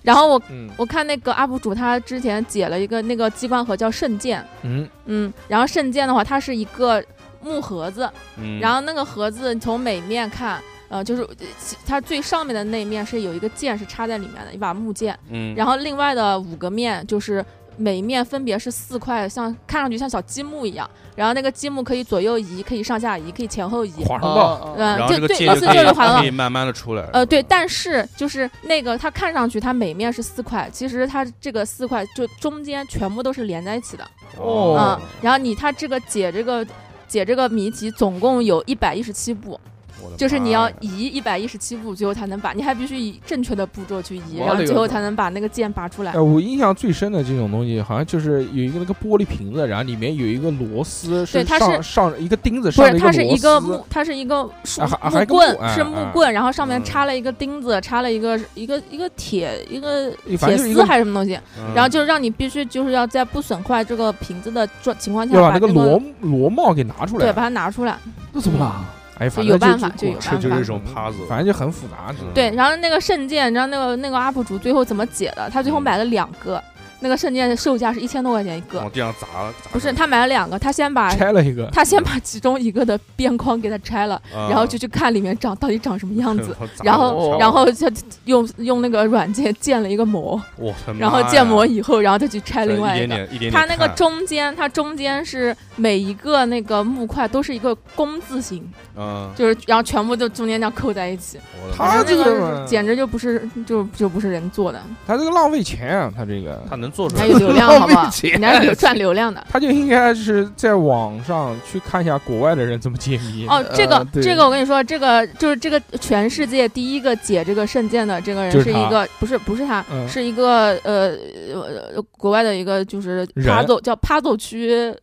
S3: 然后我
S2: 嗯
S3: 我看那个 UP 主他之前解了一个那个机关盒叫圣剑，
S2: 嗯，
S3: 嗯，然后圣剑的话，它是一个木盒子，
S5: 嗯，
S3: 然后那个盒子从每面看，呃，就是呃其它最上面的那一面是有一个剑是插在里面的，一把木剑，
S5: 嗯，
S3: 然后另外的五个面就是。每一面分别是四块，像看上去像小积木一样，然后那个积木可以左右移，可以上下移，可以前后移，
S2: 皇上
S4: 啊
S2: 道，
S4: 啊
S3: 嗯
S5: 然后
S3: 就
S5: 这个
S3: 对
S5: 界
S3: 类
S5: 就
S3: 似
S5: 可以
S3: 就是环
S5: 可
S3: 了
S5: 以慢慢的出来，
S3: 呃，对，
S5: 是吧
S3: 但是就是那个它看上去它每面是四块，其实它这个四块就中间全部都是连在一起的，
S4: 哦
S3: 嗯，然后你它这个解这个解这个谜题总共有一百一十七步，
S5: 我的
S3: 嗯就是你
S2: 啊
S3: 要
S5: 妈呀
S3: 移一百一十七步，最后才能把，你还必须以正确的步骤去移，
S4: 我
S3: 然后
S4: 勒个
S3: 最后
S4: 去
S3: 才能把那个剑拔出来
S2: 哎，。我印象最深的这种东西，好像就是有一个那个玻璃瓶子，然后里面有一个螺丝，
S3: 对它是
S2: 上上一个钉子
S3: 不
S2: 上
S3: 是，
S2: 的
S3: 它是一个
S2: 螺
S3: 木，它是一个树
S2: 啊还还
S3: 木
S2: 一个木
S3: 棍，
S2: 哎
S3: 是木
S2: 哎
S3: 棍，然后上面
S5: 嗯
S3: 插了一个钉子，插了一个一个一个铁一个
S2: 丝，反正
S3: 铁
S2: 就是一
S3: 丝
S2: 个
S3: 还是什么东西，
S5: 嗯
S3: 然后就是让你必须就是要在不损坏这个瓶子的状情况下
S2: 要把
S3: 把
S2: 那个螺螺帽给拿出
S3: 对
S2: 来嗯
S3: 把。它拿出来。
S4: 那怎么拿？
S2: 哎，反正
S3: 有办法
S2: 就
S3: 就有
S5: 这
S3: 办
S5: 就是
S3: 法
S5: 一种 puzzle，
S2: 反正就很复杂。这种
S3: 对，然后那个圣剑，你知道那个那个 UP 主最后怎么解的？他最后
S5: 嗯
S3: 买了两个，那个圣剑的售价是一千多块钱一个
S5: 往，地上砸，砸
S3: 不是
S5: 上
S3: 他买了两个，他先把
S2: 拆了一 个，
S3: 他先把其中一个的边框给它拆了，
S5: 嗯
S3: 然后就去看里面长到底长什么样子。
S5: 砸
S3: 然
S5: 我
S3: 后，
S5: 操
S3: 然后就用用那个软件建了一个模，
S5: 我的妈呀
S3: 然后建模以后，然后再去拆
S5: 再
S3: 另外
S5: 一
S3: 一
S5: 点
S3: 个。
S5: 点一点点
S3: 它那个
S5: 看
S3: 中间，它中间是每一个那个木块都是一个工字形，
S5: 嗯，
S3: 就是然后全部都中间这样扣在一起，
S5: 我啊的妈
S2: 他
S5: 呀
S2: 这
S3: 那
S2: 个
S3: 个简直就不是就就不是人做的。
S2: 他这个浪费钱啊，他这个
S5: 他能做出
S3: 人家
S5: 来
S3: 有流量，好不
S4: 浪
S3: 好
S4: 费？钱
S3: 人家有赚流量的。
S2: 他就应该是在网上去看一下国外的人怎么解谜。
S3: 哦，这个、
S4: 呃对
S3: 这个我跟你说，这个就是这个全世界第一个解这个圣剑的这个人
S2: 就是
S3: 是一
S2: 他
S3: 个不是不是他，
S2: 嗯
S3: 是一个呃呃国外的一个就是
S2: 人
S3: puzzle 叫 puzzle 区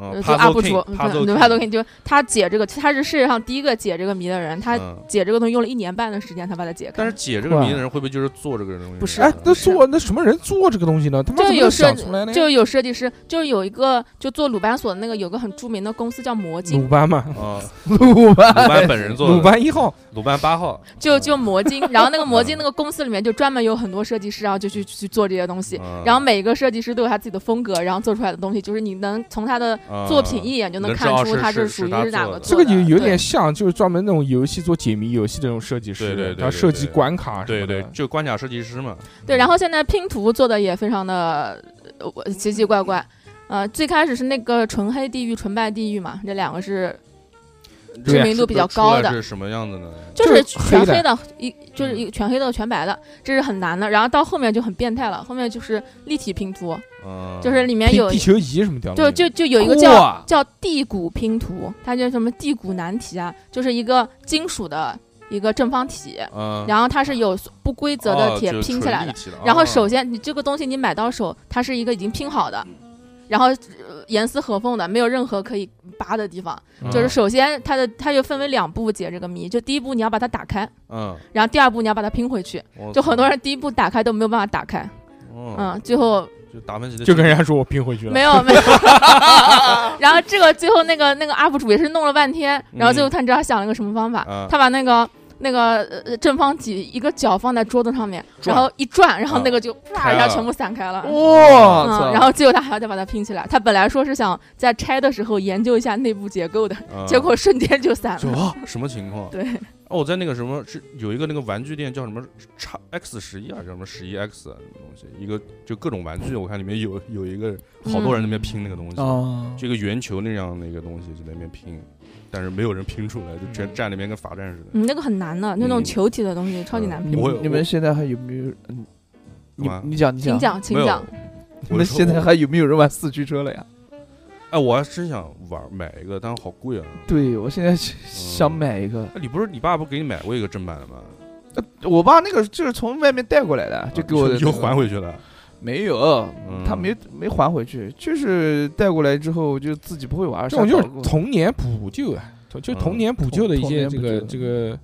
S5: 嗯
S3: 呃就
S5: puzzle
S3: UP
S5: king，
S3: 主嗯对
S5: puzzle
S3: 对
S5: king，
S3: puzzle king 就他解这个，他是世界上第一个解这个谜的人，他
S5: 嗯
S3: 解这个东西用了一年半的时间才把它解开
S5: 但是。解这个谜的人会不会就是做这个东西？
S3: 不是
S2: 哎，那
S5: 嗯
S2: 做那什么人做这个东西呢？他妈
S3: 就
S2: 怎么
S3: 有
S2: 能
S3: 设
S2: 想出来呢？
S3: 就有设计师，就是有一个就做鲁班锁的那个，有个很著名的公司叫魔镜
S2: 鲁，班嘛，
S5: 啊，
S4: 鲁班，
S5: 鲁班本人做的，
S2: 鲁班一号，
S5: 鲁班八号，啊
S3: 就就魔晶，然后那个魔晶
S5: 嗯
S3: 那个公司里面就专门有很多设计师，然后就去去做这些东西，
S5: 嗯
S3: 然后每个设计师都有他自己的风格，然后做出来的东西就是你能从他的
S5: 啊
S3: 作品一眼就
S5: 能知
S3: 看
S5: 道
S3: 出
S5: 是
S3: 他
S5: 是
S3: 属
S5: 是
S3: 于
S5: 他
S3: 是哪
S5: 做
S3: 个
S5: 的
S2: 这
S3: 做
S2: 个
S3: 的。
S2: 就有
S3: 对
S2: 点像，就是专门那种游戏做解谜游戏的那种设计师，
S5: 对对对对
S2: 然后设计
S5: 对
S2: 关卡什
S5: 对
S2: 么的
S5: 对，就关卡设计师嘛，
S3: 对，然后现在拼图做的也非常的呃我奇奇怪怪，呃，最开始是那个纯黑地狱、纯白地狱嘛，这两个是
S2: 对
S3: 知名度比较高
S5: 出
S3: 的，
S5: 来是什么样子呢？
S3: 就是
S2: 就是黑
S3: 全
S2: 的
S3: 黑的，一就是一全黑的、全白的，这是很难的。然后到后面就很变态了，后面就是立体拼图，
S5: 嗯，
S3: 就是里面
S2: 拼
S3: 有
S2: 地球仪什么掉的
S3: 就
S2: 那种，
S3: 就就有一个叫
S5: 啊
S4: 哇
S3: 叫地骨拼图，它叫什么地骨难题啊，就是一个金属的一个正方体，
S5: 嗯，
S3: 然后它是有不规则的铁拼起来的。
S5: 的。哦啊就是
S3: 然后
S5: 纯
S3: 首
S5: 立体的哦
S3: 先你这个东西你买到手，它是一个已经拼好的，
S5: 嗯
S3: 然后呃严丝合缝的，没有任何可以拔的地方。
S5: 嗯
S3: 就是首先它的它就分为两步解这个谜，就第一步你要把它打开，
S5: 嗯，
S3: 然后第二步你要把它拼回去。
S5: 我
S3: 就很多
S5: 操
S3: 人第一步打开都没有办法打开，
S5: 嗯
S3: 嗯，最后
S5: 就就达芬奇的
S2: 就跟人家说我拼回去了
S3: 没。有没有。 然后这个最后那个那个 UP 主也是弄了半天，然后最后他你知道他想了个什么方法？
S5: 啊
S3: 他把那个。那个呃正方体一个角放在桌子上面，然后一转，然后那个就啪
S5: 开
S3: 一下
S5: 了
S3: 全部散开了。
S4: 哇啊
S3: 嗯，然后结果他还要再把它拼起来。他本来说是想在拆的时候研究一下内部结构的，
S5: 啊
S3: 结果瞬间就散
S5: 就
S3: 了。
S5: 啊什么情 况？
S3: 对，
S5: 哦，我在那个什么是有一个那个玩具店叫什么叉 X 十一啊，叫什么十一 X 啊什么东西，一个就各种玩具，我看里面有有一个
S3: 嗯
S5: 好多人在那边拼那个东西，
S2: 啊，
S5: 这个圆球那样的一个东西就在那边拼，但是没有人拼出来，
S4: 嗯
S5: 就全站那边跟罚站似的。
S3: 嗯，那个很难的，那种
S5: 嗯
S3: 球体的东西超级难
S5: 嗯
S3: 拼。
S4: 你
S5: 我
S4: 们你们现在还有没有？嗯，你
S5: 干嘛
S4: 你讲你
S3: 请
S4: 讲，
S3: 讲，
S5: 没
S3: 请
S5: 有
S3: 讲。
S5: 啊我
S4: 你们
S5: 说
S4: 现在
S5: 我
S4: 还有没有人玩四驱车了呀？
S5: 哎，我还真想玩买一个，但是好贵啊！
S4: 对，我现在想
S5: 嗯
S4: 想买一个。
S5: 哎你不是你爸不给你买过一个正版的吗？
S4: 呃我爸那个就是从外面带过来的，就给我的
S5: 啊
S4: 那
S5: 你
S4: 个
S5: 又还回去了。
S4: 没有，
S5: 嗯
S4: 他没没还回去，就是带过来之后就自己不会玩，
S2: 这种就是
S4: 上网
S2: 童年补救啊，就就
S5: 嗯
S2: 童年补救的一
S4: 童
S2: 些
S4: 年
S2: 这
S4: 补
S2: 个
S4: 救
S2: 这个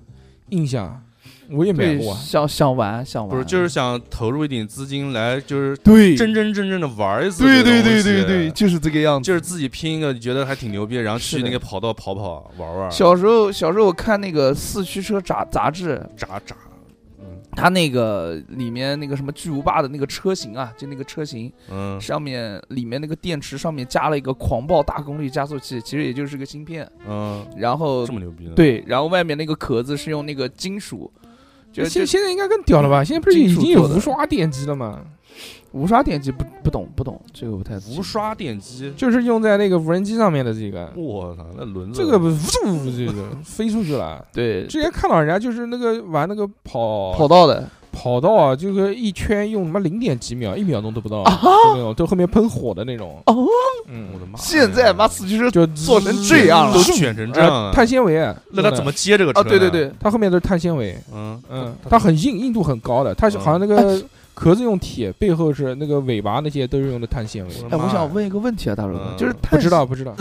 S2: 印象，我也买
S4: 对
S2: 过啊。
S4: 想想玩想玩，
S5: 不是，就是想投入一点资金来，就是
S4: 对
S5: 真真正正的玩一次。
S4: 对对对对对，
S5: 就
S4: 就是这个样子。
S5: 就是自己拼一个，觉得还挺牛逼，然后
S4: 是
S5: 去
S4: 的
S5: 那个跑道跑跑玩玩，
S4: 小时候小时候我看那个四驱车杂杂志，
S5: 炸炸，嗯
S4: 它那个里面那个什么巨无霸的那个车型啊，就那个车型
S5: 嗯
S4: 上面里面那个电池上面加了一个狂暴大功率加速器，其实也就是个芯片，
S5: 嗯，
S4: 然后
S5: 这么牛逼呢？，
S4: 对，然后外面那个壳子是用那个金属，就
S2: 现
S4: 就
S2: 现在应该更屌了吧？现在不是
S4: 金
S2: 已
S4: 属
S2: 经有
S4: 做的
S2: 无刷电机了吗？
S4: 无刷电机不不懂不懂，这个不太
S5: 无。刷电机，
S2: 就是用在那个无人机上面的这
S4: 嗯
S2: 个，
S5: 我操，那轮子
S2: 这个不是呜这个飞出去了。
S4: 对，
S2: 之前看到人家就是那个玩那个跑
S4: 跑道的
S2: 跑道啊，就是一圈用什么零点几秒，一秒钟都不到，啊就那种都后面喷火的那种。
S4: 哦，
S2: 嗯，
S5: 我的妈呀！
S4: 现在妈四驱车
S2: 就
S4: 做成这样了
S5: 都卷成这样
S2: 呃
S5: 了，
S2: 碳纤维，
S5: 那他怎么？接这个车？
S4: 啊，对对，对，
S2: 它后面都是碳纤维，
S5: 嗯
S2: 嗯，它很硬，硬度很高的，它是
S5: 嗯
S2: 好像那个壳子用铁，背后是那个尾巴那些都是用的碳纤维。
S5: 的
S4: 哎，我
S5: 妈呀
S4: 想问一个问题啊，大
S5: 嗯
S4: 龙，就是
S2: 不
S4: 碳
S2: 知道不知道，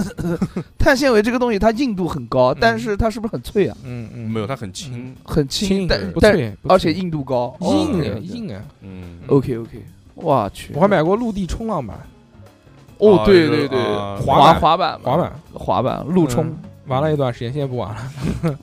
S4: 碳纤维这个东西，它硬度很高，但是它是不是很脆啊？
S2: 嗯嗯，
S5: 没有，它很轻，
S4: 很
S2: 轻
S4: 轻，但
S2: 不
S4: 但
S2: 脆，不
S4: 而且
S2: 脆
S4: 硬度高，
S2: 硬啊
S4: 哦
S2: 硬啊。
S5: 嗯，
S4: OK OK，我去，
S2: 我还买过陆地冲浪板，
S4: 哦，对
S5: 就是
S4: 对对，
S5: 啊
S2: 滑
S4: 滑滑板嘛
S2: 滑板，
S4: 滑板路冲
S2: 嗯，玩了一段时间，现在不玩了，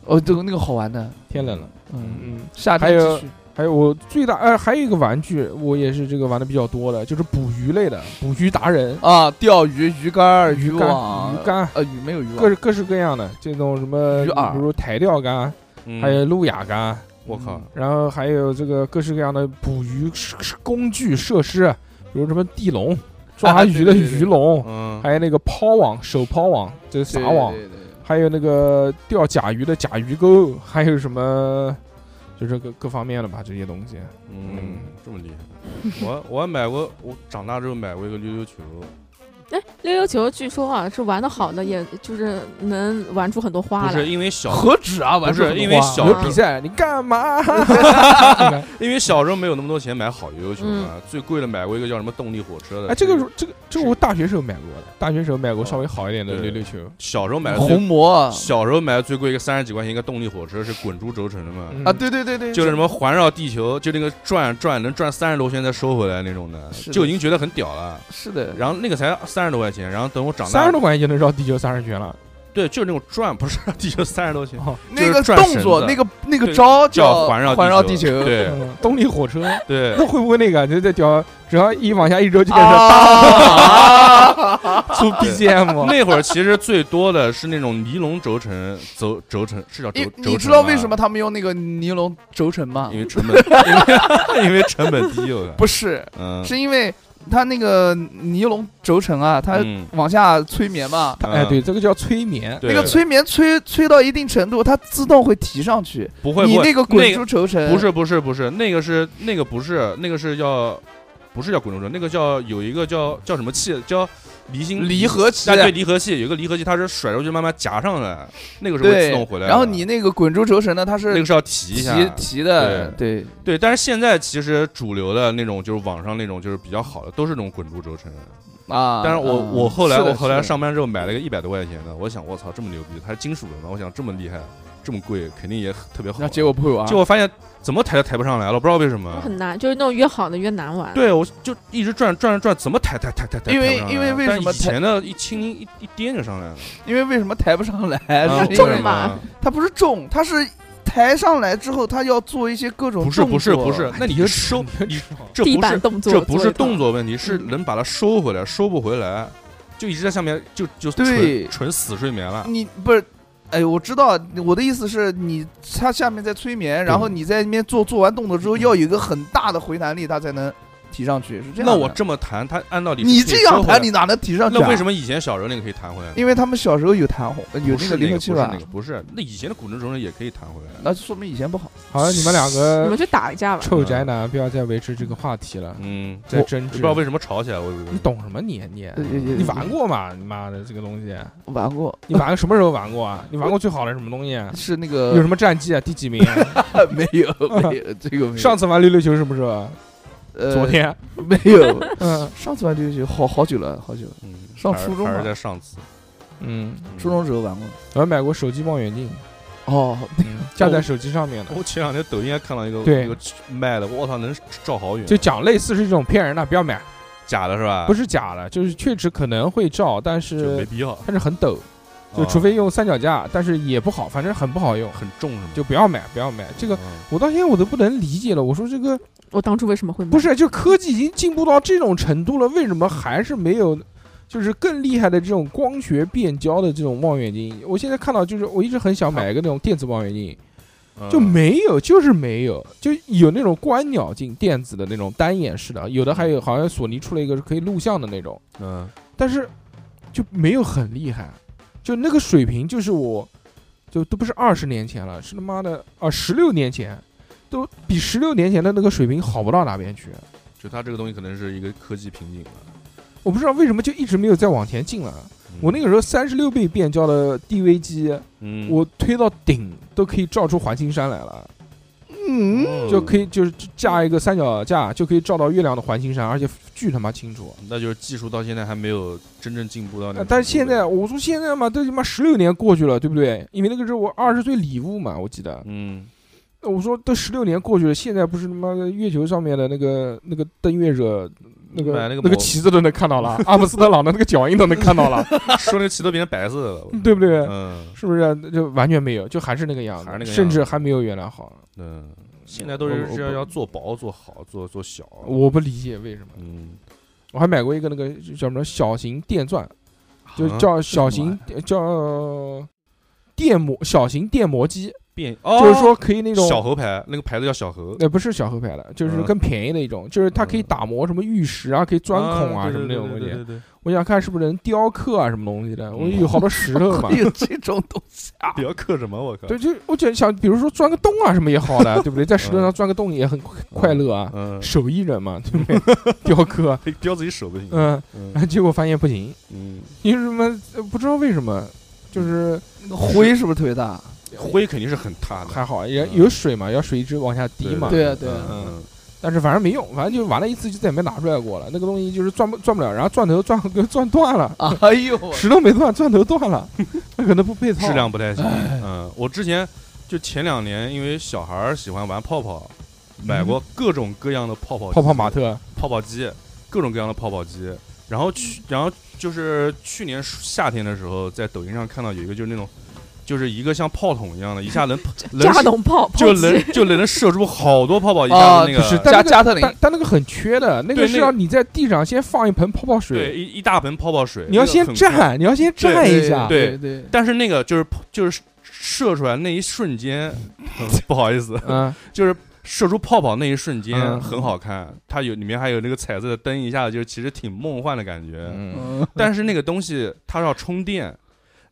S4: 哦，这个那个好玩的，
S2: 天冷了。
S4: 嗯，
S2: 嗯，
S4: 夏
S2: 还
S4: 天
S2: 有
S4: 继
S2: 还
S4: 续
S2: 有哎我最大呃，还有一个玩具，我也是这个玩的比较多的，就是捕鱼类的，捕鱼达人，
S4: 啊，钓鱼鱼竿、
S2: 鱼竿
S4: 网、
S2: 鱼竿
S4: 呃，鱼没有鱼
S2: 各
S4: 网，
S2: 式各式各样的这种什么，
S4: 鱼饵嗯
S2: 比如台钓竿，
S5: 嗯
S2: 还有路亚竿，
S5: 我靠，
S2: 然后还有这个各式各样的捕鱼工具设施，比如什么地 笼，抓
S4: 啊对
S2: 鱼的
S4: 对对
S2: 鱼笼，
S5: 嗯，
S2: 哦还有那个抛网、手抛网，这是
S4: 对
S2: 撒网，
S4: 对对对
S2: 还有那个钓甲鱼的甲鱼钩，还有什么，就是各各方面的吧，这些东西。
S5: 嗯，这么厉害。我我还买过，我长大之后买过一个溜溜球，
S3: 哎，溜溜球据说啊是玩的好的，也就是能玩出很多
S5: 不
S3: 花来
S5: 是。因为小，
S4: 何止啊，玩
S5: 不是因为小
S2: 有
S5: 时
S2: 比
S5: 候，
S2: 赛，你干嘛？
S5: 因为小时候没有那么多钱买好溜溜球嘛，最贵的买过一个叫什么动力火车的。
S2: 哎，这个
S5: 是哦
S2: 这个这个我大学时候买过的，大学时候买过稍微好一点的
S5: 对
S2: 溜溜球，
S5: 小时候买的
S4: 红
S5: 最，
S4: 魔啊，
S5: 小时候买的最贵一个三十几块钱一个动力火车是滚珠轴承的嘛，
S2: 嗯
S4: 啊，对对对对，
S5: 就是什么环绕地球，就那个转转能转三十多圈再收回来那种的，
S4: 是的
S5: 就已经觉得很屌了。
S4: 是的，
S5: 然后那个才三十多块钱，然后等我长
S2: 三
S5: 大
S2: 十，多块钱就能绕地球三十圈了。
S5: 对，就是那种转，不是绕地球三十多钱，
S2: 哦
S4: 那个
S5: 转
S4: 动
S5: 绳
S4: 作，
S5: 子
S4: 那个那个
S5: 对
S4: 招
S5: 叫
S4: 环
S5: 绕
S4: 绕
S5: 地
S4: 地球，
S5: 对
S2: 嗯动力火车，
S5: 对，啊
S2: 那会不会那个啊就这屌，只要一往下一揉就开始
S4: 啊，
S2: 出 BGM？
S5: 那会儿其实最多的是那种尼龙轴承，轴轴承是叫轴
S4: 你
S5: 轴承
S4: 你知道为
S5: 吗
S4: 什么？他们用那个尼龙轴承吗
S5: 因？为成本，因为 因为成本低，我看
S4: 不是，
S5: 嗯，
S4: 是因为它那个尼龙轴承啊，它
S5: 嗯
S4: 往下催眠嘛，
S2: 哎，
S5: 嗯
S2: 对，这个叫催眠。
S5: 对
S4: 那个催眠催催到一定程度，它自动会提上去。
S5: 不会
S4: 你
S5: 不会
S4: 那个滚珠轴承
S5: 不是不是不是那个是那个不是那个是叫不是叫滚轴绳，那个叫有一个叫叫什么器叫离心
S4: 离合器
S5: 啊，对离合器有一个离合器，它是甩出去慢慢夹上来，那个是会自动回来的。
S4: 然后你那个滚珠轴承呢，它
S5: 那
S4: 是
S5: 个是要提一
S4: 提
S5: 下，
S4: 提的，对，
S5: 对，但是现在其实主流的那种就是网上那种就是比较好的，都是这种滚珠轴承。
S4: 啊。
S5: 但是我
S4: 嗯
S5: 我后来
S4: 是的
S5: 我后来
S4: 是的
S5: 上班之后买了个一百多块钱的，我想我操这么牛逼，它是金属的嘛，我想这么厉害，这么贵，肯定也很特别好。啊
S4: 那结果不会玩，
S5: 结果发现怎么抬都抬不上来了，不知道为什么。
S3: 很难，就是那种越好的越难玩。
S5: 啊对，我就一直转转转，怎么抬抬抬抬抬？
S4: 因为
S5: 抬不上来啊
S4: 因为为
S5: 但
S4: 什么
S5: 以前的一轻轻一一颠就上来了？
S4: 因为为什么抬不上来？
S5: 啊
S4: 是因
S3: 重
S4: 为
S5: 为什么
S3: 吧
S4: 它不是重，它是抬上来之后，它要做一些各种
S5: 不是不是
S4: 动作
S5: 不是，那你就收，你这
S3: 地
S5: 不
S3: 板
S5: 是
S3: 动作，
S5: 这不是动
S3: 作，
S5: 作问题，
S4: 嗯
S5: 是能把它收回来，收不回来，就一直在下面就就
S4: 对
S5: 纯纯死睡眠了。
S4: 你不是。哎，我知道我的意思是你，它下面在催眠，然后你在那边做做完动作之后，要有一个很大的回弹力，它才能提上去，是这样的。
S5: 那我这么弹，它按道理是
S4: 你
S5: 可以
S4: 这样
S5: 收回来
S4: 弹，你哪能提上去、啊？
S5: 那为什？么以前小时候那个可以弹回来呢？
S4: 因为他们小时候有弹簧，呃有
S5: 不
S4: 那
S5: 是
S4: 个零和
S5: 那个
S4: 七
S5: 不是
S4: 吧
S5: 那个，不是，那以前的古筝手也可以弹回来。
S4: 那就说明以前不好。
S2: 好像你们两
S3: 你
S2: 个
S3: 们去打一架吧。
S2: 臭宅男，不要再维持这个话题了，
S5: 嗯，
S2: 再
S5: 我
S2: 争
S5: 不
S2: 执
S5: 知。道为什么吵起来，我
S2: 你懂什么你你
S4: 呃也也
S2: 你玩过吗？你妈的这个东西，
S4: 玩过，
S2: 你玩什么时候玩过啊？你玩过最好的什么东西啊？
S4: 是那
S2: 有什
S4: 个
S2: 么战绩啊？第几名啊？
S4: 没有 没有这个没有
S2: 上次玩溜溜球什么时候啊？
S4: 呃
S2: 昨天。
S4: 没有，
S2: 嗯
S4: 上次玩这个游戏好好久了，好久了，
S5: 嗯
S4: 上
S5: 还是
S4: 初中
S5: 还是
S4: 吧
S5: 在上次
S2: 嗯，
S4: 初中时候玩过。
S2: 我还买过手机望远镜，嗯
S4: 哦，
S2: 架在手机上面的。
S5: 我前两天抖音还看到一个
S2: 对
S5: 一个卖的，我操，能照好远，
S2: 就讲类似是这种骗人的，不要买，
S5: 啊假的是吧？
S2: 不
S5: 是，
S2: 是假的，就是确实可能会照，但
S5: 就没
S2: 是
S5: 必要，
S2: 但是很陡，就
S5: 啊
S2: 除非用三脚架，但是也不好，反正很不好用，
S5: 很重是吗？
S2: 就不要买，不要买这个。
S5: 嗯
S2: 我到现在我都不能理解了，我说这个
S3: 我当初为什么会买
S2: 不？是，就科技已经进步到这种程度了，为什么还是没有，就是更厉害的这种光学变焦的这种望远镜？我现在看到就是我一直很想买一个那种电子望远镜，就
S5: 嗯
S2: 没有，就是没有，就有那种观鸟镜电子的那种单眼式的，有的还有好像索尼出了一个是可以录像的那种，
S5: 嗯，
S2: 但是就没有很厉害，就那个水平就是我，就都不是二十年前了，是他妈的啊十六年前。都比十六年前的那个水平好不到哪边去，
S5: 就它这个东西可能是一个科技瓶颈了。
S2: 我不知道为什么就一直没有再往前进了。我那个时候三十六倍变焦的 DV 机，
S5: 嗯，
S2: 我推到顶都可以照出环形山来了，
S4: 嗯，。
S5: 嗯
S2: 就可，以就是架一个三脚架就可以照到月亮的环形山，而且巨他妈清楚。
S5: 那就是技术到现在还没有真正进步到那
S2: 呃
S5: 个程度。
S2: 但是现在我说现在嘛，都他妈十六年过去了，对不对？因为那个时候我二十岁礼物嘛，我记得。
S5: 嗯，
S2: 那我说都十六年过去了，现在不是他妈的月球上面的那个那个登月者。那个
S5: 买那个
S2: 个
S5: 毛
S2: 旗子都能看到了，阿姆斯特朗的那个脚印都能看到 了，
S5: 说那个旗都变成白色的了。
S2: 对不对？
S5: 嗯
S2: 是不是啊就完全没有，就还是那个样子，
S5: 还是那个样子
S2: 甚至还没有原来好。
S5: 嗯，现在都是
S2: 我
S5: 要要做薄、做好、做做小。
S2: 我不理解为什么。
S5: 嗯，
S2: 我还买过一个那个叫什么小型电钻，
S5: 啊
S2: 就叫小型叫电磨小型电磨机，
S5: 变，哦
S2: 就是说可以那种
S5: 小猴牌，那个牌子叫小猴。
S2: 呃不是小河牌的，就是
S5: 嗯
S2: 更便宜的一种，就是它可以打磨什么玉石啊，可以钻孔啊
S5: 对
S2: 什么那
S5: 对
S2: 种东
S5: 对对
S2: 西。
S5: 对对
S2: 我想看是不是能雕刻啊什么东西的，我有好多石头嘛
S5: 嗯
S4: 有哎这种东西啊
S5: 不？要刻什么，我靠。
S2: 对，就我就想，比如说钻个洞啊什么也好 的，对不对？在石头上钻个洞也很快乐啊。
S5: 嗯，
S2: 手艺人嘛， 对不 对？雕刻，
S5: 可以雕自己手 不行。
S2: 嗯，
S5: 嗯
S2: 结果发现不行，
S5: 嗯，
S2: 因为什么？呃不知道为什么，就是
S4: 那个灰是不是特 别大？
S5: 灰肯定是很塌的。
S2: 还好，也
S5: 嗯
S2: 有水嘛，要水一直往下滴嘛。
S4: 对啊对啊
S5: 嗯，
S2: 但是反正没用，反正就玩了一次，就再也没拿出来过了。那个东西就是转不转不了，然后钻头钻 给钻断了，
S5: 啊
S4: 哎呦，
S2: 石头没断，钻头断 了，那可能不配套。
S5: 质量不太行。
S2: 哎
S5: 嗯，我之前就前两年，因为小孩儿喜欢玩泡泡，买过各种各样的泡泡
S2: 嗯泡泡
S5: 机
S2: 玛特，
S5: 泡泡机，各种各样的泡泡机。然后
S2: 嗯
S5: 去，然后就是去年暑夏天的时候，在抖音上看到有一个就是那种，就是一个像炮筒一样的，一 下能能
S3: 加农炮，
S5: 就
S3: 炮击
S5: 能就能射出好多泡泡，一下
S4: 啊
S5: 子那个、
S2: 哦就是
S4: 加
S2: 但那个
S4: 加特林
S2: 但但那个很缺的，那
S5: 对
S2: 个
S5: 那
S2: 是
S5: 个
S2: 让你在地上先放一盆泡泡
S5: 对
S2: 水，
S5: 一一大盆泡泡水，
S2: 你要
S5: 那个
S2: 先
S5: 很快。
S2: 站，你要先
S5: 对
S2: 站一下。
S5: 对
S4: 对，
S5: 但是那个就是就是射出来那一 瞬间， 不好意思，
S2: 嗯，
S5: 就是射出泡泡那一瞬间
S2: 嗯
S5: 很好看，它有里面还有那个彩色的灯，一下子就其实挺梦幻的感觉。
S2: 嗯，
S4: 嗯
S5: 但是那个东西它要充电，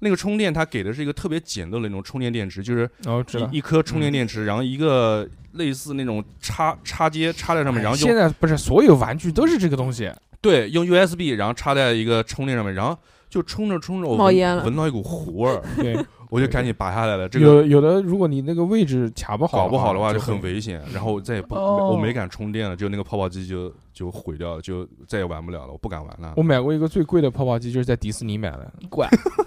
S5: 那个充电它给的是一个特别简陋的那种充电电池，就是
S2: 然后知道
S5: 一。一颗充电电池，然后一个类似那种插插接插在上面，然后
S2: 哎现
S5: 用
S2: 在不是所有玩具都是这个东 西，
S5: 对用 USB，然后插在一个充电上面，然后就充着充着我
S3: 冒
S5: 闻
S3: 烟 了
S5: 闻到一股糊味儿，
S2: 对，
S5: 我就赶紧拔下来了。这个
S2: 有有的，如果你那个位置卡不好，
S5: 搞不好的话
S2: 就
S5: 就很危险，然后我再也不
S4: 哦
S5: 我没敢充电了，就那个泡泡机就就毁掉了，就再也玩不了了，我不敢玩了
S2: 我。买过一个最贵的泡泡机，就是在迪士尼买的，
S4: 怪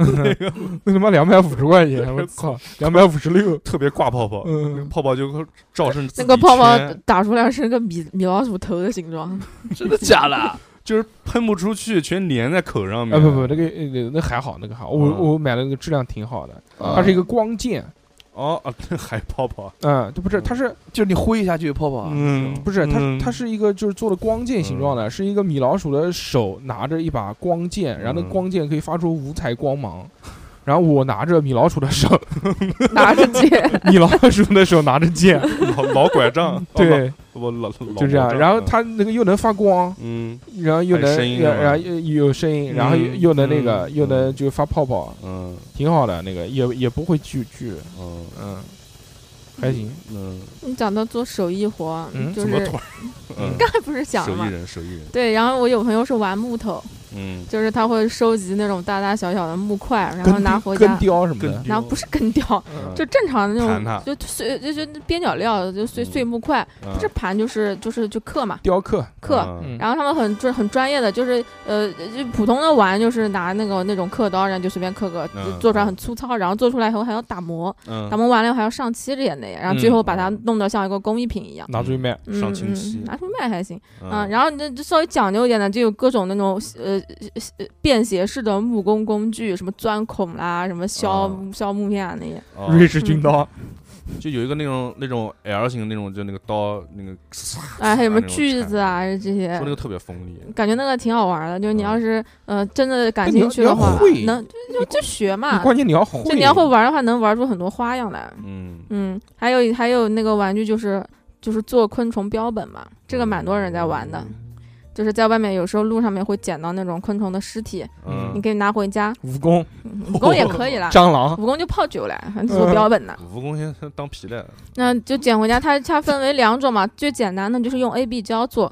S2: 那他妈两百五十块 钱，我操，两百五十六，
S5: 特别挂泡泡，
S2: 嗯，
S5: 泡泡就照身
S3: 那个泡泡打出来是个米米老鼠头的形状，
S4: 真的假的？
S5: 就是喷不出去，全粘在口上面。
S2: 啊不不，那个呃那还好，那个还好，
S5: 嗯啊
S2: 我我买的那个质量挺好的，
S4: 啊
S2: 它是一个光剑，
S5: 哦啊， 还泡泡，
S2: 嗯，这不是，它是
S4: 就是你挥一下就有泡泡啊。
S5: 嗯
S2: 不是它
S5: 嗯
S2: 它是一个就是做的光剑形状的，是一个米老鼠的手拿着一把光剑，然后那
S5: 嗯
S2: 光剑可以发出五彩光芒。然后我拿着米老鼠的手，
S3: 拿 着剑，
S2: 米老鼠的手拿着剑，
S5: 老老 拐杖，哦，
S2: 对，
S5: 不不老老
S2: 就这
S5: 老
S2: 样。
S5: 拐杖
S2: 然后
S3: 嗯
S2: 它那个又能发光，
S5: 嗯
S2: 然后又
S5: 还有声
S2: 能，
S5: 音
S2: 又
S5: 是吧
S2: 然后又又有声音，
S5: 嗯
S2: 然后又又能那个，
S5: 嗯
S2: 又能就发泡泡，
S5: 嗯
S2: 挺好的。那个也也不会聚聚，
S5: 嗯
S2: 嗯，还行。
S5: 嗯
S3: 你讲到做手艺活，
S2: 嗯
S3: 就
S5: 怎么
S3: 是
S5: 突 嗯，
S3: 刚才不是讲
S5: 手
S3: 了
S5: 艺
S3: 吗？
S5: 人手艺人，
S3: 对，然后我有朋友是玩木头，
S5: 嗯
S3: 就是他会收集那种大大小小的木块，然后
S2: 根
S3: 拿
S2: 雕
S3: 回
S2: 根
S3: 家，
S2: 雕什么
S5: 根
S2: 的，
S3: 拿不是根雕，就正常的那
S5: 嗯盘它
S3: 种，就碎就就边角料，就碎
S5: 嗯
S3: 碎木块，
S5: 嗯
S3: 不是盘就是就是就刻嘛
S2: 雕刻，
S3: 刻。
S2: 嗯
S5: 嗯
S3: 然后他们很专很专业的，就是呃，就普通的玩就是拿那个那种刻刀，然后就随便刻个，
S5: 嗯
S3: 就做出来很粗糙，然后做出来以后还要打磨，打
S5: 嗯
S3: 磨完了以后还要上漆这些那些，然后最
S2: 嗯
S3: 后把它弄得像一个工艺品一样。
S2: 拿出去卖。
S3: 嗯
S5: 上清漆
S3: 嗯，拿出卖还行，嗯，
S5: 嗯
S3: 然后你这这稍微讲究一点的，就有各种那种呃呃便携式的木工工具，什么钻孔啦，什么削、
S5: 哦
S3: 削木片啊那些，
S5: 哦
S2: 瑞士军刀，
S5: 就有一个那种那种 L 型那种，就那个刀那个，
S3: 哎，还有什么
S5: 那种
S3: 锯
S5: 铲
S3: 子啊这些
S5: 说那，个嗯特别锋利，
S3: 感觉那个挺好玩的。就是你要是、呃真的感
S5: 哎
S2: 但你要
S3: 兴趣
S2: 你
S3: 的
S2: 要
S3: 话
S2: 会，
S3: 能就就就学
S2: 你
S3: 嘛，
S2: 关键你要会，
S3: 就啊你要会玩的话，能玩出很多花样来。
S5: 嗯，
S3: 嗯，还有还有那个玩具就是就是做昆虫标本嘛，这个蛮多人在玩的，
S5: 嗯
S3: 就是在外面有时候路上面会捡到那种昆虫的尸体，
S5: 嗯
S3: 你可以拿回家，
S2: 蜈蚣、
S3: 武功也可以啦。
S2: 蟑螂，
S3: 武功就泡酒来，还是做标本呢。
S5: 蜈蚣先先当皮带
S3: 那就捡回家，它它分为两种嘛，最简单的就是用 A B 胶做，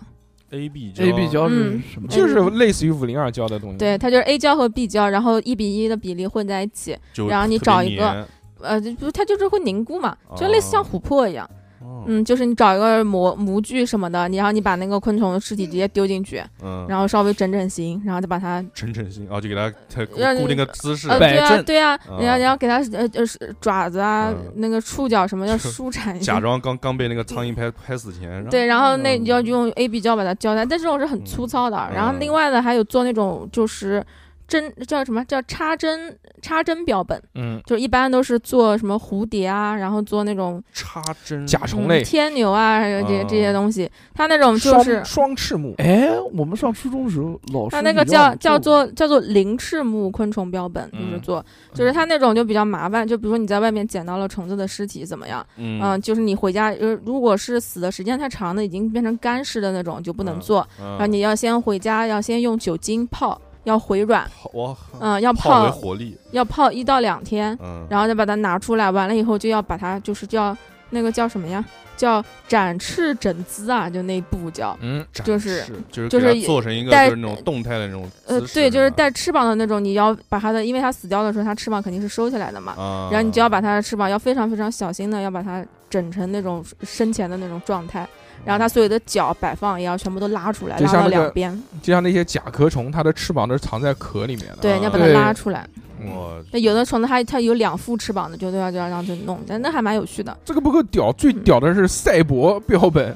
S5: ，A B 胶
S4: A B 胶是
S3: 嗯
S4: 什么？
S2: 就是类似于五零二胶的东西。
S3: 对，它就是 A 胶和 B 胶，然后一比一的比例混在一起，
S5: 就
S3: 然后你
S5: 特别
S3: 找一个
S5: 黏，
S3: 呃，就就它就是会凝固嘛，就类似像琥珀一样。
S5: 哦
S3: 嗯，就是你找一个模模具什么的，你然后你把那个昆虫的尸体直接丢进去，
S5: 嗯，
S3: 然后稍微整整形，然后再把它。
S5: 沉沉心啊，就给它它固
S3: 让
S5: 固
S3: 你
S5: 定个姿势，
S3: 呃，
S4: 摆
S3: 对啊，
S4: 正
S3: 对啊，
S5: 啊
S3: 你要你要给它呃呃是爪子啊
S5: 嗯，
S3: 那个触角什 么的
S5: 就
S3: 舒展一
S5: 假
S3: 下，
S5: 装刚刚被那个苍蝇拍拍死前，然后
S3: 对，然后那
S5: 嗯
S3: 你要用 A B 胶把它胶在，但这种是很粗糙的。
S5: 嗯
S3: 然后另外呢，还有做那种就是针叫什么叫插针插针标本，
S2: 嗯，
S3: 就是一般都是做什么蝴蝶啊，然后做那种、
S5: 插针
S2: 甲
S3: 嗯
S2: 虫类、
S3: 天牛啊这些
S5: 嗯
S3: 这些东西。它那种嗯就
S2: 双
S3: 是
S2: 双翅目，
S4: 哎，我们上初中的时候，老师
S3: 它那个叫叫做叫做鳞翅目昆虫标本，就是
S2: 嗯
S3: 做就是它那种就比较麻烦，就比如说你在外面捡到了虫子的尸体怎么样？
S5: 嗯
S3: 嗯、就是你回家呃如果是死的时间太长的，已经变成干尸的那种就不能做。然后
S5: 嗯，
S3: 你要先回家，要先用酒精泡，要回软，
S5: 泡我
S3: 嗯，要
S5: 泡为
S3: 泡，
S5: 活力，
S3: 要泡一到两天，
S5: 嗯，
S3: 然后再把它拿出来，完了以后就要把它就是叫那个叫什么呀？叫展翅整姿啊，就那一步叫，
S2: 嗯，
S5: 展
S3: 就是
S5: 示就是
S3: 就
S5: 给它
S3: 是
S5: 做成一个
S3: 带
S5: 就是那种动态的那种
S3: 呃
S5: 姿，势
S3: 对，就是
S5: 吧
S3: 带翅膀的那种，你要把它的，因为它死掉的时候，它翅膀肯定是收起来的嘛，
S5: 啊，
S3: 然后你就要把它的翅膀要非常非常小心的要把它整成那种生前的那种状态，然后它所有的脚摆放也要全部都拉出来，
S2: 就
S3: 拉
S2: 像
S3: 到
S2: 那个
S3: 两边，
S2: 就像那些甲壳虫，它的翅膀都是藏在壳里面的。
S3: 对，你要把它
S4: 对
S3: 拉出来。
S2: 哇，
S5: 我
S3: 那有的虫子它它有两副翅膀的，就都要就要让它弄，但那还蛮有趣的。
S2: 这个不够屌，最
S3: 嗯
S2: 屌的是赛博标本，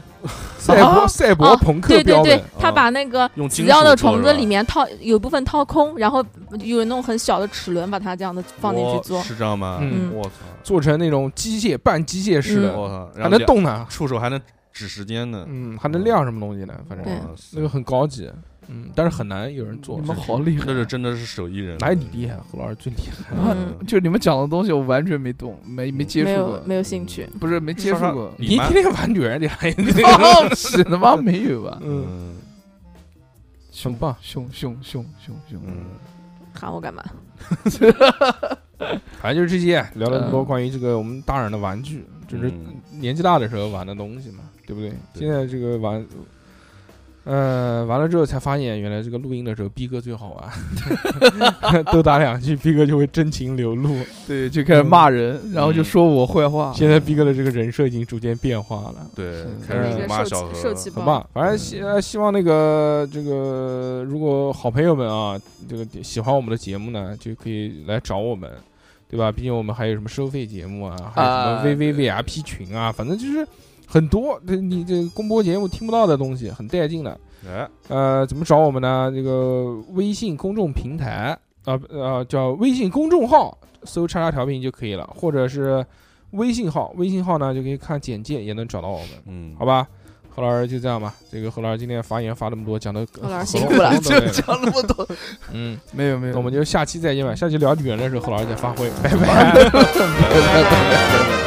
S2: 赛博赛博
S3: 哦
S2: 朋克
S3: 对对
S2: 标
S3: 对
S2: 本，，
S3: 它把那个
S5: 用啊
S3: 死
S5: 金
S3: 掉
S5: 属
S3: 的
S5: 做
S3: 虫
S5: 是
S3: 子
S5: 吧
S3: 里面掏有一部分掏空，然后有那种很小的齿轮把它这样子放进去
S5: 我
S3: 做。
S5: 是这样吗？
S2: 嗯
S5: 我操，
S2: 做成那种机械半机械式
S3: 嗯
S2: 的，
S5: 我操，然
S2: 还
S5: 后
S2: 能
S5: 两，
S2: 动呢，
S5: 触手还能指时间呢，
S2: 嗯，还能亮什么东西呢？反
S3: 对
S2: 正
S5: 哇塞
S2: 那个很高级，嗯，但是很难有人做
S4: 你。们好厉害，
S5: 那是真的是手艺人，
S2: 哪有你厉害？何老师最厉 害。
S5: 嗯，
S4: 就你们讲的东西，我完全没懂，没没接
S3: 没
S4: 触
S3: 有
S4: 过，
S3: 没有兴趣，
S4: 不是没接触过
S5: 你
S2: 你
S5: 妈
S2: 天天玩女人的，
S4: 哦， 是他妈没有 吧？
S2: 嗯，
S5: 嗯
S2: 很棒。
S4: 凶凶凶凶凶！
S5: 嗯，
S3: 喊我干嘛？
S2: 反正就是这些，聊了很多
S4: 嗯
S2: 关于这个我们大人的玩具，就是
S5: 嗯
S2: 年纪大的时候玩的东西嘛，对不对？
S5: 对
S2: 现在这个玩嗯，完了之后才发现，原来这个录音的时候逼哥最好玩， 多打两句，逼哥就会真情流露。
S4: 对，就开始骂人，然后
S5: 嗯
S4: 就说我坏话。
S2: 现在逼哥的这个人设已经逐渐变化了。
S5: 对
S4: 嗯，
S5: 开始
S3: 那个
S5: 辱骂
S3: 受
S5: 小
S3: 气
S5: 何，
S3: 受气
S2: 很
S3: 棒
S2: 棒，反正希呃希望那个这个，如果好朋友们啊，这个喜欢我们的节目呢，就可以来找我们，对吧？毕竟我们还有什么收费节目啊，还有什么
S4: 啊
S2: VVVIP 群啊，反正就是很多这你这个公播节目听不到的东西，很带劲的。
S5: 哎，
S2: 呃，怎么找我们呢？这个微信公众平台啊呃，叫微信公众号，搜“叉叉调频”就可以了，或者是微信号，微信号呢就可以看简介也能找到我们。
S5: 嗯，
S2: 好吧，何老师就这样吧。这个何老师今天发言发那么多，讲的
S3: 何老师辛苦了
S4: 就 讲那么多，
S2: 嗯，
S4: 没有没有，
S2: 那我们就下期再见吧。下期聊女人的时候，何老师再发挥，拜拜。
S5: 拜拜。